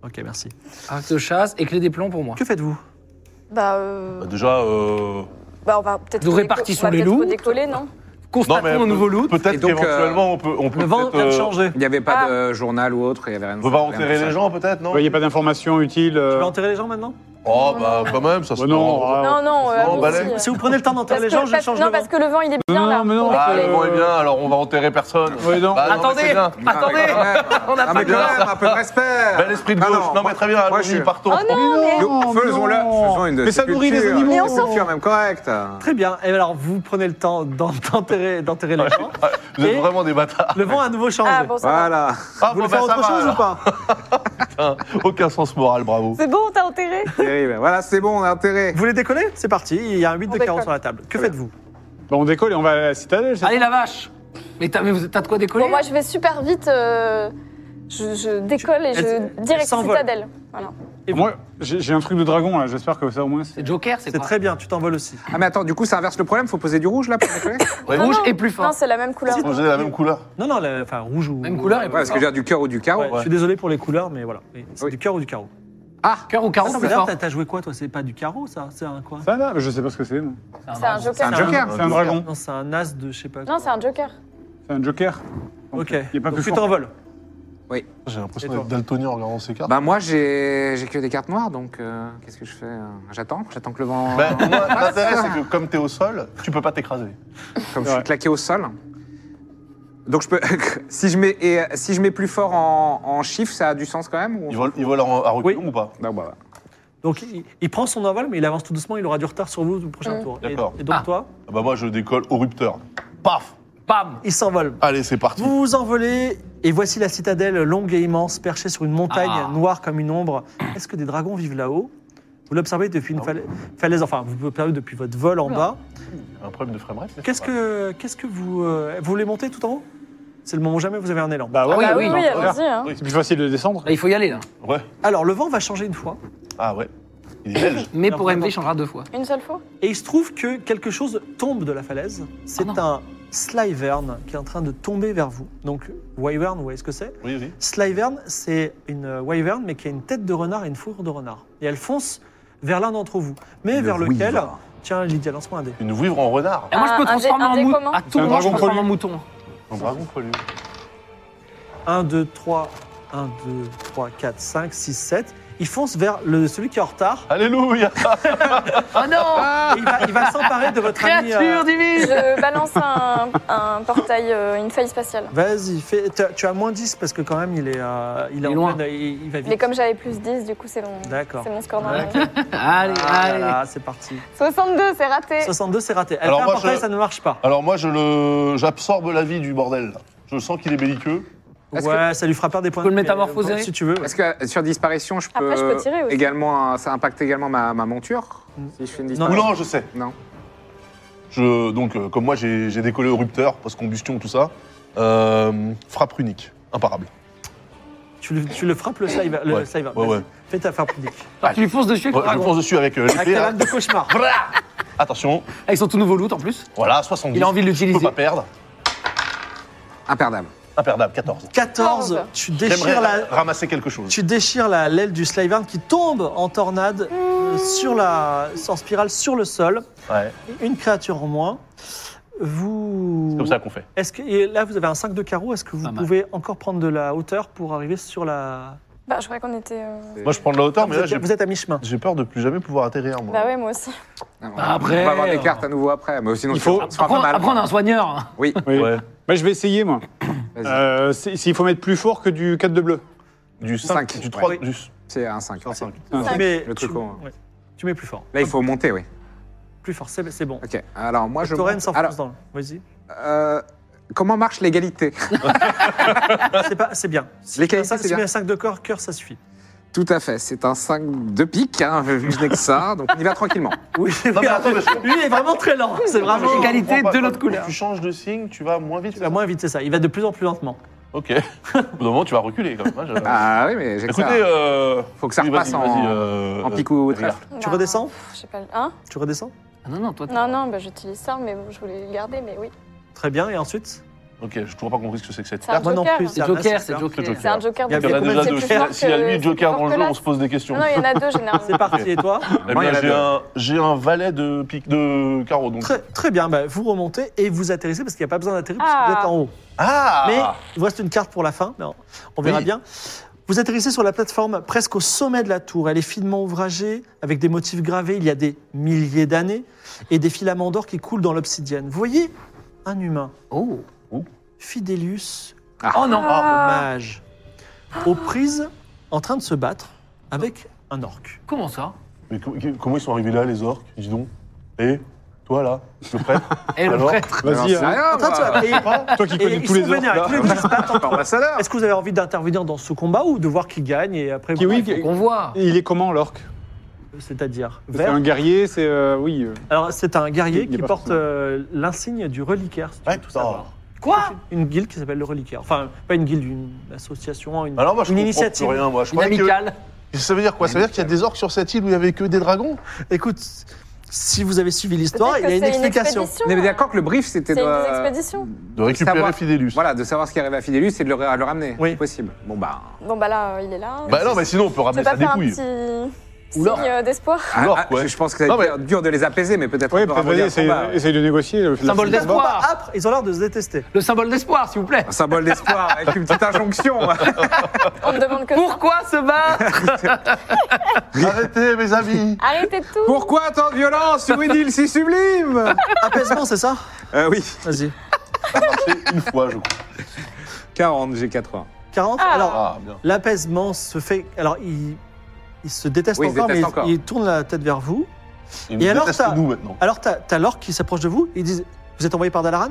Speaker 1: Ok, merci.
Speaker 3: Arc de chasse et clé des plans pour moi.
Speaker 1: Que faites-vous
Speaker 4: Bah, euh,
Speaker 5: Bah, déjà, euh.
Speaker 4: bah, on va peut-être.
Speaker 3: Nous
Speaker 4: redéco-
Speaker 3: répartissons
Speaker 4: on va
Speaker 3: les
Speaker 4: peut-être
Speaker 3: loups.
Speaker 4: redécoller, non
Speaker 3: Constatons un nouveau loot.
Speaker 2: Et
Speaker 5: Peut-être
Speaker 2: donc,
Speaker 5: qu'éventuellement, on peut. On peut
Speaker 1: Le vent
Speaker 5: peut-être,
Speaker 1: vient de
Speaker 5: euh,
Speaker 1: changer.
Speaker 2: Il n'y avait pas de journal ou autre, il y avait rien.
Speaker 5: On peut pas enterrer les gens, peut-être,
Speaker 6: Il
Speaker 5: non
Speaker 6: n'y a pas d'informations utiles. euh,
Speaker 1: Tu vas enterrer les gens maintenant
Speaker 5: Oh, bah quand même, ça se
Speaker 6: bah non,
Speaker 5: rend-
Speaker 6: ah,
Speaker 4: Non, non, euh,
Speaker 5: Non,
Speaker 4: allons-y.
Speaker 5: bah, allez.
Speaker 1: Si vous prenez le temps d'enterrer
Speaker 4: Parce
Speaker 1: les
Speaker 4: que-
Speaker 1: gens, je
Speaker 4: parce-
Speaker 1: change
Speaker 4: Non,
Speaker 1: de
Speaker 4: parce que le vent, il est bien
Speaker 6: Non,
Speaker 4: là. euh,
Speaker 6: mais non.
Speaker 4: pour
Speaker 5: Ah, le
Speaker 4: décoller.
Speaker 5: vent est bien, alors on va enterrer personne.
Speaker 6: Oui, non.
Speaker 5: Bah, mais
Speaker 3: Attendez,
Speaker 5: c'est bien.
Speaker 3: attendez.
Speaker 2: Ah, mais
Speaker 5: c'est bien,
Speaker 2: quand même,
Speaker 5: ça.
Speaker 2: un peu de respect Ah,
Speaker 5: Bel
Speaker 1: Ah,
Speaker 5: esprit Ben, de gauche. Non, mais très bien,
Speaker 2: moi, je
Speaker 5: allons-y,
Speaker 2: suis-
Speaker 5: partons.
Speaker 4: Oh non, mais.
Speaker 6: non, mais
Speaker 2: Faisons-le
Speaker 6: non.
Speaker 2: faisons une
Speaker 6: Mais ça nourrit les
Speaker 2: sépulture,
Speaker 6: animaux.
Speaker 4: Mais on
Speaker 2: une
Speaker 4: s'en
Speaker 2: sépulture même correcte
Speaker 1: Très bien. Et alors, vous prenez le temps d'en- d'enterrer d'enterrer les gens.
Speaker 5: Ah, Vous êtes
Speaker 1: Et-
Speaker 5: vraiment des bâtards.
Speaker 1: Le vent a à nouveau changé.
Speaker 4: Ah, bon, ça va.
Speaker 2: Voilà
Speaker 5: Ah,
Speaker 1: Vous voulez
Speaker 5: bon, bah,
Speaker 1: faire
Speaker 5: ça
Speaker 1: autre
Speaker 5: va,
Speaker 1: chose ou
Speaker 5: alors.
Speaker 1: pas
Speaker 5: Putain, Aucun sens moral, bravo.
Speaker 4: C'est bon, t'as enterré
Speaker 2: Terrible. Voilà, c'est bon, on a intérêt
Speaker 1: Vous voulez décoller C'est parti. Il y a un 8
Speaker 4: On
Speaker 1: de carreau
Speaker 4: décolle.
Speaker 1: sur la table. Que faites-vous
Speaker 6: Bah, on décolle et on va à la citadelle. c'est ça
Speaker 3: Allez, la vache. Mais t'as mais vous- t'as de quoi décoller
Speaker 4: Bon, moi, je vais super vite. euh, Je, je décolle et
Speaker 1: Elle-
Speaker 4: je direct
Speaker 1: elle s'envole.
Speaker 4: citadelle. Voilà.
Speaker 1: Et vous
Speaker 6: Moi, j'ai j'ai un truc de dragon, là. J'espère que ça, au moins, c'est...
Speaker 3: C'est Joker, c'est
Speaker 1: C'est
Speaker 3: quoi
Speaker 1: très bien, tu t'envoles aussi.
Speaker 2: Ah, mais attends, du coup, ça inverse le problème, faut poser du rouge là pour décoller
Speaker 3: Ouais,
Speaker 4: Non,
Speaker 3: Rouge
Speaker 4: non.
Speaker 3: et plus
Speaker 4: Non,
Speaker 3: fort.
Speaker 4: c'est la même couleur.
Speaker 5: Ils ont la même couleur.
Speaker 1: Non, non, la- enfin rouge ou.
Speaker 3: Même couleur et
Speaker 2: Ouais,
Speaker 3: plus
Speaker 2: parce que je
Speaker 3: fort.
Speaker 2: veux dire du cœur ou du carreau.
Speaker 1: Ouais, Je suis désolé pour les couleurs, mais voilà. Et C'est
Speaker 2: Oui.
Speaker 1: du cœur ou du carreau.
Speaker 3: Cœur ou carreau
Speaker 1: Attends, mais
Speaker 3: plus
Speaker 1: là,
Speaker 3: fort.
Speaker 1: t'as- t'as joué quoi, toi C'est pas du carreau, ça C'est un quoi
Speaker 6: Ça, là, je sais pas ce que c'est. non.
Speaker 4: C'est
Speaker 1: Ah,
Speaker 4: un
Speaker 2: C'est
Speaker 4: joker.
Speaker 2: un joker.
Speaker 6: C'est un dragon.
Speaker 1: Non, c'est un as de je sais pas quoi.
Speaker 4: Non, c'est un joker.
Speaker 6: C'est un joker. Donc,
Speaker 1: Ok.
Speaker 6: Il est pas
Speaker 1: Donc
Speaker 6: plus
Speaker 1: tu
Speaker 6: fort.
Speaker 1: t'envoles.
Speaker 5: J'ai l'impression
Speaker 1: Et toi
Speaker 5: d'être daltonien en regardant ces cartes.
Speaker 2: Bah, moi, j'ai j'ai que des cartes noires, donc euh, qu'est-ce que je fais euh, J'attends, j'attends que le vent.
Speaker 5: Bah, moi, l'intérêt, c'est que comme t'es au sol, tu peux pas t'écraser.
Speaker 2: Comme je suis
Speaker 6: Ouais.
Speaker 2: claqué au sol. Donc je peux. si, je mets, et, euh, si je mets plus fort en, en chiffres, ça a du sens quand même ou...
Speaker 5: Ils volent, ils volent en- à reculons ou pas
Speaker 2: Non, bah,
Speaker 1: Donc il, il prend son envol, mais il avance tout doucement, il aura du retard sur vous au prochain tour. Et,
Speaker 5: D'accord.
Speaker 1: et donc
Speaker 3: Ah.
Speaker 1: toi,
Speaker 5: Ah Bah moi, je décolle au rupteur. Paf
Speaker 3: Bam
Speaker 1: il s'envole.
Speaker 5: Allez, c'est parti.
Speaker 1: Vous vous envolez, et voici la citadelle longue et immense, perchée sur une montagne
Speaker 3: Ah.
Speaker 1: noire comme une ombre. Est-ce que des dragons vivent là-haut Vous l'observez depuis une fala- falaise, enfin, vous l'observez depuis votre vol en
Speaker 3: Oula.
Speaker 1: bas.
Speaker 5: Un problème de framerate c'est
Speaker 1: Qu'est-ce
Speaker 5: ça
Speaker 1: que, qu'est-ce que vous... euh, vous voulez monter tout en haut C'est le moment où jamais vous avez un élan.
Speaker 6: Bah ouais,
Speaker 3: Ah oui,
Speaker 4: oui,
Speaker 6: ouais, ouais,
Speaker 4: oui,
Speaker 6: ouais.
Speaker 4: allons-y, hein.
Speaker 6: C'est plus facile de descendre.
Speaker 3: Là, Bah, il faut y aller, là.
Speaker 5: Ouais.
Speaker 1: Alors, le vent va changer une fois.
Speaker 5: Ah ouais. Il est belge.
Speaker 3: Mais
Speaker 1: Non,
Speaker 3: pour MV,
Speaker 1: vraiment.
Speaker 3: il changera deux fois.
Speaker 4: Une seule fois
Speaker 1: Et il se trouve que quelque chose tombe de la falaise. C'est
Speaker 3: Ah
Speaker 1: un Slyvern qui est en train de tomber vers vous. Donc, Wyvern, vous voyez ce que c'est
Speaker 5: Oui, oui.
Speaker 1: Slyvern, c'est une euh, Wyvern, mais qui a une tête de renard et une fourrure de renard. Et elle fonce vers l'un d'entre vous. Mais
Speaker 2: Le
Speaker 1: vers lequel
Speaker 2: wyvern.
Speaker 1: Tiens, Lydia, lance-moi un dé.
Speaker 5: Une vouivre en renard.
Speaker 3: Et moi, je peux
Speaker 4: Un- un dé-
Speaker 3: transformer
Speaker 4: un
Speaker 3: en
Speaker 4: dé
Speaker 3: mouton.
Speaker 4: comment
Speaker 3: À tout
Speaker 6: C'est un
Speaker 3: moment, je
Speaker 6: dragon
Speaker 3: transforme en
Speaker 6: poilu.
Speaker 3: mouton.
Speaker 5: Un dragon poilu.
Speaker 1: 1, 2, 3, 1, 2, 3, 4, 5, 6, 7. Il fonce vers le, celui qui est en retard.
Speaker 5: Alléluia
Speaker 3: Oh non
Speaker 1: Et il va, il va s'emparer de votre Ah, ami. euh,
Speaker 3: Créature divine
Speaker 4: Je balance un, un portail, euh, une faille spatiale.
Speaker 1: Vas-y, fais- t'as- tu as moins 10 parce que quand même il est, euh, il est
Speaker 3: Il est
Speaker 1: en
Speaker 3: loin.
Speaker 1: pleine- il, il va vite.
Speaker 4: Mais comme j'avais plus 10, du coup, c'est mon,
Speaker 1: D'accord.
Speaker 4: c'est mon score normal.
Speaker 3: Allez,
Speaker 1: Ah là
Speaker 3: allez.
Speaker 1: là, c'est parti.
Speaker 4: 62, c'est raté.
Speaker 1: 62, c'est raté. Elle
Speaker 5: Alors
Speaker 1: fait un
Speaker 5: moi,
Speaker 1: portail,
Speaker 5: je-
Speaker 1: ça ne marche pas.
Speaker 5: Alors moi, je le, j'absorbe la vie du bordel. là. Je sens qu'il est belliqueux.
Speaker 1: Ouais,
Speaker 2: Est-ce
Speaker 1: ça lui fera perdre des points.
Speaker 3: peux le
Speaker 1: de-
Speaker 3: métamorphoser
Speaker 1: euh, Si tu veux. ouais.
Speaker 2: Est-ce que sur disparition, je peux,
Speaker 4: Après, je peux tirer aussi.
Speaker 2: également, euh, ça impacte également ma, ma monture Si je fais
Speaker 1: Ah.
Speaker 5: Ou
Speaker 2: une disparition
Speaker 5: Mm. non, je sais.
Speaker 2: Non.
Speaker 5: Je, donc, euh, comme moi, j'ai j'ai décollé au rupteur, post-combustion, tout ça. Euh, frappe unique, imparable.
Speaker 1: Tu, le, tu le frappes le Sliver. Le
Speaker 5: Ouais,
Speaker 1: Sliver.
Speaker 5: ouais,
Speaker 1: Vas-y,
Speaker 5: ouais.
Speaker 1: Fais ta frappe unique.
Speaker 3: Alors, tu lui fonces dessus avec
Speaker 5: Ouais,
Speaker 3: ton
Speaker 5: je
Speaker 3: dragon.
Speaker 5: fonce dessus avec euh,
Speaker 1: Avec
Speaker 5: l'épée.
Speaker 1: ta
Speaker 5: là.
Speaker 1: lame de cauchemar.
Speaker 5: Voilà. Attention,
Speaker 3: Avec son tout nouveau loot en plus.
Speaker 5: voilà, 70.
Speaker 3: Il a envie de
Speaker 5: Je peux
Speaker 3: l'utiliser.
Speaker 5: pas perdre.
Speaker 2: Imperdable.
Speaker 5: Imperdable, 14.
Speaker 1: 14, tu déchires,
Speaker 5: J'aimerais
Speaker 1: la,
Speaker 5: ramasser quelque chose.
Speaker 1: tu déchires la, l'aile du Slyvern qui tombe en tornade euh, sur la, en spirale sur le sol.
Speaker 5: Ouais,
Speaker 1: Une créature en moins. Vous.
Speaker 5: c'est comme ça qu'on fait.
Speaker 1: Est-ce que et là vous avez un 5 de carreau Est-ce que vous
Speaker 3: Pas mal.
Speaker 1: pouvez encore prendre de la hauteur pour arriver sur la
Speaker 4: Bah, je croyais qu'on était. euh,
Speaker 5: Moi, je prends de la hauteur,
Speaker 1: vous,
Speaker 5: mais là,
Speaker 1: êtes,
Speaker 5: j'ai
Speaker 1: vous êtes à mi-chemin.
Speaker 5: j'ai peur de plus jamais pouvoir atterrir, moi.
Speaker 4: Bah ouais, moi aussi.
Speaker 2: Non,
Speaker 5: Ah,
Speaker 3: Bah, après,
Speaker 2: On va avoir des
Speaker 3: euh,
Speaker 2: cartes à nouveau après, mais sinon
Speaker 6: Il
Speaker 2: tu-
Speaker 6: faut-
Speaker 2: ce sera
Speaker 3: Apprends,
Speaker 2: pas mal.
Speaker 3: apprends d'un soigneur. hein.
Speaker 2: Oui,
Speaker 6: Oui.
Speaker 5: Ouais.
Speaker 6: Bah, je vais essayer, moi.
Speaker 2: Vas-y.
Speaker 6: Euh, c'est- S'il faut mettre plus fort que du 4 de bleu.
Speaker 5: Du 5,
Speaker 2: Cinq.
Speaker 5: du 3,
Speaker 2: Ouais.
Speaker 5: du
Speaker 2: c'est un 5.
Speaker 5: un 5.
Speaker 1: Tu mets,
Speaker 2: Le
Speaker 1: tu,
Speaker 2: truc en-
Speaker 1: ouais. Tu mets plus fort.
Speaker 2: Là, il faut monter, oui.
Speaker 1: Plus fort, c'est c'est bon.
Speaker 2: Ok, alors
Speaker 5: Ah,
Speaker 2: moi, je
Speaker 1: Torren
Speaker 2: monte.
Speaker 1: s'enfonce
Speaker 2: Alors,
Speaker 1: dans le. Vas-y.
Speaker 2: euh, comment marche l'égalité
Speaker 1: C'est pas- c'est bien. Si
Speaker 2: Les
Speaker 1: tu mets un
Speaker 2: qualités,
Speaker 1: cinq-
Speaker 2: c'est
Speaker 1: si tu mets
Speaker 2: bien.
Speaker 1: un 5 de corps, cœur, ça suffit.
Speaker 2: Tout à fait, c'est un 5 de pique, hein, je n'ai que ça, donc on y va tranquillement.
Speaker 1: Oui,
Speaker 5: Non, mais attends, mais je-
Speaker 1: lui est vraiment très lent. C'est vraiment.
Speaker 5: Je comprends
Speaker 3: Égalité
Speaker 5: pas.
Speaker 3: de l'autre
Speaker 5: Quand
Speaker 3: couleur.
Speaker 5: Tu changes de signe, tu vas moins vite.
Speaker 1: Tu
Speaker 5: c'est
Speaker 1: vas
Speaker 5: ça
Speaker 1: moins vite, c'est ça. Il va de plus en plus lentement.
Speaker 5: Ok. Au bout d'un moment, tu vas reculer quand même. hein, je-
Speaker 2: Ah oui, mais j'ai que ça.
Speaker 5: Écoutez, euh...
Speaker 2: Faut que ça
Speaker 5: oui,
Speaker 2: repasse
Speaker 5: vas-y, vas-y,
Speaker 2: en-
Speaker 5: euh,
Speaker 2: en
Speaker 5: euh,
Speaker 2: pique ou
Speaker 5: regarde.
Speaker 2: trèfle.
Speaker 1: Tu
Speaker 4: Bah,
Speaker 1: redescends
Speaker 4: pff, Je sais pas. Hein
Speaker 1: Tu redescends
Speaker 3: Ah Non, non, toi, t'es-
Speaker 4: Non, non, bah, j'utilise ça, mais bon, je voulais le garder, mais oui.
Speaker 1: Très bien. Et ensuite
Speaker 5: Ok, j'ai toujours pas compris ce que c'est que cette
Speaker 4: C'est un
Speaker 5: carte.
Speaker 1: Moi non
Speaker 4: joker.
Speaker 1: plus.
Speaker 4: C'est
Speaker 3: c'est
Speaker 1: un
Speaker 3: Joker,
Speaker 1: as,
Speaker 3: c'est
Speaker 5: C'est
Speaker 3: Joker.
Speaker 5: Joker.
Speaker 4: C'est un joker.
Speaker 1: Il y en
Speaker 4: donc
Speaker 5: Il y en
Speaker 1: a
Speaker 5: a
Speaker 4: c'est
Speaker 5: déjà
Speaker 4: plus
Speaker 5: deux.
Speaker 4: fort
Speaker 5: S'il si y a
Speaker 4: que-
Speaker 5: lui
Speaker 4: c'est
Speaker 5: Joker dans le
Speaker 4: plus fort
Speaker 5: jeu,
Speaker 4: que
Speaker 5: on
Speaker 4: l'as.
Speaker 5: se pose des questions.
Speaker 4: Non, non, il y en a deux
Speaker 1: C'est
Speaker 4: généralement.
Speaker 1: parti. Et toi
Speaker 3: Ah.
Speaker 5: Eh
Speaker 2: Moi, il
Speaker 5: bien,
Speaker 2: y en a
Speaker 5: j'ai
Speaker 2: deux.
Speaker 5: un, j'ai un valet de pique de carreau. Donc.
Speaker 1: Très, très bien. Bah, vous remontez et vous atterrissez parce qu'il n'y a pas besoin d'atterrir parce que vous
Speaker 4: Ah.
Speaker 1: êtes en haut.
Speaker 5: Ah
Speaker 1: Mais il vous reste une carte pour la fin, mais on- on verra
Speaker 5: Oui.
Speaker 1: bien. Vous atterrissez sur la plateforme presque au sommet de la tour. Elle est finement ouvragée, avec des motifs gravés il y a des milliers d'années, et des filaments d'or qui coulent dans l'obsidienne. Vous voyez un humain,
Speaker 3: Oh.
Speaker 1: Fidelius,
Speaker 3: Oh non.
Speaker 5: Ah,
Speaker 1: mage, aux prises, en train de se battre avec un orc.
Speaker 3: Comment ça
Speaker 5: Mais co- comment ils sont arrivés là, les orques Dis donc. Et toi là, le prêtre
Speaker 3: Eh, le
Speaker 5: Alors
Speaker 3: prêtre.
Speaker 6: Vas-y,
Speaker 5: euh,
Speaker 2: Alors, ben, c'est
Speaker 6: hein. Ah,
Speaker 2: rien,
Speaker 1: En train de se battre. Et-
Speaker 6: toi qui
Speaker 1: et
Speaker 6: connais
Speaker 1: ils
Speaker 6: tous
Speaker 1: sont
Speaker 6: les autres.
Speaker 1: vénères,
Speaker 6: là.
Speaker 1: tous les deux qui se battent en train de-
Speaker 2: Ambassadeur
Speaker 1: Est-ce que vous avez envie d'intervenir dans ce combat ou de voir qui gagne et après
Speaker 6: Qui, oui,
Speaker 1: voilà,
Speaker 6: qui-
Speaker 3: On voit.
Speaker 6: Il est comment, l'orque
Speaker 1: c'est-à-dire
Speaker 6: C'est
Speaker 1: vert.
Speaker 6: un guerrier, c'est... euh, oui. euh,
Speaker 1: Alors c'est un guerrier
Speaker 6: Il est
Speaker 1: qui
Speaker 6: parti.
Speaker 1: porte euh, l'insigne du reliquaire. si tu
Speaker 5: Ouais,
Speaker 1: veux tout
Speaker 5: putain.
Speaker 1: savoir.
Speaker 3: Quoi
Speaker 1: une guilde qui s'appelle le Reliquaire. Enfin, pas une guilde, une association, une,
Speaker 5: Alors moi, je
Speaker 1: une
Speaker 5: comprends
Speaker 1: initiative.
Speaker 5: plus rien. Moi, je
Speaker 3: Une
Speaker 5: croyais que-
Speaker 3: amicale.
Speaker 5: Ça veut dire quoi Ça veut dire qu'il y a des orques sur cette île où il n'y avait que des dragons
Speaker 1: Écoute, si vous avez suivi l'histoire,
Speaker 4: Peut-être
Speaker 1: il
Speaker 4: que
Speaker 1: y a une
Speaker 4: c'est
Speaker 1: explication.
Speaker 4: expédition,
Speaker 2: On est
Speaker 4: hein.
Speaker 2: d'accord que le brief,
Speaker 4: C'est
Speaker 2: c'était
Speaker 4: une des
Speaker 2: de,
Speaker 4: expéditions.
Speaker 5: De récupérer
Speaker 2: Savoir-
Speaker 5: Fidélus.
Speaker 2: voilà, de savoir ce qui arrive à Fidélus et de le, ra- le ramener,
Speaker 1: Oui.
Speaker 2: si possible. Bon, bah.
Speaker 4: Bon, bah là, euh, il est là.
Speaker 5: Bah non, mais sinon on peut
Speaker 4: Tu veux
Speaker 5: ramener
Speaker 4: pas
Speaker 5: ça des
Speaker 4: faire un
Speaker 5: couilles.
Speaker 4: petit signe
Speaker 5: Oula.
Speaker 4: euh, d'espoir
Speaker 2: ah,
Speaker 5: l'orque,
Speaker 2: ah,
Speaker 5: ouais.
Speaker 2: Je pense que ça
Speaker 5: Non,
Speaker 2: va être dur de les apaiser, mais peut-être
Speaker 6: Oui,
Speaker 2: on peut
Speaker 6: peut-être vas-y,
Speaker 2: amener un
Speaker 6: essaye,
Speaker 2: combat.
Speaker 6: essaye de négocier. le- la-
Speaker 3: Symbole
Speaker 6: la-
Speaker 1: Ils sont pas
Speaker 3: d'espoir.
Speaker 1: âpres, ils ont l'air de se détester.
Speaker 3: Le symbole d'espoir, s'il vous plaît.
Speaker 2: Un symbole d'espoir avec une petite injonction.
Speaker 4: On ne demande que ça.
Speaker 3: Pourquoi se battre
Speaker 5: Arrêtez mes amis
Speaker 4: Arrêtez tout
Speaker 2: Pourquoi tant de violence sur une île si sublime
Speaker 1: Apaisement, c'est ça
Speaker 2: euh, Oui,
Speaker 1: Vas-y.
Speaker 5: C'est une fois, je crois.
Speaker 2: 40, j'ai 80.
Speaker 1: 40
Speaker 4: Ah.
Speaker 1: Alors,
Speaker 5: Ah, bien.
Speaker 1: l'apaisement se fait. Alors, il, il se déteste
Speaker 2: Oui, ils se
Speaker 1: encore, mais
Speaker 2: détestent
Speaker 1: il-
Speaker 2: encore.
Speaker 1: il tourne la tête vers vous.
Speaker 5: Ils
Speaker 1: Et
Speaker 5: nous
Speaker 1: alors,
Speaker 5: détestent
Speaker 1: ça-
Speaker 5: nous maintenant.
Speaker 1: Alors, t'as t'as l'orque qui s'approche de vous, il dit Vous êtes envoyé par Dalaran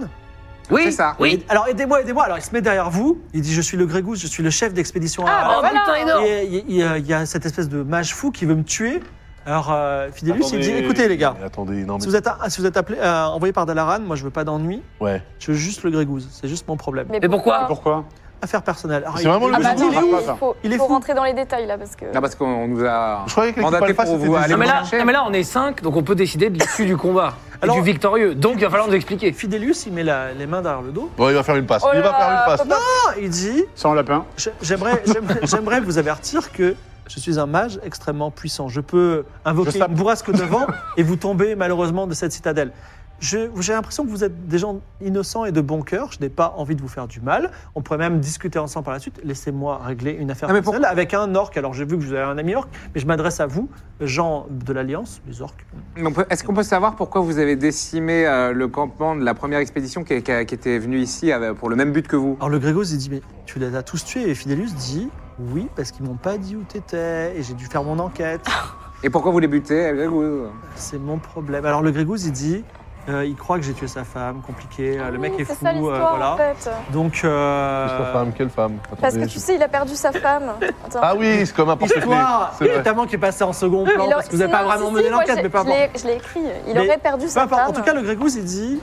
Speaker 3: Oui,
Speaker 2: C'est ça.
Speaker 3: Oui.
Speaker 1: Et- Alors, aidez-moi, aidez-moi. Alors, il se met derrière vous, il dit Je suis le Grégousse, je suis le chef d'expédition à
Speaker 4: Ah,
Speaker 3: Oh,
Speaker 4: bah
Speaker 3: putain,
Speaker 4: voilà
Speaker 3: énorme.
Speaker 1: Et il y, il y a- il y a cette espèce de mage fou qui veut me tuer. Alors, euh, Fidélus, il dit
Speaker 5: Attendez- Euh,
Speaker 1: Écoutez, les gars,
Speaker 5: Mais attendez, non
Speaker 1: si
Speaker 5: mais.
Speaker 1: vous êtes, si vous êtes appelé, euh, envoyé par Dalaran, moi, je veux pas d'ennui,
Speaker 5: Ouais.
Speaker 1: je veux juste le Grégousse. C'est juste mon problème.
Speaker 3: Et pourquoi
Speaker 6: Pourquoi
Speaker 1: Affaire personnelle. Alors,
Speaker 5: C'est
Speaker 1: il-
Speaker 5: vraiment le
Speaker 1: il-
Speaker 4: Ah bah
Speaker 5: Bah,
Speaker 4: non,
Speaker 5: il est
Speaker 4: il
Speaker 5: où,
Speaker 4: faut-
Speaker 6: ça
Speaker 4: faut,
Speaker 1: Il est fou.
Speaker 4: rentrer dans les détails là parce que.
Speaker 2: Ah, parce qu'on nous a
Speaker 5: Je croyais que l'équipe
Speaker 2: mandaté
Speaker 5: Alpha,
Speaker 2: pour
Speaker 5: c'était
Speaker 2: vous
Speaker 5: des
Speaker 2: aller
Speaker 3: non,
Speaker 5: hommes.
Speaker 2: vous
Speaker 3: mais là,
Speaker 2: chercher.
Speaker 3: non, mais là, on est 5, donc on peut décider du du combat. et
Speaker 1: Alors-
Speaker 3: du victorieux. Donc il va falloir nous expliquer.
Speaker 1: Fidélus, il met la- les mains derrière le dos.
Speaker 5: Bon, il va faire une passe.
Speaker 4: Oh
Speaker 5: il va
Speaker 4: là,
Speaker 5: faire une passe.
Speaker 4: faut pas-
Speaker 1: Ah, il dit
Speaker 6: Sans lapin.
Speaker 1: Je- J'aimerais, j'aimerais- j'aimerais vous avertir que je suis un mage extrêmement puissant. Je peux invoquer
Speaker 6: Je
Speaker 1: une bourrasque de vent et vous tomber malheureusement de cette citadelle. Je- J'ai l'impression que vous êtes des gens innocents et de bon cœur. Je n'ai pas envie de vous faire du mal. On pourrait même discuter ensemble par la suite. Laissez-moi régler une affaire
Speaker 2: Ah, mais
Speaker 1: personnelle avec un orc. Alors j'ai vu que vous avez un ami orc, mais je m'adresse à vous, gens de l'Alliance, les orques.
Speaker 2: On peut- Est-ce qu'on peut savoir pourquoi vous avez décimé euh, le campement de la première expédition qui, qui- qui était venue ici avec- pour le même but que vous
Speaker 1: Alors le Grégos il dit mais tu les as tous tués et Fidélus dit oui parce qu'ils m'ont pas dit où t'étais et j'ai dû faire mon enquête.
Speaker 2: Et pourquoi vous les butez euh, vous-
Speaker 1: C'est mon problème. Alors le Grégouze, il dit, euh, il croit que j'ai tué sa femme, compliqué,
Speaker 5: bah,
Speaker 1: euh, le mec
Speaker 4: Oui,
Speaker 1: est
Speaker 4: C'est
Speaker 1: fou,
Speaker 4: ça
Speaker 1: euh,
Speaker 4: l'histoire
Speaker 1: voilà.
Speaker 4: en fait.
Speaker 1: Donc,
Speaker 5: Quelle
Speaker 1: euh,
Speaker 5: femme, quelle femme
Speaker 4: Parce que
Speaker 5: Attendez,
Speaker 4: tu
Speaker 5: je-
Speaker 4: sais, il a perdu sa femme. Attends.
Speaker 5: Ah oui, c'est comme un porte
Speaker 1: l'histoire,
Speaker 5: C'est vrai.
Speaker 1: notamment qui est passé en second
Speaker 4: Il
Speaker 1: plan,
Speaker 4: aurait-
Speaker 1: parce que vous n'avez pas
Speaker 4: sinon,
Speaker 1: vraiment
Speaker 4: si,
Speaker 1: mené
Speaker 4: si, moi,
Speaker 1: l'enquête,
Speaker 4: j'ai-
Speaker 1: mais peu importe.
Speaker 4: je l'ai- Je l'ai écrit. Il
Speaker 1: Mais-
Speaker 4: aurait perdu hein.
Speaker 1: Peu
Speaker 4: sa
Speaker 1: importe.
Speaker 4: femme.
Speaker 1: En tout cas, le Grégouze, il dit,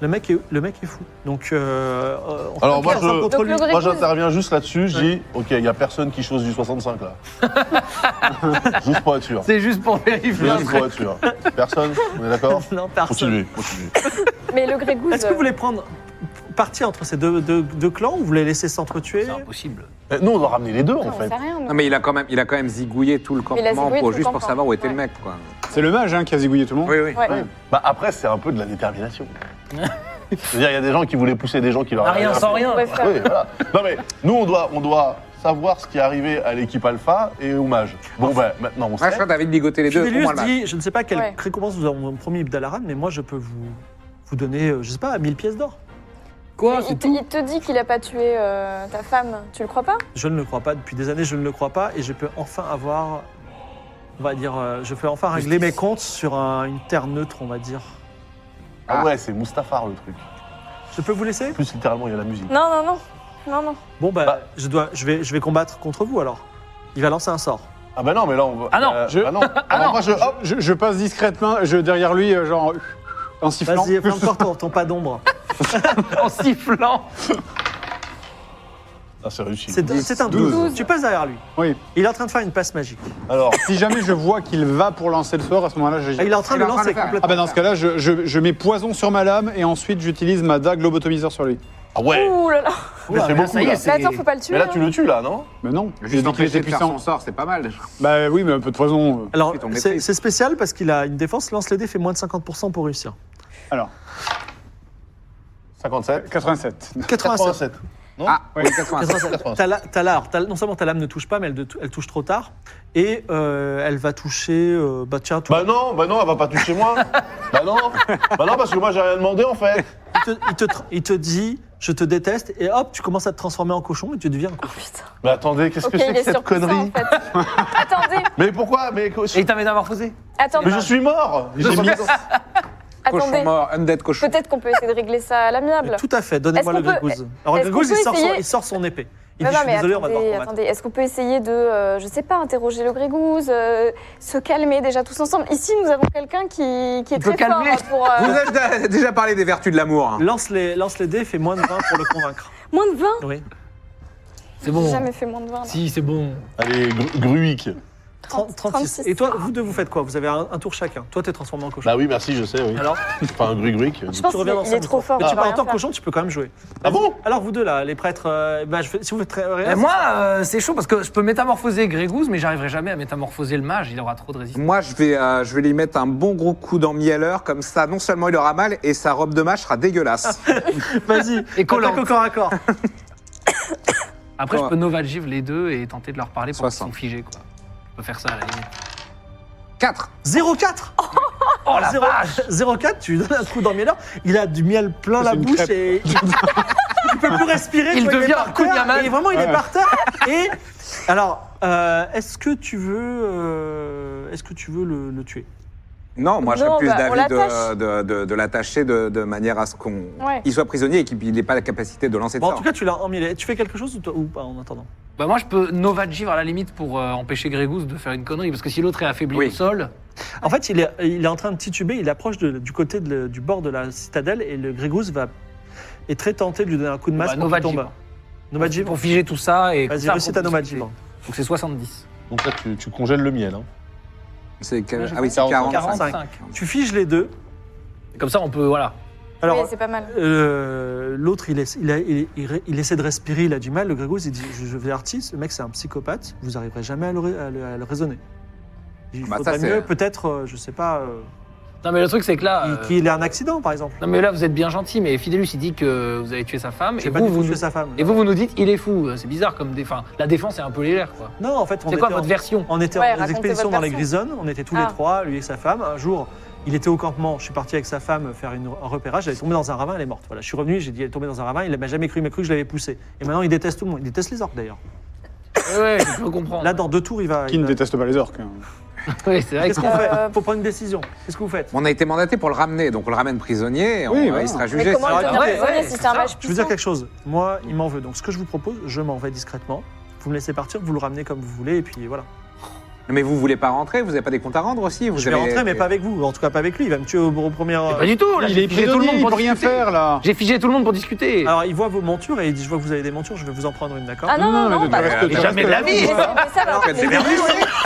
Speaker 1: le mec est, le mec est fou. Donc, euh, euh, on
Speaker 5: Alors,
Speaker 1: s'attaque
Speaker 5: moi, je-
Speaker 1: ensemble contre
Speaker 4: Donc,
Speaker 1: lui.
Speaker 4: le
Speaker 5: Moi,
Speaker 4: Grégouze,
Speaker 5: j'interviens juste là-dessus. Je dis, OK, il n'y a personne qui chose du 65 là. juste pour être sûr.
Speaker 3: C'est juste pour vérifier.
Speaker 5: Juste pour être sûr. Personne On est d'accord
Speaker 1: Non, personne.
Speaker 5: Continuez, continuez.
Speaker 4: Mais le Grégouze.
Speaker 1: Est-ce que vous voulez prendre parti entre ces deux, deux- deux clans ou vous les laissez s'entretuer
Speaker 3: C'est impossible.
Speaker 5: Eh, Nous, on doit ramener les deux
Speaker 4: Non,
Speaker 5: en
Speaker 4: on
Speaker 5: fait.
Speaker 4: sait rien. nous.
Speaker 2: Non mais il a quand même, il a quand même zigouillé tout le
Speaker 4: a
Speaker 2: campement
Speaker 4: zigouillé
Speaker 2: pour,
Speaker 4: tout le
Speaker 2: juste pour
Speaker 4: campement,
Speaker 2: savoir où était
Speaker 4: ouais.
Speaker 2: le mec quoi.
Speaker 6: C'est le mage hein, qui a zigouillé tout le monde.
Speaker 2: oui.
Speaker 4: Ouais.
Speaker 5: Bah, après, c'est un peu de la détermination. C'est-à-dire, il y a des gens qui voulaient pousser des gens qui leur
Speaker 3: Ah, rien
Speaker 5: arrivaient
Speaker 3: sans
Speaker 5: après.
Speaker 3: rien.
Speaker 4: Ouais, frère.
Speaker 5: Oui, voilà. Non, mais nous, on doit, on doit savoir ce qui est arrivé à l'équipe Alpha et au mage. Bon, ben, maintenant, on sait.
Speaker 2: Ah, je crois que David ligoté les deux. au
Speaker 1: Fidelius
Speaker 2: moins le match.
Speaker 1: dit, je ne sais pas quelle
Speaker 4: Ouais.
Speaker 1: récompense vous avons promis Ibdalaran, mais moi, je peux vous, vous donner, euh, je ne sais pas, 1000 pièces d'or.
Speaker 3: Quoi
Speaker 4: Il
Speaker 3: C'est
Speaker 4: te,
Speaker 3: tout
Speaker 4: il te dit qu'il a pas tué euh, ta femme. Tu le crois pas
Speaker 1: Je ne le crois pas, depuis des années je ne le crois pas et je peux enfin avoir, on va dire, euh, je peux enfin régler mes comptes sur un- une terre neutre, on va dire.
Speaker 5: Ah ouais, c'est Mustafar le truc.
Speaker 1: Je peux vous laisser
Speaker 5: En plus, littéralement, il y a la musique.
Speaker 4: Non, non, non. Non, non.
Speaker 1: Bon bah,
Speaker 5: Bah.
Speaker 1: Je, dois, je, vais, je vais combattre contre vous alors. Il va lancer un sort.
Speaker 5: Ah bah non, mais là on va.
Speaker 3: Ah non,
Speaker 6: je-
Speaker 2: bah
Speaker 5: Ah non. Alors
Speaker 6: Euh, non.
Speaker 5: moi je. Hop.
Speaker 6: Je, je passe discrètement je, derrière lui, euh, genre en sifflant.
Speaker 1: Vas-y, prends encore ton, ton pas d'ombre.
Speaker 3: en sifflant.
Speaker 5: Ah c'est réussi.
Speaker 1: C'est c'est un 12.
Speaker 6: Douze.
Speaker 1: Tu passes derrière lui.
Speaker 6: Oui.
Speaker 1: Il est en train de faire une passe magique.
Speaker 5: Alors
Speaker 6: Si jamais je vois qu'il va pour lancer le sort, à ce moment-là,
Speaker 1: Ah,
Speaker 6: j'agis.
Speaker 1: il est en train
Speaker 2: Il
Speaker 1: de
Speaker 2: est en train
Speaker 1: lancer
Speaker 2: de le faire.
Speaker 6: Ah
Speaker 1: complètement.
Speaker 6: bah dans ce cas-là, je, je- je mets poison sur ma lame et ensuite j'utilise ma dague lobotomiseur sur lui.
Speaker 5: ah ouais.
Speaker 4: Ouh là là.
Speaker 5: Ça fait
Speaker 3: mais là,
Speaker 5: beaucoup
Speaker 3: ça y est,
Speaker 5: là.
Speaker 3: c'est-
Speaker 4: Mais attends, faut pas le tuer.
Speaker 5: Mais là
Speaker 4: hein.
Speaker 5: tu le tues là non
Speaker 6: Mais non,
Speaker 2: Juste
Speaker 6: j'ai dit qu'il
Speaker 2: empêcher
Speaker 6: était
Speaker 2: de faire
Speaker 6: puissant.
Speaker 2: son sort, c'est pas mal.
Speaker 6: Bah oui, mais un peu de poison. euh.
Speaker 1: Alors,
Speaker 2: Ensuite, on
Speaker 1: c'est
Speaker 2: maîtrise.
Speaker 1: c'est spécial parce qu'il a une défense, lance les dés, fait moins de 50% pour réussir.
Speaker 5: 57.
Speaker 6: 87.
Speaker 1: 87.
Speaker 5: Non
Speaker 2: Ah, oui,
Speaker 5: Ouais.
Speaker 2: 85.
Speaker 1: T'as la- t'as la- t'as- non seulement ta lame ne touche pas, mais elle, de- elle touche trop tard. Et euh, elle va toucher. euh, bah tiens, toi,
Speaker 5: Bah non, bah non, elle va pas toucher moi. bah non. Bah non parce que moi j'ai rien demandé en fait.
Speaker 1: il, te, il te tra- il te dit je te déteste, et hop, tu commences à te transformer en cochon et tu deviens un cochon.
Speaker 4: Putain.
Speaker 5: Mais attendez, qu'est-ce
Speaker 4: Ok,
Speaker 5: que c'est
Speaker 4: il
Speaker 5: que
Speaker 4: est
Speaker 5: cette
Speaker 4: sur
Speaker 5: connerie
Speaker 4: en fait. attendez,
Speaker 5: Mais pourquoi Mais co-
Speaker 3: Et il t'a métamorphosé.
Speaker 5: mais
Speaker 4: attendez,
Speaker 5: je suis mort. J'ai mis-
Speaker 2: Cochon
Speaker 4: attendez.
Speaker 2: mort, undead cochon.
Speaker 4: Peut-être qu'on peut essayer de régler ça à l'amiable.
Speaker 1: Tout à fait, donnez-moi le
Speaker 4: Est-ce qu'on peut-
Speaker 1: Grégouze. Alors le
Speaker 4: est-ce qu'on
Speaker 1: Grégouze, il,
Speaker 4: peut
Speaker 1: sort son-
Speaker 4: essayer-
Speaker 1: il sort son épée. Il
Speaker 4: Non,
Speaker 1: dit
Speaker 4: non,
Speaker 1: je suis
Speaker 4: mais
Speaker 1: désolé, on va devoir
Speaker 4: attendez,
Speaker 1: combattre.
Speaker 4: attendez. est-ce qu'on peut essayer de, euh, je sais pas, interroger le Grégouze, euh, se calmer déjà tous ensemble Ici, nous avons quelqu'un qui, qui est
Speaker 3: On peut
Speaker 4: très fort
Speaker 3: calmer.
Speaker 4: hein, pour... euh,
Speaker 2: Vous avez déjà parlé des vertus de l'amour. hein.
Speaker 1: Lance les, lance les dés, fais moins de 20 pour le convaincre.
Speaker 4: Moins de 20
Speaker 1: Oui.
Speaker 3: C'est
Speaker 4: J'ai
Speaker 3: bon.
Speaker 4: jamais fait moins de 20. là.
Speaker 3: Si, c'est bon.
Speaker 5: Allez, gru- Gruic.
Speaker 1: 30, 36.
Speaker 4: 36.
Speaker 1: Et toi, vous deux, vous faites quoi Vous avez un, un tour chacun. Toi, t'es transformé en cochon.
Speaker 5: Bah oui, merci, je sais, oui.
Speaker 3: Alors
Speaker 5: Enfin, un grugruc. euh,
Speaker 4: Je pense
Speaker 1: tu reviens
Speaker 4: qu'il
Speaker 1: ensemble.
Speaker 4: est trop fort.
Speaker 1: Mais
Speaker 4: il
Speaker 1: Bah, tu
Speaker 4: va
Speaker 1: parles en
Speaker 4: rien
Speaker 1: tant que
Speaker 4: faire.
Speaker 1: cochon, tu peux quand même jouer.
Speaker 5: Ah bon
Speaker 1: Alors, vous deux, là, les prêtres, euh, bah, je fais- si vous faites très- rien,
Speaker 3: Euh, Moi, euh, c'est chaud parce que je peux métamorphoser Grégouze, mais j'arriverai jamais à métamorphoser le mage, il aura trop de résistance.
Speaker 2: Moi, je vais, euh, je vais lui mettre un bon gros coup d'emmielleur, comme ça, non seulement il aura mal, et sa robe de mâche sera dégueulasse.
Speaker 1: vas-y,
Speaker 3: Et collante.
Speaker 1: attaque au corps à corps.
Speaker 3: Après, je
Speaker 2: Ouais.
Speaker 3: peux Novalgive les deux et tenter de leur parler pour qu'ils
Speaker 2: 60.
Speaker 3: sont figés, quoi. Je peux faire ça à la limite.
Speaker 2: 4
Speaker 1: 0,4
Speaker 3: Oh la
Speaker 1: Zéro-
Speaker 3: vache
Speaker 1: 0,4, tu lui donnes un trou dans le miel. Il a du miel plein la
Speaker 6: une
Speaker 1: bouche
Speaker 6: crêpe.
Speaker 1: et il peut plus respirer. tu
Speaker 3: Il
Speaker 1: vois, est
Speaker 3: devient
Speaker 1: par
Speaker 3: un coup de
Speaker 1: terre,
Speaker 3: Yaman.
Speaker 1: Et vraiment, il est
Speaker 6: Ouais.
Speaker 1: par terre. Et alors, euh, est-ce que tu veux, euh, est-ce que tu veux le, le tuer
Speaker 2: Non, moi, j'aurais
Speaker 4: Non,
Speaker 2: plus
Speaker 4: bah, on
Speaker 2: d'avis de,
Speaker 4: l'attache.
Speaker 2: de, de- de l'attacher de, de manière à ce qu'on
Speaker 4: Ouais.
Speaker 2: il soit prisonnier et qu'il n'ait pas la capacité de lancer de
Speaker 1: Bon, en
Speaker 2: sorts.
Speaker 1: tout cas, tu l'as emmêlé. Tu fais quelque chose ou, toi- ou pas en attendant
Speaker 3: Bah moi je peux Novalgive à la limite pour euh, empêcher Grégouze de faire une connerie, parce que si l'autre est affaibli
Speaker 2: Oui.
Speaker 3: au sol,
Speaker 1: En fait, il est, il est en train de tituber. Il approche de- du côté de- du bord de la citadelle et le Grégousse va est très tenté de lui donner un coup de masse
Speaker 3: bah,
Speaker 1: pour qu'il
Speaker 3: Novalgive.
Speaker 1: tombe. Nomad Jib
Speaker 3: Pour figer tout ça et...
Speaker 1: Vas-y,
Speaker 3: ça,
Speaker 1: réussis ta
Speaker 3: pour-
Speaker 1: Nomad Jib.
Speaker 3: Donc c'est 70.
Speaker 5: Donc là, tu, tu congèles le miel. Hein.
Speaker 2: C'est que-
Speaker 3: Moi, j'ai
Speaker 2: Ah Ah oui, c'est
Speaker 5: 45.
Speaker 2: 45.
Speaker 3: 45.
Speaker 1: Tu figes les deux.
Speaker 3: Comme ça on peut, voilà.
Speaker 1: Alors,
Speaker 4: Oui, c'est pas mal.
Speaker 1: Euh, L'autre, il, essa- il, a- il- il ré- il essaie de respirer, il a du mal. Le Grégouze, il dit Je, je vais artiste, ce mec, c'est un psychopathe, vous n'arriverez jamais à le, ré- à le- à le raisonner. Il
Speaker 2: Bah,
Speaker 1: faudrait
Speaker 2: ça, c'est-
Speaker 1: mieux, peut-être, euh, je sais pas, euh,
Speaker 3: Non mais le truc c'est que là...
Speaker 1: qu'il-
Speaker 3: euh,
Speaker 1: qu'il ait un accident, par exemple.
Speaker 3: Non mais là vous êtes bien gentil, mais Fidelus il dit que vous avez tué sa femme,
Speaker 1: J'ai
Speaker 3: et
Speaker 1: pas vous,
Speaker 3: vous,
Speaker 1: du
Speaker 3: vous,
Speaker 1: tout tué sa femme.
Speaker 3: et vous, vous nous dites il est fou, Euh, c'est bizarre comme défense. la défense est un peu légère quoi.
Speaker 1: Non, en fait, on
Speaker 3: C'est
Speaker 1: était,
Speaker 3: quoi votre
Speaker 1: en,
Speaker 3: version
Speaker 1: on était
Speaker 4: Ouais,
Speaker 1: en
Speaker 4: racontez
Speaker 1: expédition
Speaker 4: votre
Speaker 1: dans les
Speaker 4: version.
Speaker 1: Grisonnes, on était tous les
Speaker 4: Ah.
Speaker 1: trois, lui et sa femme. Un jour, il était au campement, je suis parti avec sa femme faire une- un repérage, elle est tombée dans un ravin, elle est morte. Voilà, je suis revenu, j'ai dit Elle est tombée dans un ravin, il m'a jamais cru, il m'a cru que je l'avais poussée. Et maintenant, il déteste tout le monde, il déteste les orques d'ailleurs.
Speaker 3: Ouais, ouais, je peux comprendre.
Speaker 1: Là, dans deux tours, il va.
Speaker 6: Qui
Speaker 1: il
Speaker 6: ne
Speaker 1: va-
Speaker 6: déteste pas les orques hein.
Speaker 3: Ouais, c'est vrai que
Speaker 1: Qu'est-ce qu'on fait
Speaker 4: Euh,
Speaker 1: Faut prendre une décision. Qu'est-ce que vous faites
Speaker 2: On a été mandaté pour le ramener, donc on le ramène prisonnier, et on-
Speaker 6: Oui, voilà.
Speaker 2: il sera
Speaker 4: Mais
Speaker 2: jugé.
Speaker 4: comment
Speaker 1: ça-
Speaker 4: le tenir
Speaker 3: Ouais, ouais,
Speaker 4: prisonnier si
Speaker 3: c'est
Speaker 4: c'est un
Speaker 3: ça.
Speaker 4: mage
Speaker 1: Je veux dire
Speaker 4: puissant
Speaker 1: quelque chose. Moi, il m'en veut. Donc, ce que je vous propose, je m'en vais discrètement. Vous me laissez partir, vous le ramenez comme vous voulez, et puis voilà.
Speaker 2: Mais vous voulez pas rentrer Vous n'avez pas des comptes à rendre aussi vous
Speaker 1: je vais
Speaker 2: avez-
Speaker 1: rentrer, mais pas avec vous. En tout cas, pas avec lui. Il va me tuer au, au premier. euh,
Speaker 3: Pas du
Speaker 2: Oh
Speaker 3: tout, là,
Speaker 6: Il
Speaker 3: j'ai
Speaker 6: est
Speaker 3: figé tout le
Speaker 6: prisonnier,
Speaker 3: monde
Speaker 6: il
Speaker 3: pour
Speaker 6: peut rien
Speaker 3: discuter.
Speaker 6: faire là.
Speaker 3: J'ai figé tout le monde pour discuter.
Speaker 1: Alors, il voit vos montures et il dit Je vois que vous avez des montures, je vais vous en prendre une, d'accord
Speaker 4: Ah non, non, non,
Speaker 6: mais
Speaker 4: bah
Speaker 6: tu
Speaker 4: non.
Speaker 6: restes- tu
Speaker 3: Jamais
Speaker 6: restes
Speaker 3: de la
Speaker 6: là,
Speaker 3: vie.
Speaker 6: voilà.
Speaker 4: Mais ça va.
Speaker 2: Alors que t'es bien-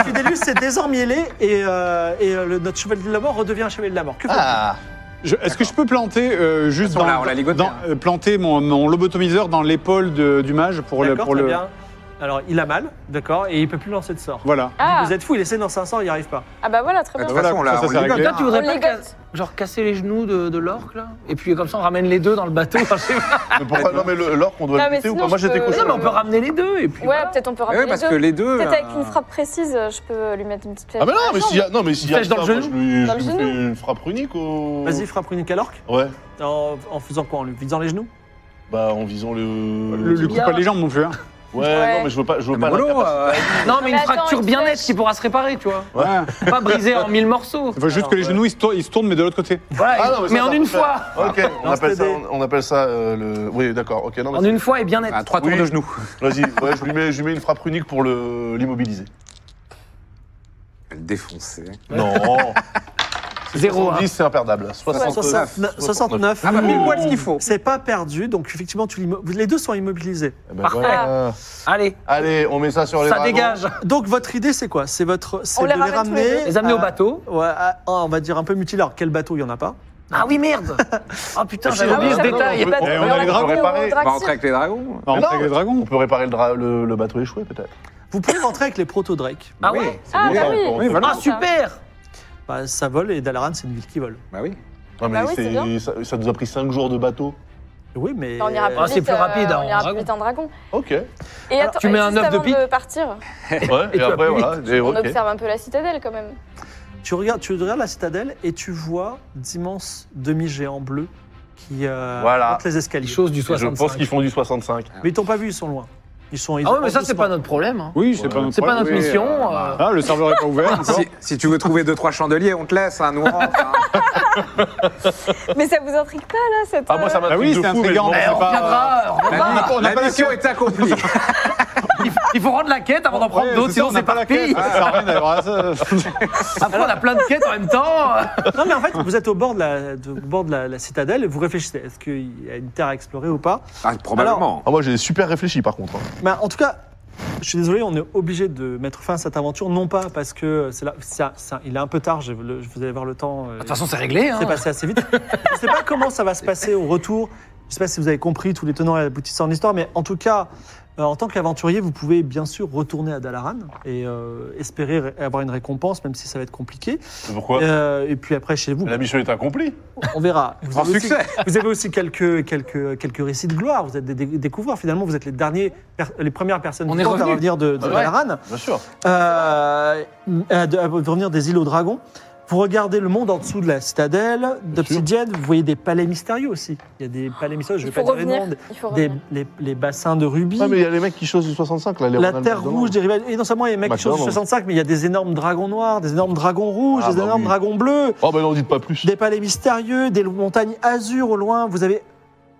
Speaker 1: Fidelius s'est désormiellé et, euh, et euh, le- notre chevalier de la mort redevient un chevalier de la mort. Que faites-vous
Speaker 2: Ah
Speaker 6: Je- Est-ce que je peux planter euh, juste
Speaker 2: Attends,
Speaker 6: dans,
Speaker 2: là, on l'a ligoté,
Speaker 6: dans-
Speaker 2: hein.
Speaker 6: euh, planter mon, mon lobotomiseur dans l'épaule de- du mage pour le
Speaker 1: D'accord,
Speaker 6: pour
Speaker 1: très
Speaker 6: le
Speaker 1: bien. Alors, il a mal, d'accord, et il peut plus lancer de sort.
Speaker 6: voilà.
Speaker 4: Ah,
Speaker 1: Vous êtes fou, il essaie de lancer un sort, il n'y arrive pas.
Speaker 4: ah bah voilà, très bien.
Speaker 2: Bah, De toute
Speaker 6: Voilà,
Speaker 2: façon,
Speaker 6: comme
Speaker 2: là,
Speaker 6: ça,
Speaker 2: on
Speaker 6: ça,
Speaker 2: lui
Speaker 6: c'est
Speaker 2: donne.
Speaker 6: réglé.
Speaker 3: Toi, tu voudrais
Speaker 4: On
Speaker 3: pas
Speaker 4: les
Speaker 3: ca-
Speaker 4: gosse.
Speaker 3: genre casser les genoux de, de l'orque là Et puis comme ça on ramène les deux dans le bateau. Enfin, je sais pas.
Speaker 5: Mais pourquoi Non, mais le- l'orque, on doit
Speaker 4: Non,
Speaker 5: le
Speaker 4: mais
Speaker 5: buter ou
Speaker 4: sinon,
Speaker 5: pas Moi,
Speaker 4: je
Speaker 5: j'étais
Speaker 4: peux-
Speaker 5: cochon.
Speaker 3: Non mais on peut ramener les deux et puis.
Speaker 4: Ouais, peut-être on peut
Speaker 2: Oui,
Speaker 4: rappeler
Speaker 2: parce
Speaker 4: les
Speaker 2: que
Speaker 4: deux.
Speaker 2: les deux. euh,
Speaker 4: Peut-être
Speaker 2: là,
Speaker 4: avec une frappe précise, je peux lui mettre une petite flèche.
Speaker 5: Ah, mais non, mais s'il y a, non, mais s'il y a
Speaker 3: Flèche dans
Speaker 5: ça, moi,
Speaker 3: le
Speaker 5: je lui,
Speaker 4: Dans le
Speaker 5: je lui
Speaker 4: genou.
Speaker 5: fais une frappe unique au.
Speaker 1: Vas-y, frappe une calorque.
Speaker 5: Ouais,
Speaker 1: En, en faisant quoi En lui visant les genoux
Speaker 5: bah en visant le.
Speaker 6: Le, lui coupe pas les jambes non plus. hein.
Speaker 5: Ouais,
Speaker 4: Ouais.
Speaker 5: non, mais je veux pas. Je veux
Speaker 2: c'est
Speaker 5: pas la
Speaker 2: mollo,
Speaker 5: capacité.
Speaker 2: euh,
Speaker 3: Non mais
Speaker 4: mais
Speaker 3: une
Speaker 4: attends,
Speaker 3: fracture
Speaker 4: une
Speaker 3: bien nette
Speaker 4: flèche.
Speaker 3: qui pourra se réparer, tu vois.
Speaker 6: Ouais.
Speaker 3: Pas briser en mille morceaux.
Speaker 6: Il faut juste
Speaker 1: Alors,
Speaker 6: que les genoux ils se, tour- ils se tournent Ah mais de l'autre côté.
Speaker 3: Voilà,
Speaker 5: Ah, non,
Speaker 3: mais,
Speaker 5: ça,
Speaker 3: en
Speaker 5: ça,
Speaker 3: une
Speaker 5: ça-
Speaker 3: fois.
Speaker 5: Ok, on appelle, ça,
Speaker 1: des
Speaker 5: on, on appelle ça euh, le. Oui, d'accord, ok, non, mais
Speaker 3: En
Speaker 5: c'est-
Speaker 3: une fois et bien nette.
Speaker 2: à Ah, trois tours
Speaker 5: Oui.
Speaker 2: de genoux.
Speaker 5: Vas-y, ouais, je, lui mets, je lui mets une frappe unique pour le- l'immobiliser.
Speaker 2: Le défoncer.
Speaker 5: Non
Speaker 3: Zéro, hein.
Speaker 5: 10, c'est imperdable. 69.
Speaker 1: 69. 69.
Speaker 2: Ah bah, pile poil ce qu'il faut.
Speaker 1: C'est pas perdu, donc effectivement, tu l'immo- les deux sont immobilisés.
Speaker 5: Eh ben,
Speaker 3: Parfait.
Speaker 5: voilà.
Speaker 3: Allez,
Speaker 5: Allez, on met ça sur les
Speaker 3: ça
Speaker 5: dragons.
Speaker 3: dégage.
Speaker 1: Donc votre idée, c'est quoi C'est votre, c'est
Speaker 4: On
Speaker 1: de
Speaker 4: les
Speaker 1: les
Speaker 4: ramène tous
Speaker 1: ramener,
Speaker 4: les deux.
Speaker 3: Les amener
Speaker 1: à-
Speaker 3: au bateau.
Speaker 1: Ouais, à- oh, on va dire un peu mutilé. Alors quel bateau Il y en a pas.
Speaker 3: Ah oui, merde Oh putain,
Speaker 5: Si,
Speaker 3: j'avais
Speaker 5: on
Speaker 3: oublié
Speaker 5: peut-
Speaker 4: Ah
Speaker 3: ce
Speaker 5: on peut-
Speaker 3: détail.
Speaker 5: on peut-
Speaker 6: Eh, on
Speaker 5: on peut
Speaker 6: a les dragons.
Speaker 5: réparer-
Speaker 2: On va rentrer avec les dragons.
Speaker 6: Non,
Speaker 5: Mais
Speaker 6: on fait
Speaker 5: non.
Speaker 6: les dragons.
Speaker 5: On peut réparer le, dra- le- le bateau échoué, peut-être.
Speaker 1: Vous pouvez rentrer avec les proto-drakes.
Speaker 3: Ah ouais
Speaker 2: c'est
Speaker 4: Ah
Speaker 2: bon,
Speaker 4: bah
Speaker 2: ça,
Speaker 4: oui.
Speaker 2: on-
Speaker 6: Oui, voilà.
Speaker 3: Ah super
Speaker 1: Bah, ça vole et Dalaran, c'est une ville qui vole.
Speaker 2: Bah oui.
Speaker 5: Non, mais
Speaker 4: Bah oui, c'est
Speaker 5: c'est-
Speaker 4: bien.
Speaker 5: ça, ça nous a pris 5 jours de bateau.
Speaker 1: Oui, mais
Speaker 4: On ira plus
Speaker 3: Ah, c'est
Speaker 4: vite,
Speaker 3: plus
Speaker 4: euh,
Speaker 3: rapide, hein,
Speaker 4: on
Speaker 3: en
Speaker 4: ira
Speaker 3: dragon.
Speaker 4: plus vite en dragon.
Speaker 5: Ok. Ouais,
Speaker 4: Et attends,
Speaker 3: tu mets un
Speaker 4: juste
Speaker 3: œuf de
Speaker 4: avant
Speaker 3: pique
Speaker 4: de partir,
Speaker 5: et,
Speaker 3: tu vas
Speaker 5: après,
Speaker 3: plus
Speaker 5: voilà. et
Speaker 4: on
Speaker 5: ok.
Speaker 4: observe un peu la citadelle quand même.
Speaker 1: tu regardes, tu regardes la citadelle et tu vois d'immenses demi-géants bleus qui euh,
Speaker 5: Voilà.
Speaker 1: montent les escaliers.
Speaker 3: Les choses du
Speaker 5: Je pense
Speaker 3: 65.
Speaker 5: qu'ils font du 65.
Speaker 1: Mais ils t'ont pas vu, ils sont loin. Ils sont. ils
Speaker 3: Ah ouais,
Speaker 1: avancent
Speaker 3: mais ça, c'est
Speaker 1: doucement.
Speaker 3: pas notre problème. hein.
Speaker 6: Oui, c'est
Speaker 5: Ouais.
Speaker 6: pas notre
Speaker 3: C'est pas
Speaker 6: problème.
Speaker 3: notre
Speaker 2: oui,
Speaker 3: mission.
Speaker 2: euh,
Speaker 3: euh.
Speaker 6: Ah, le serveur est pas ouvert encore.
Speaker 2: Si, si tu veux trouver deux trois chandeliers, on te laisse, hein, nous on rentre, hein.
Speaker 4: Mais ça vous intrigue pas là cette.
Speaker 5: Ah, moi, ça
Speaker 4: euh,
Speaker 5: m'a
Speaker 6: Ah oui, c'est intriguant, mais
Speaker 3: Eh,
Speaker 6: c'est
Speaker 3: on
Speaker 6: pas-
Speaker 3: reviendra, on
Speaker 2: La,
Speaker 3: reviendra.
Speaker 6: on n'a
Speaker 2: la
Speaker 6: pas la
Speaker 2: mission
Speaker 6: queue.
Speaker 2: est accomplie.
Speaker 3: Il faut- Il faut rendre la quête avant d'en prendre
Speaker 6: Ouais,
Speaker 3: d'autres,
Speaker 6: c'est
Speaker 3: sinon
Speaker 6: ça, on
Speaker 3: c'est
Speaker 6: n'a pas
Speaker 3: pas
Speaker 6: la quête. Ah. Ça sert à rien d'avoir ça.
Speaker 3: Après, on a plein de quêtes en même temps.
Speaker 1: Non, mais en fait, vous êtes au bord de la, de- au bord de la, la citadelle et vous réfléchissez. Est-ce qu'il y a une terre à explorer ou pas
Speaker 2: Ah, probablement.
Speaker 5: Ah, moi, j'ai super réfléchi, par contre. hein.
Speaker 1: Mais en tout cas, Je suis désolé, on est obligé de mettre fin à cette aventure, non pas parce que c'est là, c'est un- c'est un- il est un peu tard, je, le- vous allez voir le temps. euh,
Speaker 3: De toute façon, c'est réglé. Hein.
Speaker 1: c'est passé assez vite. je ne sais pas comment ça va se passer au retour. Je ne sais pas si vous avez compris tous les tenants et aboutissants de l'histoire, mais en tout cas, euh, en tant qu'aventurier, vous pouvez bien sûr retourner à Dalaran et euh, espérer ré- avoir une récompense, même si ça va être compliqué.
Speaker 5: Pourquoi
Speaker 1: Euh, et puis après, chez vous,
Speaker 5: La mission est accomplie.
Speaker 1: on verra. Vous
Speaker 2: En
Speaker 1: avez aussi-
Speaker 2: succès
Speaker 1: vous avez aussi quelques, quelques, quelques récits de gloire. Vous êtes des dé- découvreurs. Finalement, vous êtes les, derniers, per- les premières personnes
Speaker 3: On est
Speaker 1: vivantes à
Speaker 3: revenus.
Speaker 1: revenir de, de
Speaker 5: Ouais.
Speaker 1: Dalaran
Speaker 5: Bien sûr.
Speaker 1: euh, euh, de, à venir des îles aux dragons. Vous regardez le monde en dessous de la citadelle d'Obsidienne, vous voyez des palais mystérieux aussi. Il y a des palais mystérieux, je ne
Speaker 4: Il
Speaker 1: vais pas
Speaker 4: faut
Speaker 1: dire les
Speaker 4: revenir.
Speaker 1: noms,
Speaker 4: euh, Il faut
Speaker 1: des,
Speaker 4: revenir.
Speaker 1: les, les bassins de rubis,
Speaker 5: Ouais, mais il y a les mecs qui chassent du 65 là. les
Speaker 1: la
Speaker 5: Ronald
Speaker 1: terre
Speaker 5: McDonald.
Speaker 1: rouge des rivages. Et non seulement il y a des mecs qui sont du
Speaker 5: McDonald.
Speaker 1: 65, mais il y a des énormes dragons noirs, des énormes dragons rouges,
Speaker 5: Ah,
Speaker 1: des
Speaker 5: bah
Speaker 1: énormes
Speaker 5: oui.
Speaker 1: dragons bleus,
Speaker 5: Oh, bah non, dites pas plus.
Speaker 1: des palais mystérieux, des montagnes azur au loin. Vous avez.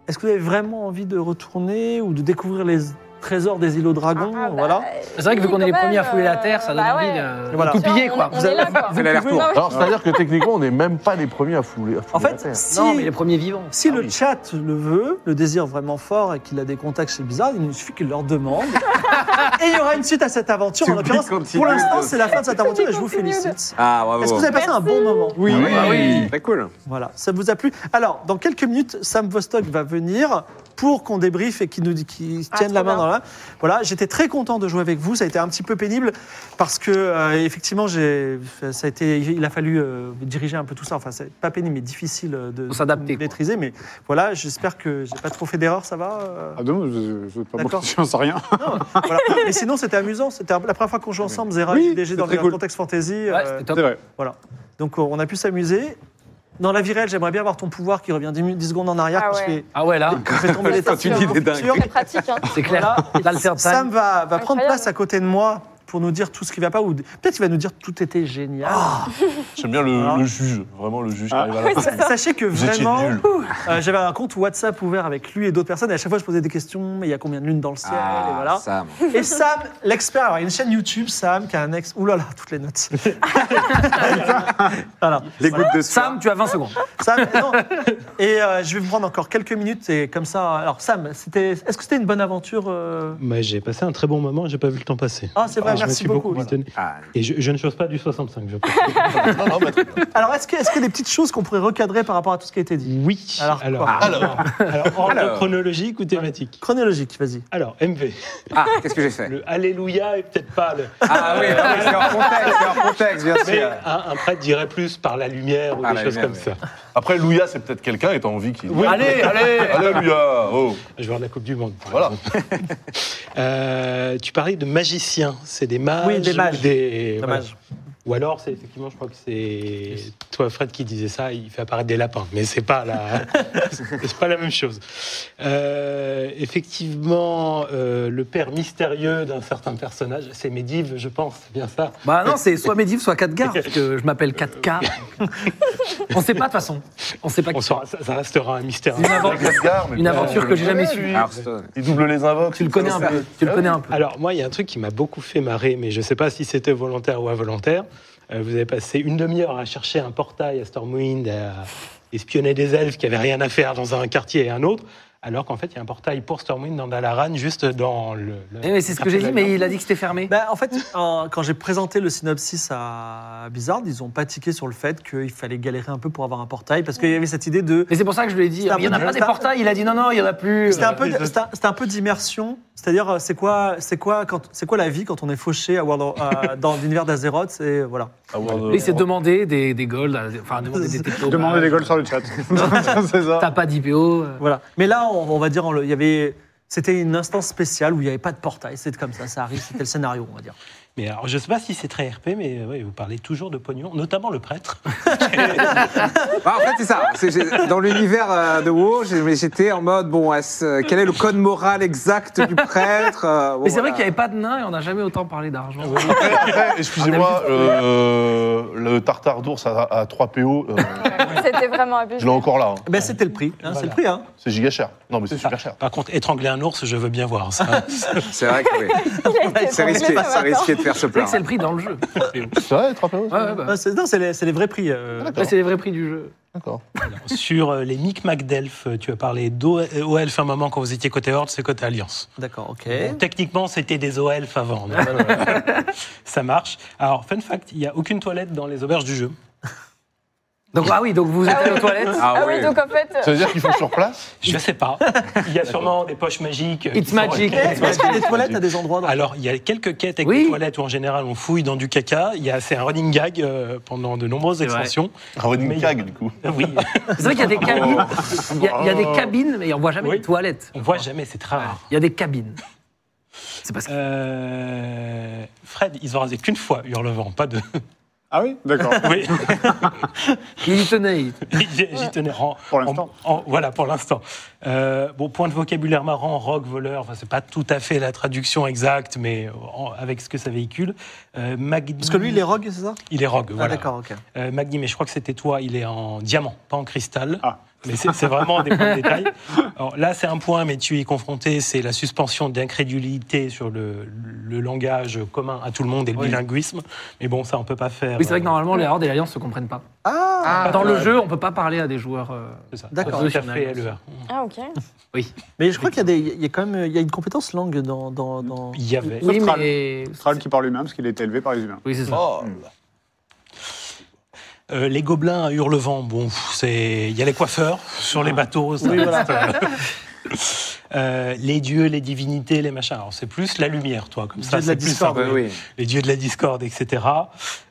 Speaker 1: Est-ce que vous avez vraiment envie de retourner ou de découvrir les trésors des îles aux dragons
Speaker 4: Ah, bah,
Speaker 1: Voilà.
Speaker 3: C'est vrai que vu
Speaker 4: oui,
Speaker 3: qu'on est les
Speaker 4: quand
Speaker 3: premiers à
Speaker 4: même,
Speaker 3: fouiller la
Speaker 4: euh,
Speaker 3: terre, ça donne
Speaker 4: bah
Speaker 3: envie
Speaker 4: ouais.
Speaker 3: de, de
Speaker 1: Voilà.
Speaker 3: tout piller,
Speaker 4: Tiens,
Speaker 3: quoi.
Speaker 4: On, on est là, quoi.
Speaker 2: C'est l'aller-retour.
Speaker 4: Ah ouais.
Speaker 5: Alors, c'est-à-dire que techniquement, on n'est même pas les premiers à fouler. à
Speaker 1: En
Speaker 5: fouler la
Speaker 1: fait,
Speaker 5: terre.
Speaker 1: si.
Speaker 3: Non, mais les premiers vivants.
Speaker 1: Si
Speaker 5: Ah
Speaker 1: le
Speaker 5: oui.
Speaker 1: chat le veut, le désire vraiment fort et qu'il a des contacts chez Bizarre, il nous suffit qu'il leur demande. et il y aura une suite à cette aventure.
Speaker 2: Tu
Speaker 1: En l'occurrence,
Speaker 2: continues
Speaker 1: pour l'instant,
Speaker 2: de-
Speaker 1: c'est la fin de cette aventure et je vous
Speaker 4: Continue de-
Speaker 1: félicite.
Speaker 2: Ah, bravo.
Speaker 1: Est-ce que vous avez passé un bon moment
Speaker 2: Oui,
Speaker 5: Ah bah oui.
Speaker 2: Très cool.
Speaker 1: Voilà, ça vous a plu Alors, dans quelques minutes, Sam Vostok va venir pour qu'on débriefe et qu'il nous qu'il
Speaker 4: Ah,
Speaker 1: tienne la
Speaker 4: trop
Speaker 1: main
Speaker 4: bien.
Speaker 1: dans la. Voilà, j'étais très content de jouer avec vous. Ça a été un petit peu pénible parce que euh, effectivement, j'ai, ça a été, il a fallu euh, diriger un peu tout ça. Enfin, c'est pas pénible, mais difficile euh, de
Speaker 3: Faut
Speaker 1: de
Speaker 3: s'adapter, quoi.
Speaker 1: maîtriser. Mais voilà, j'espère que j'ai pas trop fait d'erreurs. Ça va euh
Speaker 6: Ah, non, je- je- pas moi
Speaker 1: D'accord.
Speaker 6: qui j'en sais rien.
Speaker 1: Non, voilà. Mais sinon, c'était amusant. C'était la première fois qu'on joue ensemble, Zera,
Speaker 6: Ah Oui,
Speaker 1: DG dans
Speaker 6: c'est très
Speaker 1: le
Speaker 6: cool.
Speaker 1: contexte fantasy.
Speaker 3: Ouais,
Speaker 1: euh,
Speaker 3: c'était
Speaker 6: C'est
Speaker 3: top.
Speaker 6: vrai.
Speaker 1: donc, euh, on a pu s'amuser. Dans la vie réelle, j'aimerais bien avoir ton pouvoir qui revient 10, minutes- 10 secondes en arrière
Speaker 4: Ah
Speaker 1: quand je
Speaker 4: ouais.
Speaker 1: fais-
Speaker 3: Ah ouais, là,
Speaker 1: je fais tomber les
Speaker 2: Quand tu dis des dingues.
Speaker 1: tartines.
Speaker 4: C'est pratique, hein.
Speaker 3: c'est clair. Là, le third
Speaker 1: Sam
Speaker 3: time.
Speaker 1: va, va prendre
Speaker 4: Incroyable.
Speaker 1: place à côté de moi pour nous dire tout ce qui va pas ou peut-être qu'il va nous dire tout était génial.
Speaker 5: J'aime bien le,
Speaker 1: Ah.
Speaker 5: le juge, vraiment le juge qui
Speaker 6: Ah.
Speaker 5: arrive à la fin.
Speaker 1: Sachez que
Speaker 5: Vous étiez
Speaker 1: vraiment,
Speaker 5: nuls.
Speaker 1: euh, j'avais un compte WhatsApp ouvert avec lui et d'autres personnes et à chaque fois je posais des questions, mais il y a combien de lunes dans le ciel
Speaker 2: Ah,
Speaker 1: et voilà.
Speaker 2: Sam.
Speaker 1: Et Sam, l'expert, alors, il y a une chaîne YouTube, Sam, qui a un ex. Ouh là là, toutes les notes. voilà.
Speaker 2: Les gouttes de sueur.
Speaker 3: Sam, tu as 20 secondes.
Speaker 1: Sam, non. Et euh, je vais vous prendre encore quelques minutes et comme ça. Alors, Sam, c'était. Est-ce que c'était une bonne aventure euh
Speaker 7: Mais j'ai passé un très bon moment, j'ai pas vu le temps passer.
Speaker 1: Ah, c'est vrai,
Speaker 7: Et je me
Speaker 1: merci
Speaker 7: suis
Speaker 1: beaucoup.
Speaker 7: beaucoup, étonné.
Speaker 2: Ah,
Speaker 7: Et je, je ne chose pas du 65, je pense.
Speaker 5: Non, non, mais attends.
Speaker 1: Alors, est-ce que- est-ce qu'il y a des petites choses qu'on pourrait recadrer par rapport à tout ce qui a été dit
Speaker 7: Oui.
Speaker 1: Alors,
Speaker 7: alors,
Speaker 1: quoi
Speaker 7: alors, alors, en
Speaker 2: Alors.
Speaker 7: chronologique ou thématique
Speaker 1: Chronologique, vas-y.
Speaker 7: Alors, MV,
Speaker 2: Ah, qu'est-ce que j'ai fait
Speaker 7: le Alléluia est peut-être pas le.
Speaker 2: Ah oui, non, mais c'est hors contexte, c'est hors contexte, bien
Speaker 7: Mais
Speaker 2: sûr.
Speaker 7: un, un prêtre dirait plus par la lumière ou
Speaker 2: Par
Speaker 7: des
Speaker 2: la
Speaker 7: choses
Speaker 2: lumière,
Speaker 7: comme
Speaker 2: oui.
Speaker 7: ça.
Speaker 5: Après, Louia, c'est peut-être quelqu'un et t'as envie qu'il. Ah,
Speaker 7: Oui.
Speaker 3: Allez, allez
Speaker 5: Allez, Louia oh.
Speaker 7: Joueur de la Coupe du Monde. par
Speaker 5: Voilà.
Speaker 7: exemple. Euh, tu parlais de magiciens, c'est des mages.
Speaker 1: Oui, des
Speaker 7: ou
Speaker 1: mages.
Speaker 7: des- voilà.
Speaker 1: Dommage.
Speaker 7: Ou alors, c'est effectivement, je crois que c'est toi, Fred, qui disait ça. Il fait apparaître des lapins, mais c'est pas la, c'est pas la même chose. Euh, effectivement, euh, le père mystérieux d'un certain personnage, c'est Medivh, je pense, c'est bien ça.
Speaker 3: Bah non, c'est soit Medivh, soit 4K, parce que je m'appelle 4K. On sait pas, de toute façon. On sait pas
Speaker 7: On
Speaker 3: qui
Speaker 7: saura- ça, ça restera un mystère.
Speaker 3: Une aventure,
Speaker 5: Edgar, mais
Speaker 3: une aventure que j'ai jamais
Speaker 5: tu-
Speaker 3: suivie.
Speaker 2: Hearthstone.
Speaker 5: Il double les invoques.
Speaker 3: Tu le connais un peu. Tu le connais un peu.
Speaker 7: Alors moi, il y a un truc qui m'a beaucoup fait marrer, mais je ne sais pas si c'était volontaire ou involontaire. Euh, vous avez passé une demi-heure à chercher un portail à Stormwind, à espionner des elfes qui n'avaient rien à faire dans un quartier et un autre, alors qu'en fait, il y a un portail pour Stormwind dans Dalaran, juste dans le... le-
Speaker 3: Eh, mais c'est ce que j'ai dit, mais il a dit que c'était fermé.
Speaker 1: Bah, en fait, en- quand j'ai présenté le synopsis à Blizzard, ils ont patiqué sur le fait qu'il fallait galérer un peu pour avoir un portail parce qu'il y avait cette idée de.
Speaker 3: Mais c'est pour ça que je lui ai dit,
Speaker 1: C'est un
Speaker 3: il n'y en a
Speaker 1: peu-
Speaker 3: pas des portails. Il a dit, non, non, il n'y en a plus.
Speaker 1: C'était un peu,
Speaker 7: les autres.
Speaker 1: c'était un- c'était un peu d'immersion, c'est-à-dire euh, c'est quoi, c'est quoi, quand, c'est quoi la vie quand on est fauché à World of- à- dans l'univers d'Azeroth et voilà.
Speaker 5: Ah,
Speaker 3: Il s'est demandé des, des golds, enfin demander des technos.
Speaker 6: Demandez des goals sur le chat. c'est ça.
Speaker 3: T'as pas d'IPO. euh.
Speaker 1: Voilà. Mais là, on, on va dire, on le- il y avait, c'était une instance spéciale où il n'y avait pas de portail. C'était comme ça, ça arrive. C'était le scénario, on va dire.
Speaker 7: Mais alors, je ne sais pas si c'est très RP, mais euh, ouais, vous parlez toujours de pognon, notamment le prêtre.
Speaker 2: Bah, en fait, c'est ça. C'est- j'ai- dans l'univers euh, de WoW, j'ai- j'étais en mode bon, est-ce, euh, quel est le code moral exact du prêtre euh, bon,
Speaker 3: Mais c'est vrai
Speaker 2: voilà.
Speaker 3: qu'il n'y avait pas de nains et on n'a jamais autant parlé d'argent.
Speaker 5: Après, après, excusez-moi, euh, le tartare d'ours à, à 3 PO, euh,
Speaker 4: C'était vraiment
Speaker 5: je
Speaker 4: abusé.
Speaker 5: l'ai encore là. hein.
Speaker 1: Ben, c'était le prix. hein, C'est le
Speaker 7: Voilà.
Speaker 1: prix. Hein.
Speaker 5: C'est giga cher. Non, mais c'est
Speaker 7: Par,
Speaker 5: super cher.
Speaker 3: Ah.
Speaker 7: par contre, étrangler un ours, je veux bien voir ça.
Speaker 2: C'est vrai que oui. C'est risqué, c'est risqué de faire ce
Speaker 3: C'est vrai
Speaker 2: plan.
Speaker 3: que c'est le prix dans le jeu. Ouais,
Speaker 5: C'est vrai, 3 PO
Speaker 3: ouais, bah.
Speaker 1: Non, c'est, non, c'est les, c'est les vrais prix. euh,
Speaker 3: Ouais, c'est les vrais prix du jeu.
Speaker 5: D'accord.
Speaker 7: Sur euh, les Micmacs d'Elf, Euh, tu as parlé d'Oelf un moment quand vous étiez côté Horde, c'est côté Alliance.
Speaker 3: D'accord, ok.
Speaker 7: Bon, techniquement, c'était des Oelf avant.
Speaker 6: Ah,
Speaker 7: donc ça marche. Alors, fun fact, il n'y a aucune toilette dans les auberges du jeu.
Speaker 3: Donc, ah oui, donc vous êtes allé aux toilettes
Speaker 2: Ah,
Speaker 4: Ah
Speaker 2: ouais.
Speaker 4: oui, donc en fait.
Speaker 5: Ça veut dire qu'ils font sur place
Speaker 7: Je sais pas. Il y a sûrement des poches magiques. euh, qui
Speaker 3: It's
Speaker 7: sont-
Speaker 3: magic.
Speaker 1: Est-ce qu'il y a des toilettes à des endroits dans
Speaker 7: Alors, il y a quelques quêtes avec
Speaker 3: Oui.
Speaker 7: des toilettes où en général on fouille dans du caca. Il y a- C'est un running gag euh, pendant de nombreuses
Speaker 3: vrai.
Speaker 7: extensions.
Speaker 5: Un running
Speaker 7: Mais-
Speaker 5: gag, du coup.
Speaker 7: Oui,
Speaker 3: C'est vrai qu'il y a des cabines. Il y a, il y a des cabines, mais on voit jamais
Speaker 7: Oui.
Speaker 3: les toilettes.
Speaker 7: on voit jamais, c'est très rare.
Speaker 3: Il y a des cabines. C'est parce que.
Speaker 7: Euh, Fred, ils ont rasé qu'une fois Hurlevent, pas deux.
Speaker 6: Ah oui D'accord.
Speaker 7: Oui,
Speaker 3: Il y tenait.
Speaker 7: j'y j'y tenais. En,
Speaker 6: Pour l'instant.
Speaker 7: en- en- Voilà, pour l'instant. Euh, bon, point de vocabulaire marrant, rogue, voleur, enfin, c'est pas tout à fait la traduction exacte, mais euh, en- avec ce que ça véhicule. Euh, Magni-
Speaker 1: Parce que lui, il est rogue, c'est ça
Speaker 7: Il est rogue,
Speaker 1: Ah,
Speaker 7: voilà.
Speaker 1: d'accord, ok.
Speaker 7: Euh, Magni, mais je crois que c'était toi, il est en diamant, pas en cristal.
Speaker 6: Ah.
Speaker 7: Mais c'est c'est vraiment des points de détail. Alors, là, c'est un point, mais tu y es confronté, c'est la suspension d'incrédulité sur le, le langage commun à tout le monde et le
Speaker 3: Oui.
Speaker 7: bilinguisme. Mais bon, ça, on peut pas faire.
Speaker 3: Oui, c'est vrai que
Speaker 7: euh,
Speaker 3: normalement, les Hordes et l'Alliance se comprennent pas.
Speaker 2: Ah,
Speaker 3: Dans le
Speaker 7: ouais.
Speaker 3: jeu, on peut pas parler à des joueurs. euh,
Speaker 7: euh, c'est ça.
Speaker 1: D'accord.
Speaker 7: Tout à fait E LER.
Speaker 4: Ah, ok.
Speaker 1: Mais je crois qu'il y a des, il y a quand même, il y a une compétence langue dans, dans, dans...
Speaker 7: Il y avait.
Speaker 3: Oui,
Speaker 6: Thrall.
Speaker 3: mais.
Speaker 6: Thrall qui parle lui-même parce qu'il a été élevé par les humains.
Speaker 3: Oui, c'est ça.
Speaker 1: Oh.
Speaker 7: Euh, les gobelins à Hurlevent, bon, pff, c'est. Il y a les coiffeurs sur les bateaux. ça
Speaker 1: Oui,
Speaker 7: reste,
Speaker 1: voilà.
Speaker 7: euh, euh, les dieux, les divinités, les machins. Alors, c'est plus la lumière, toi, comme ça.
Speaker 1: Dieu de la
Speaker 7: c'est plus
Speaker 1: discorde,
Speaker 7: simple.
Speaker 2: bah oui.
Speaker 7: les dieux de la discorde, etc.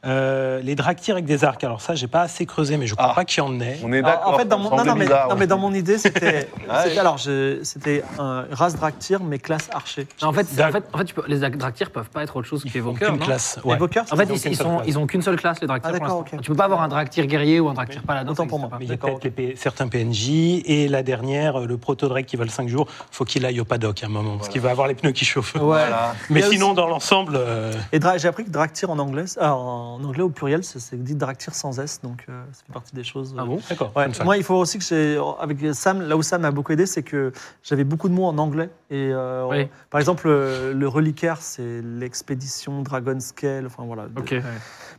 Speaker 7: Euh, les dractyres avec des arcs. Alors ça, j'ai pas assez creusé, mais je crois
Speaker 5: Ah.
Speaker 7: pas qu'il y en ait.
Speaker 5: On est
Speaker 1: Alors,
Speaker 5: d'accord.
Speaker 1: en fait, dans mon,
Speaker 5: ça me
Speaker 1: non, non,
Speaker 5: semble
Speaker 1: mais,
Speaker 5: bizarre,
Speaker 1: non,
Speaker 5: ouais.
Speaker 1: mais dans mon idée, c'était.
Speaker 5: Ah,
Speaker 1: c'était-
Speaker 5: oui.
Speaker 1: alors, je- c'était un race Draktyr, mais classe archer.
Speaker 3: En fait, c'est- en
Speaker 7: Dac-
Speaker 3: fait, en fait, tu peux- les Draktyr peuvent pas être autre chose que les
Speaker 7: Ils font
Speaker 3: Vokers,
Speaker 7: qu'une
Speaker 3: non
Speaker 7: classe.
Speaker 1: Les
Speaker 7: ouais.
Speaker 1: Vokers,
Speaker 3: En fait,
Speaker 7: Ils ont
Speaker 3: ils,
Speaker 7: qu'une
Speaker 3: ils
Speaker 7: seule
Speaker 3: sont,
Speaker 7: classe.
Speaker 3: ils ont qu'une seule classe, les Draktyr.
Speaker 1: Ah,
Speaker 3: pour
Speaker 1: d'accord,
Speaker 3: l'instant.
Speaker 1: ok.
Speaker 3: Tu peux pas avoir un Draktyr guerrier ou un Draktyr paladin.
Speaker 1: Autant
Speaker 3: ça
Speaker 1: pour
Speaker 3: existe
Speaker 1: moi.
Speaker 3: pas.
Speaker 7: Mais il y a
Speaker 1: D'accord,
Speaker 7: peut-être les P- certains PNJ et la dernière, euh, le proto-drake qui vole 5 jours, faut qu'il aille au paddock à un moment, parce qu'il va avoir les pneus qui chauffent.
Speaker 5: Voilà.
Speaker 7: Mais
Speaker 1: Il y a
Speaker 7: sinon,
Speaker 1: aussi-
Speaker 7: dans l'ensemble, euh,
Speaker 1: Et Dra- j'ai appris que Draktyr en anglais, ah, en anglais au pluriel, c'est- c'est dit Draktyr sans S, donc euh, ça fait partie des choses.
Speaker 3: Ah bon
Speaker 7: d'accord.
Speaker 1: Ouais,
Speaker 7: fun fact.
Speaker 1: moi, il faut aussi que j'ai. Avec Sam, là où Sam m'a beaucoup aidé, c'est que j'avais beaucoup de mots en anglais. Et euh,
Speaker 3: Oui.
Speaker 1: on- par exemple, euh, le reliquaire, c'est l'expédition Dragon Scale. Enfin voilà.
Speaker 3: Ok.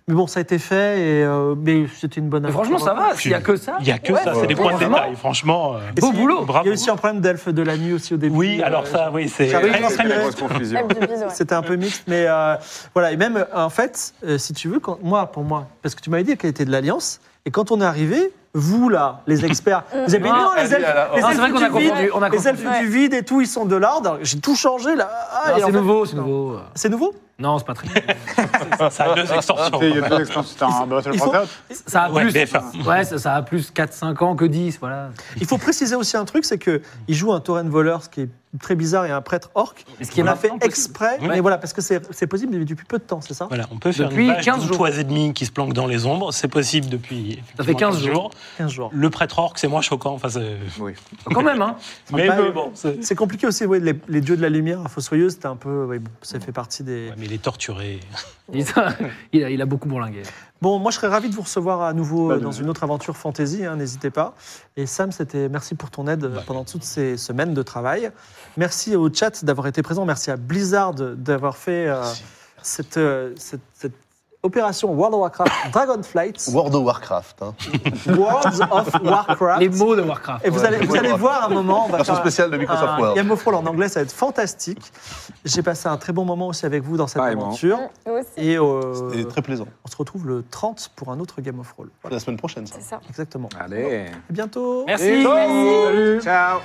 Speaker 1: Mais bon, ça a été fait, et, euh, mais c'était une bonne
Speaker 3: Mais franchement, ça va. S'il y a que ça.
Speaker 7: Il y a que
Speaker 3: ouais,
Speaker 7: ça, c'est des points de
Speaker 3: franchement,
Speaker 7: détail, franchement. euh,
Speaker 1: Et
Speaker 3: Beau
Speaker 1: si-
Speaker 3: boulot.
Speaker 7: bravo.
Speaker 1: Il y a aussi un problème d'elfe de la nuit aussi au début.
Speaker 7: Oui,
Speaker 1: Euh,
Speaker 7: alors ça, oui, c'est
Speaker 1: j'arrive
Speaker 7: très,
Speaker 1: dans
Speaker 7: très
Speaker 1: cette
Speaker 6: la
Speaker 7: mixte.
Speaker 6: grosse confusion.
Speaker 4: Abdubis, ouais.
Speaker 1: C'était un peu mixte, mais euh, voilà. Et même, euh, en fait, euh, si tu veux, quand, moi, pour moi, parce que tu m'avais dit qu'elle était de l'Alliance, et quand on est arrivé, vous, là, les experts, vous avez dit
Speaker 3: Non,
Speaker 1: non,
Speaker 5: elle
Speaker 1: les
Speaker 5: dit, elle a-
Speaker 1: elfes, les
Speaker 3: Non, ah, c'est vrai
Speaker 1: elfes
Speaker 3: qu'on
Speaker 1: du
Speaker 3: a
Speaker 1: vide,
Speaker 3: confondu, on a
Speaker 1: les
Speaker 3: confondu.
Speaker 1: elfes du vide et tout, ils sont de l'ordre. J'ai tout changé, là. Ah,
Speaker 3: Non,
Speaker 1: et en
Speaker 3: C'est
Speaker 1: fait-
Speaker 3: nouveau, c'est nouveau.
Speaker 1: C'est nouveau
Speaker 3: Non, c'est pas très.
Speaker 7: Ça a deux extensions.
Speaker 6: Il y a deux extensions. C'était un Battle
Speaker 1: il faut-
Speaker 6: for Terre.
Speaker 3: Ça a
Speaker 7: Ouais,
Speaker 3: plus.
Speaker 7: BFA.
Speaker 3: Ouais, ça, ça a plus 4-5 ans que 10, voilà.
Speaker 1: Il faut préciser aussi un truc, c'est que il joue un tauren voleur, ce qui est très bizarre, et un prêtre orc.
Speaker 3: Et ce qui est
Speaker 1: on l'a fait
Speaker 3: maintenant possible.
Speaker 1: exprès,
Speaker 7: Ouais.
Speaker 1: mais voilà, parce que c'est c'est possible depuis peu de temps, c'est ça
Speaker 7: Voilà, on peut faire
Speaker 3: Depuis
Speaker 7: une page
Speaker 3: 15
Speaker 7: d'une
Speaker 3: jours.
Speaker 7: toise et demie qui se planque dans les ombres. C'est possible depuis.
Speaker 3: Ça fait
Speaker 7: effectivement,
Speaker 3: 15 jours.
Speaker 1: 15 jours.
Speaker 7: Le prêtre orc, c'est moins choquant. Enfin, c'est-
Speaker 3: Quand même, hein.
Speaker 7: mais,
Speaker 1: pas-
Speaker 7: mais bon, c'est-
Speaker 1: C'est compliqué aussi, ouais, les, les dieux de la lumière, Fossoyeuse, c'était un peu. ouais, bon, ça fait partie des.
Speaker 7: Ouais, mais il est torturé.
Speaker 3: Il a, il a- il a beaucoup bourlingué.
Speaker 1: Bon, moi, je serais ravi de vous recevoir à nouveau
Speaker 6: Bah,
Speaker 1: euh,
Speaker 6: de
Speaker 1: dans
Speaker 6: même.
Speaker 1: une autre aventure fantasy, hein, n'hésitez pas. Et Sam, c'était merci pour ton aide
Speaker 5: Bah.
Speaker 1: euh, pendant toutes ces semaines de travail. Merci au chat d'avoir été présent. Merci à Blizzard d'avoir fait euh, cette, euh, cette- cette opération World of Warcraft Dragonflight,
Speaker 5: World of Warcraft. Hein.
Speaker 1: World of Warcraft.
Speaker 3: Les mots de Warcraft.
Speaker 1: Et vous
Speaker 5: Ouais,
Speaker 1: allez,
Speaker 5: les
Speaker 1: vous
Speaker 5: mots de
Speaker 1: allez
Speaker 5: Warcraft.
Speaker 1: voir un moment. on va
Speaker 5: Version
Speaker 1: faire-
Speaker 5: spéciale de Microsoft
Speaker 1: Un
Speaker 5: Word.
Speaker 1: Game of Thrones en anglais, ça va être fantastique. J'ai passé un très bon moment aussi avec vous dans cette
Speaker 2: Pareillement.
Speaker 1: aventure.
Speaker 4: Nous aussi,
Speaker 1: Et euh,
Speaker 5: C'était très plaisant.
Speaker 1: on se retrouve le 30 pour un autre Game of Roll. Voilà,
Speaker 5: La semaine prochaine, ça.
Speaker 4: c'est ça.
Speaker 1: exactement.
Speaker 2: Allez.
Speaker 1: À bientôt.
Speaker 3: Merci.
Speaker 2: Ciao.